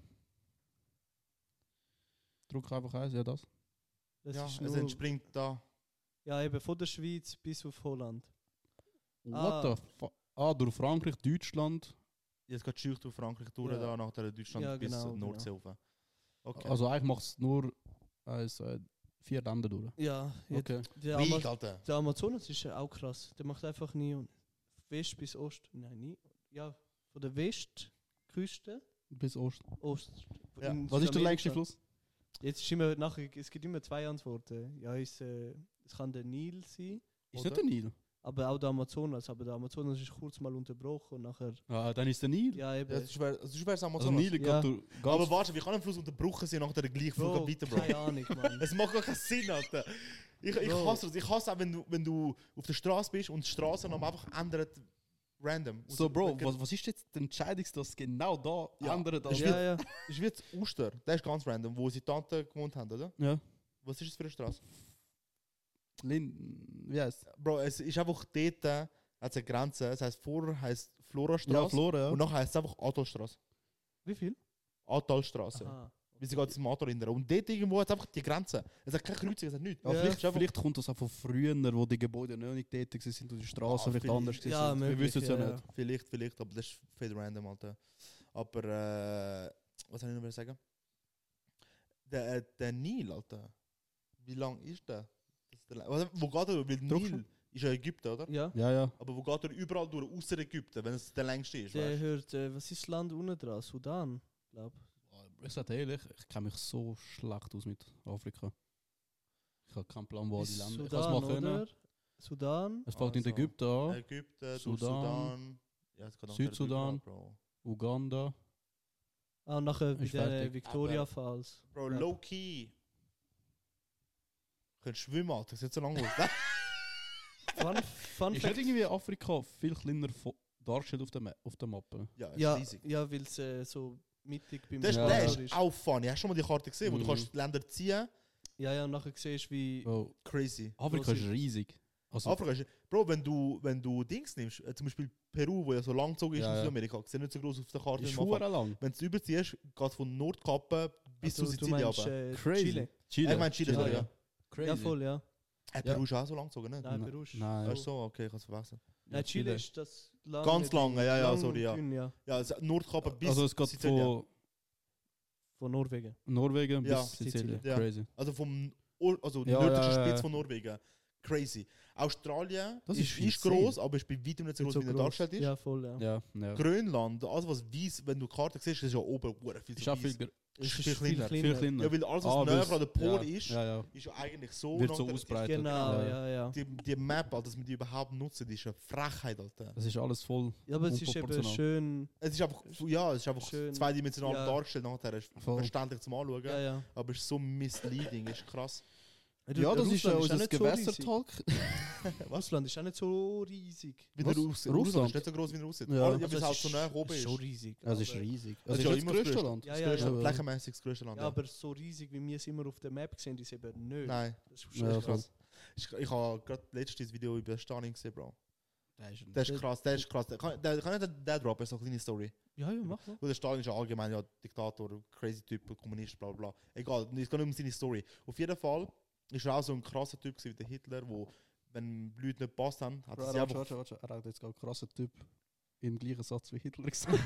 Speaker 3: Druck einfach eins, ja das.
Speaker 2: Das
Speaker 1: ja,
Speaker 2: ist
Speaker 1: es
Speaker 2: nur,
Speaker 1: entspringt da.
Speaker 2: ja, eben von der Schweiz bis auf Holland.
Speaker 3: What
Speaker 2: Ah.
Speaker 3: the fuck? Ah, durch Frankreich, Deutschland.
Speaker 1: Jetzt geht die Schicht durch Frankreich durch,
Speaker 2: Ja.
Speaker 1: da nach der Deutschland
Speaker 2: Ja,
Speaker 1: bis
Speaker 2: genau,
Speaker 1: zur Nordsee rauf. Okay.
Speaker 3: Also eigentlich macht es nur eins, äh, vier Länder durch.
Speaker 2: Ja, jetzt,
Speaker 3: Okay.
Speaker 2: der,
Speaker 1: Weich,
Speaker 2: Amaz
Speaker 1: Alter.
Speaker 2: der Amazonas ist ja auch krass. Der macht einfach nie und West bis Ost. Nein, nie. Ja, von der Westküste
Speaker 3: Bis Ost.
Speaker 2: Ost.
Speaker 1: Ja.
Speaker 2: in
Speaker 3: Was ist der
Speaker 2: Südamerika.
Speaker 3: längste Fluss?
Speaker 2: Jetzt ist immer nachher, es gibt immer zwei Antworten. Ja, ist, äh, es kann der Nil sein,
Speaker 3: Ist
Speaker 2: Oder?
Speaker 3: nicht der Nil?
Speaker 2: aber auch der Amazonas. Aber der Amazonas ist kurz mal unterbrochen und nachher.
Speaker 3: Ah, dann ist der Nil.
Speaker 2: Ja, eben.
Speaker 1: Ja, sonst wär- sonst wär's
Speaker 3: Also
Speaker 1: Amazonas.
Speaker 3: Nil geht
Speaker 2: Ja.
Speaker 3: durch ganz
Speaker 1: Aber warte, wie kann ein Fluss unterbrochen sein nach der gleichen Flug
Speaker 2: Bro,
Speaker 1: weiter, Bro?
Speaker 2: keine Ahnung, Mann.
Speaker 1: Es macht gar keinen Sinn, Alter. Ich, ich
Speaker 2: Bro.
Speaker 1: hasse das. Ich hasse auch, wenn du, wenn du auf der Straße bist und die Straßenname einfach ändert random.
Speaker 3: So, Bro, was, was ist jetzt die Entscheidung, dass genau da
Speaker 1: Ja.
Speaker 3: ändert als
Speaker 2: ja, ja.
Speaker 1: ist wie jetzt Uster. Der ist ganz random, wo sie Tante gewohnt haben, oder?
Speaker 3: Ja.
Speaker 1: Was ist das für eine Straße?
Speaker 3: Lin, wie heißt
Speaker 1: Bro, es ist einfach dort, äh, hat's eine Grenze. Es heißt vorher heißt
Speaker 3: Ja,
Speaker 1: Florastraße
Speaker 3: Flora, ja.
Speaker 1: und nachher heißt es einfach Adolstraße.
Speaker 2: Wie viel?
Speaker 1: Adolstraße.
Speaker 2: Aha.
Speaker 1: Weil sie geht zum Adol in der Und dort irgendwo hat es einfach die Grenze. Es hat keine Kreuzung, es hat nichts.
Speaker 3: ja,
Speaker 2: Ja.
Speaker 3: vielleicht,
Speaker 1: Ist einfach-
Speaker 3: vielleicht kommt das auch von früher, wo die Gebäude noch nicht tätig sind und die Straßen
Speaker 1: Ah,
Speaker 3: vielleicht
Speaker 1: vielleicht.
Speaker 3: anders
Speaker 2: Ja,
Speaker 3: sind. Wir
Speaker 2: möglich,
Speaker 3: wissen es ja,
Speaker 2: ja,
Speaker 3: nicht.
Speaker 1: Vielleicht, vielleicht, aber das ist viel random, Alter. Aber, äh, was soll ich noch sagen? Der, äh, der Nil, Alter. Wie lang ist der? Das ist der lang- Warte, wo geht er? Weil
Speaker 3: Druck
Speaker 1: Nil
Speaker 3: schon.
Speaker 1: ist ja Ägypten, oder?
Speaker 2: Ja.
Speaker 3: Ja, ja.
Speaker 1: Aber wo geht er überall durch, außer Ägypten, wenn es der längste ist?
Speaker 2: Der
Speaker 1: Weißt?
Speaker 2: hört, äh, was ist das Land unten dran? Sudan, glaub.
Speaker 3: Ich sage ehrlich, ich kenne mich so schlecht aus mit Afrika. Ich habe keinen Plan, wo die
Speaker 2: Ist
Speaker 3: Länder Ich kann es
Speaker 2: Sudan,
Speaker 3: mal können.
Speaker 2: oder? Sudan.
Speaker 3: Es fängt in
Speaker 1: Also.
Speaker 3: Ägypten an,
Speaker 1: Ägypten, Sudan,
Speaker 3: Sudan,
Speaker 1: Sudan. Ja, es geht auch
Speaker 3: Südsudan.
Speaker 1: überall, Bro,
Speaker 3: Uganda.
Speaker 2: Ah, und nachher bei
Speaker 3: Ist
Speaker 2: der
Speaker 3: fertig.
Speaker 2: Victoria
Speaker 1: Aber-
Speaker 2: Falls.
Speaker 1: Bro
Speaker 2: Ja.
Speaker 1: low key. Könnt schwimmen, Alter. Das ist jetzt so lang aus.
Speaker 2: Fun, Fun
Speaker 3: Ist nicht
Speaker 2: Fact.
Speaker 3: irgendwie Afrika viel kleiner vo- dargestellt auf der, Ma auf der Mappe?
Speaker 1: ja, ist
Speaker 2: Ja,
Speaker 1: riesig.
Speaker 2: ja weil es äh, so mittig beim
Speaker 1: Das ist,
Speaker 3: Ja.
Speaker 1: der
Speaker 2: Äquator
Speaker 1: ist auch funny. Hast du schon mal die Karte gesehen, wo du
Speaker 3: Mhm.
Speaker 1: kannst die Länder ziehen?
Speaker 2: Ja, ja, und nachher siehst du, wie.
Speaker 3: Bro,
Speaker 1: Crazy.
Speaker 3: Afrika
Speaker 2: Los
Speaker 3: ist
Speaker 2: ist-
Speaker 3: riesig. Also,
Speaker 1: Afrika ist, Bro, wenn du, wenn du Dings nimmst, äh, zum Beispiel Peru, wo ja so lang gezogen ist
Speaker 3: Ja,
Speaker 1: in
Speaker 3: ja.
Speaker 1: Südamerika, sieht nicht so groß auf der Karte.
Speaker 3: ist
Speaker 1: am Anfang.
Speaker 3: hure lang.
Speaker 1: Wenn du es überziehst, geht es von Nordkappe bis
Speaker 2: also,
Speaker 1: zu
Speaker 2: du
Speaker 1: Sizilien
Speaker 2: meinst,
Speaker 1: runter.
Speaker 2: äh,
Speaker 3: Crazy.
Speaker 2: Chile.
Speaker 3: Chile.
Speaker 1: Ich mein Chile, sorry, ja.
Speaker 3: Crazy.
Speaker 2: Ja, voll, ja.
Speaker 1: Äh, Peru ist auch so lang gezogen, ne?
Speaker 2: Nein,
Speaker 3: Na-
Speaker 2: Peru ist
Speaker 3: nein.
Speaker 2: so-
Speaker 1: Ach so, okay, ich habe es verwechselt.
Speaker 2: Nein, Chile ist das lange.
Speaker 1: Ganz lange, ja, ja,
Speaker 2: lang
Speaker 1: sorry, ja.
Speaker 2: dünn, ja.
Speaker 1: Ja, also Nordkappe bis
Speaker 3: Also es geht von
Speaker 2: Von Norwegen.
Speaker 3: Norwegen
Speaker 1: Ja.
Speaker 3: bis Sizilien.
Speaker 2: Sizilien.
Speaker 1: Ja.
Speaker 3: Crazy.
Speaker 1: Also vom Or- also
Speaker 3: Ja,
Speaker 1: nördlichsten
Speaker 3: ja, ja,
Speaker 1: Spitze
Speaker 3: ja.
Speaker 1: von Norwegen. Crazy. Australien
Speaker 3: Das
Speaker 1: ist,
Speaker 3: ist
Speaker 1: ist
Speaker 3: insane.
Speaker 1: groß, aber ist bei weitem nicht so groß, wie er dargestellt ist.
Speaker 2: Ja, voll, ja.
Speaker 3: Ja, ja.
Speaker 1: Grönland, alles was weiß, wenn du die Karte siehst, ist ja oben hure viel
Speaker 3: Ist
Speaker 1: so
Speaker 3: auch viel
Speaker 1: weiss.
Speaker 3: gr-
Speaker 2: Es
Speaker 1: Viel kleiner,
Speaker 3: Viel kleiner.
Speaker 1: Ja, weil alles, was
Speaker 3: Ah,
Speaker 1: näher
Speaker 3: weil's-
Speaker 1: an der Pol
Speaker 3: ja,
Speaker 1: ist,
Speaker 3: Ja, ja.
Speaker 1: ist ja eigentlich so.
Speaker 3: Wird
Speaker 1: nach
Speaker 3: so
Speaker 1: der-
Speaker 3: ausbreitet.
Speaker 2: Genau,
Speaker 3: Ja, ja.
Speaker 2: ja, ja.
Speaker 1: Die, die Map, Alter, dass wir die überhaupt nutzen, ist eine Frechheit, Alter.
Speaker 3: Das ist alles voll.
Speaker 2: Ja, aber es ist eben
Speaker 3: Unproportional.
Speaker 2: schön.
Speaker 1: Es ist einfach, ja, es ist einfach
Speaker 2: Schön.
Speaker 1: zweidimensional
Speaker 2: Ja.
Speaker 1: dargestellt nachher. Es ist
Speaker 3: Voll.
Speaker 1: verständlich zum Anschauen,
Speaker 2: Ja, ja.
Speaker 1: aber es ist so misleading, ist krass.
Speaker 2: dus
Speaker 3: Ja, das ist ja
Speaker 2: Russland
Speaker 3: unser
Speaker 2: nicht so riesig.
Speaker 3: Gewässertalk.
Speaker 2: Russland ist auch nicht so riesig. Also,
Speaker 1: Wie
Speaker 3: Was?
Speaker 1: der Russ-
Speaker 3: Russland?
Speaker 1: Russland ist nicht so groß wie der Russland.
Speaker 3: Ja.
Speaker 1: Ja, ja
Speaker 3: Aber
Speaker 1: weil es halt so nah oben ist.
Speaker 2: Schon riesig.
Speaker 3: Das ist
Speaker 2: aber-
Speaker 3: riesig.
Speaker 1: Das
Speaker 3: Also
Speaker 1: ist
Speaker 3: ist
Speaker 1: ja
Speaker 3: ja das
Speaker 1: immer
Speaker 3: größte
Speaker 1: das
Speaker 3: Land.
Speaker 2: Ja,
Speaker 1: Das
Speaker 2: ja,
Speaker 1: größte,
Speaker 2: ja.
Speaker 3: ja.
Speaker 1: flächenmäßig das größte Land.
Speaker 2: Ja,
Speaker 1: ja.
Speaker 2: aber so riesig, wie wir es immer auf der Map sehen, ist eben nicht.
Speaker 1: Nein,
Speaker 2: Das ist
Speaker 3: Ja,
Speaker 2: schon
Speaker 3: voll.
Speaker 2: krass.
Speaker 1: ich, ich habe gerade letztes Video über Stalin gesehen, Bro.
Speaker 3: Das
Speaker 1: Das ist krass, das ist krass. Der- Kann der- kann ich den- den droppen, so eine kleine Story?
Speaker 2: Ja, ja, mach mal.
Speaker 1: Weil der Stalin ist ja allgemein ja Diktator, crazy Typ, Kommunist, bla bla. bla. Egal, es geht nicht um seine Story. Auf jeden Fall ist er auch so ein krasser Typ gewesen wie der Hitler, wo wenn die Leute nicht passt haben, hat er sie
Speaker 3: Warte,
Speaker 1: einfach
Speaker 3: warte, warte. Er hat jetzt gerade einen krassen Typ im gleichen Satz wie Hitler gesagt.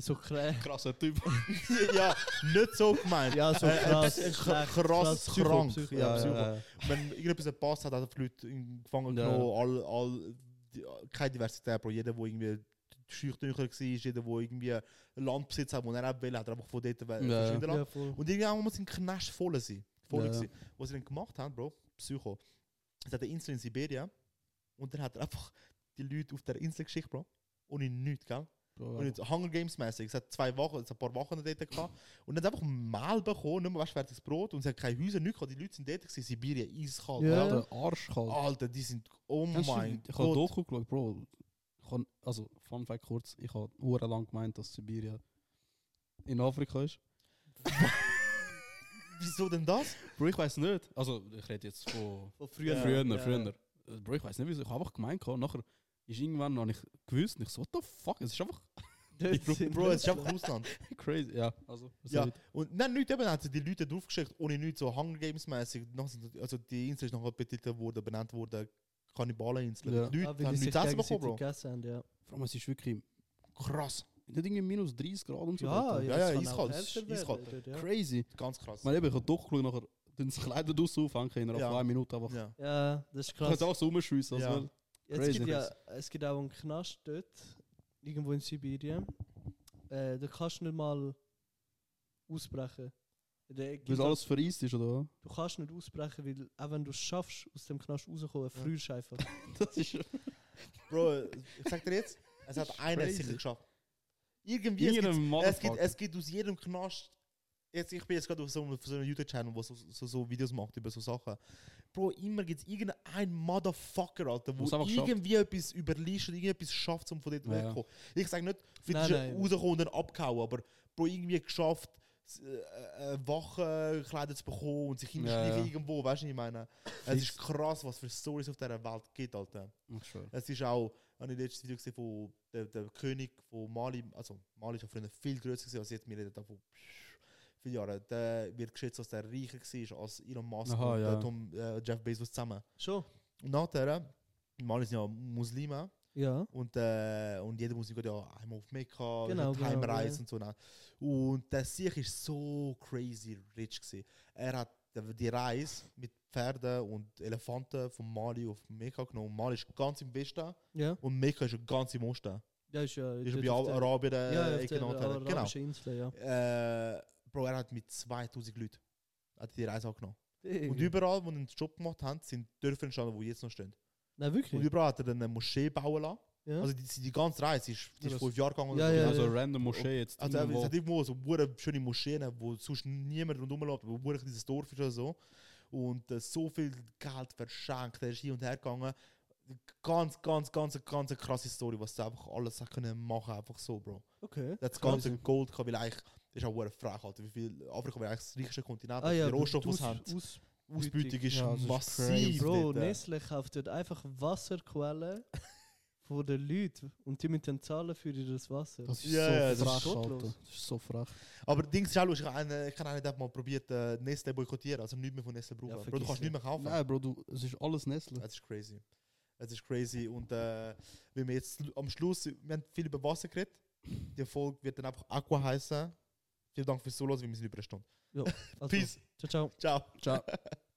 Speaker 2: So krass.
Speaker 3: krasser Typ.
Speaker 1: ja, nicht so gemeint.
Speaker 2: Ja, so
Speaker 1: Äh, äh,
Speaker 2: krass.
Speaker 1: äh,
Speaker 2: schlecht,
Speaker 1: krass,
Speaker 2: Psycho,
Speaker 1: krank.
Speaker 2: Psycho.
Speaker 1: Ja,
Speaker 3: Ja,
Speaker 1: Psycho.
Speaker 3: ja, ja.
Speaker 1: Wenn irgendetwas nicht passt hat, hat er die Leute in gefangen
Speaker 3: Ja.
Speaker 1: genommen. All, all, die, keine Diversität, Bro. Jeder, der irgendwie Schüchterncher war, jeder, der irgendwie Landbesitz hat, wo er auch will, hat er einfach von dort we-
Speaker 3: Ja.
Speaker 1: verschwinden lassen.
Speaker 2: Ja, voll.
Speaker 1: Und irgendwann muss ein Knast voll sein. Voll
Speaker 3: Ja.
Speaker 1: gewesen. Was sie dann gemacht haben, Bro, Psycho. Es hat eine Insel in Sibirien und dann hat er einfach die Leute auf der Insel geschickt, Bro. Ohne nichts, gell?
Speaker 3: Bro,
Speaker 1: Und jetzt Hunger Games mäßig. Es hat zwei Wochen, es hat ein paar Wochen dort gehabt. Und dann hat einfach Mehl bekommen, nicht mehr weißt, fertiges Brot. Und es hat keine Häuser, nichts gehabt. Die Leute sind dort gewesen, Sibirien, eiskalt.
Speaker 2: Ja.
Speaker 1: Alter.
Speaker 3: Alter, arschkalt.
Speaker 1: Alter, die sind, oh
Speaker 3: Kennst du-
Speaker 1: mein
Speaker 3: ich habe
Speaker 1: Gott.
Speaker 3: Doku geschaut, Bro. Ich hab, also, Fun Fact kurz, ich habe urlang gemeint, dass Sibirien in Afrika ist.
Speaker 1: Wieso denn das?
Speaker 3: Bro, ich weiß nicht. Also, ich rede jetzt von
Speaker 2: Von früher.
Speaker 3: früher,
Speaker 2: Ja.
Speaker 3: früher. Äh, Bro, ich weiß nicht, wieso. Ich habe einfach gemeint, gehabt, nachher ist irgendwann noch nicht gewusst. Und ich so, what the fuck? Es ist einfach
Speaker 2: Dort
Speaker 3: Bro,
Speaker 2: sind
Speaker 1: Bro, es ist
Speaker 2: Russland.
Speaker 1: einfach Russland.
Speaker 3: crazy. Ja, also,
Speaker 1: Ja,
Speaker 3: sorry.
Speaker 1: und nein, nichts eben, hat sie die Leute draufgeschickt, ohne nichts, so Hunger Games mäßig. Also die Insel ist nachher betitelt worden, benannt worden, Kannibaleninsel.
Speaker 3: Ja.
Speaker 1: Die
Speaker 2: Ah,
Speaker 1: Leute
Speaker 2: weil
Speaker 1: haben nichts
Speaker 2: die sich
Speaker 1: zu essen bekommen,
Speaker 2: gegenseitig
Speaker 1: Bro.
Speaker 2: gegessen haben, ja.
Speaker 3: Vor allem, es ist wirklich
Speaker 1: Krass,
Speaker 3: nicht irgendwie minus 30 Grad und so.
Speaker 2: Ja,
Speaker 3: Alter.
Speaker 1: ja,
Speaker 2: ja,
Speaker 1: ja,
Speaker 2: es kann auch
Speaker 1: eiskalt, es ist
Speaker 2: kälter
Speaker 1: eiskalt.
Speaker 2: werden dort, ja.
Speaker 3: Crazy.
Speaker 1: ganz krass.
Speaker 3: Ich meine, eben, ich habe doch geschaut, nachher dann das Kleider draus aufhängen in einer
Speaker 1: Ja.
Speaker 3: zwei Minuten einfach.
Speaker 1: Ja.
Speaker 2: Ja, das ist
Speaker 3: Ich kann es
Speaker 2: krass.
Speaker 3: auch so rumschiessen.
Speaker 1: Ja.
Speaker 3: Also,
Speaker 2: Ja,
Speaker 3: Crazy.
Speaker 2: es, gibt ja, es gibt auch einen Knast dort, irgendwo in Sibirien. Äh, da kannst du nicht mal ausbrechen. Da gibt
Speaker 3: Weil
Speaker 2: auch-
Speaker 3: alles vereist ist, oder?
Speaker 2: Du kannst nicht ausbrechen, weil auch wenn du es schaffst, aus dem Knast rauszukommen,
Speaker 1: Ja.
Speaker 2: frühst einfach.
Speaker 3: Das ist
Speaker 1: Bro, ich sag dir jetzt, es hat einer es
Speaker 3: crazy.
Speaker 1: sicher geschafft. Irgendwie, es gibt,
Speaker 3: irgendein
Speaker 1: es, gibt,
Speaker 3: Motherfucker.
Speaker 1: es gibt aus jedem Knast. Jetzt, ich bin jetzt gerade auf so einem, auf so einem YouTube-Channel, der so, so, so Videos macht über so Sachen. Bro, immer gibt es irgendeinen Motherfucker, Alter,
Speaker 3: Wo's
Speaker 1: der
Speaker 3: einfach schafft.
Speaker 1: irgendwie etwas überlischt und irgendetwas schafft, um von dort
Speaker 3: Ja, ja.
Speaker 1: wegzukommen. Ich sag nicht, für
Speaker 2: Nein,
Speaker 1: dich
Speaker 2: nein.
Speaker 1: rauskommen und dann abkauen, aber Bro, irgendwie geschafft, s- äh, äh, wache Kleider zu bekommen und sich hinschleichen
Speaker 3: ja.
Speaker 1: irgendwo, weißt du, was ich meine? Es
Speaker 3: Fix.
Speaker 1: ist krass, was für Stories auf dieser Welt gibt, Alter.
Speaker 3: Ich schwöre.
Speaker 1: Es ist auch, habe ich letztes Video gesehen, von der, der König von Mali, also Mali ist ja früher viel größer gewesen als jetzt, wir reden da von vielen Jahren. Der wird geschätzt, als der reicher war als Elon Musk
Speaker 3: Aha,
Speaker 1: und
Speaker 3: ja.
Speaker 1: der Tom, äh, Jeff Bezos zusammen.
Speaker 2: Schon?
Speaker 1: Und nachher, die Mali sind ja Muslime
Speaker 2: Ja.
Speaker 1: und, äh, und jeder Muslim geht ja einmal auf Mekka,
Speaker 2: Genau,
Speaker 1: genau,
Speaker 2: genau,
Speaker 1: Heimreise
Speaker 2: ja.
Speaker 1: und so. ne? Und der Sieg ist so crazy rich. Gewesen. Er hat die Reise mit Pferden und Elefanten von Mali auf Mekka genommen. Mali ist ganz im Westen.
Speaker 2: Ja.
Speaker 1: Und Mekka ist ja ganz im Osten.
Speaker 2: Ja, ist ja.
Speaker 1: Ist ja
Speaker 2: dort
Speaker 1: bei
Speaker 2: auf
Speaker 1: Al-
Speaker 2: der-
Speaker 1: Arabien äh,
Speaker 2: Ja, auf
Speaker 1: Ecke
Speaker 2: der
Speaker 1: nachher.
Speaker 2: arabischen Insel, ja.
Speaker 1: Genau. Äh, Bro, er hat mit 2000 Leuten hat die Reise angenommen. Und überall, wo sie einen Job gemacht haben, sind Dörfer entstanden, wo jetzt noch stehen.
Speaker 2: Nein,
Speaker 1: Und
Speaker 2: wirklich?
Speaker 1: überall hat er dann eine Moschee bauen lassen.
Speaker 2: Ja.
Speaker 1: Also die, die ganze Reise ist, die
Speaker 3: Ja,
Speaker 1: ist
Speaker 3: das-
Speaker 1: fünf Jahre gegangen.
Speaker 2: Ja,
Speaker 1: so.
Speaker 2: ja,
Speaker 3: also
Speaker 2: ja.
Speaker 3: random Moschee jetzt.
Speaker 1: Also eben,
Speaker 3: irgendwo.
Speaker 1: es hat irgendwo so hure schöne Moscheen, wo sonst niemand rundherum läuft, wo hure dieses Dorf ist oder so. Und äh, so viel Geld verschenkt, er ist hin und her gegangen. Ganz, ganz, ganz, ganz eine krasse Story, was du einfach alles hat können machen, einfach so, Bro.
Speaker 2: Okay.
Speaker 1: Das hat
Speaker 3: Crazy.
Speaker 1: ganze Gold gehabt, weil eigentlich ist auch hure frech, Alter, wie viel Afrika wäre eigentlich das reichste Kontinent,
Speaker 2: Ah ja,
Speaker 1: die Rohstoffe, die
Speaker 2: aus-
Speaker 1: sie haben.
Speaker 2: aus-
Speaker 1: Ausbeutung ist
Speaker 3: Ja, das ist
Speaker 1: massiv.
Speaker 2: Bro,
Speaker 1: dort, äh.
Speaker 2: Nestle kauft dort einfach Wasserquellen von den Leuten und die müssen dann zahlen für ihr Wasser.
Speaker 3: Das ist
Speaker 1: Ja,
Speaker 3: so
Speaker 1: ja, das
Speaker 3: frech,
Speaker 2: ist gottlos.
Speaker 3: Alter. Das ist so frech.
Speaker 1: Aber Dings ist auch lustig, ich habe einen- ich habe einen, der hat mal probiert, äh, Nestle boykottieren, also nichts mehr von Nestle brauchen. Bro, du
Speaker 2: vergiss
Speaker 1: kannst nichts mehr kaufen.
Speaker 3: Nein, Bro, du, es ist alles Nestle.
Speaker 1: Das ist crazy. Das ist crazy. Und äh, wenn wir jetzt am Schluss, wir haben viel über Wasser geredet. Die Folge wird dann einfach Aqua heißen. Vielen Dank fürs Zuhören, wir sind über eine Stunde.
Speaker 2: Also,
Speaker 1: Peace.
Speaker 2: Ciao, ciao.
Speaker 1: Ciao.
Speaker 3: Ciao.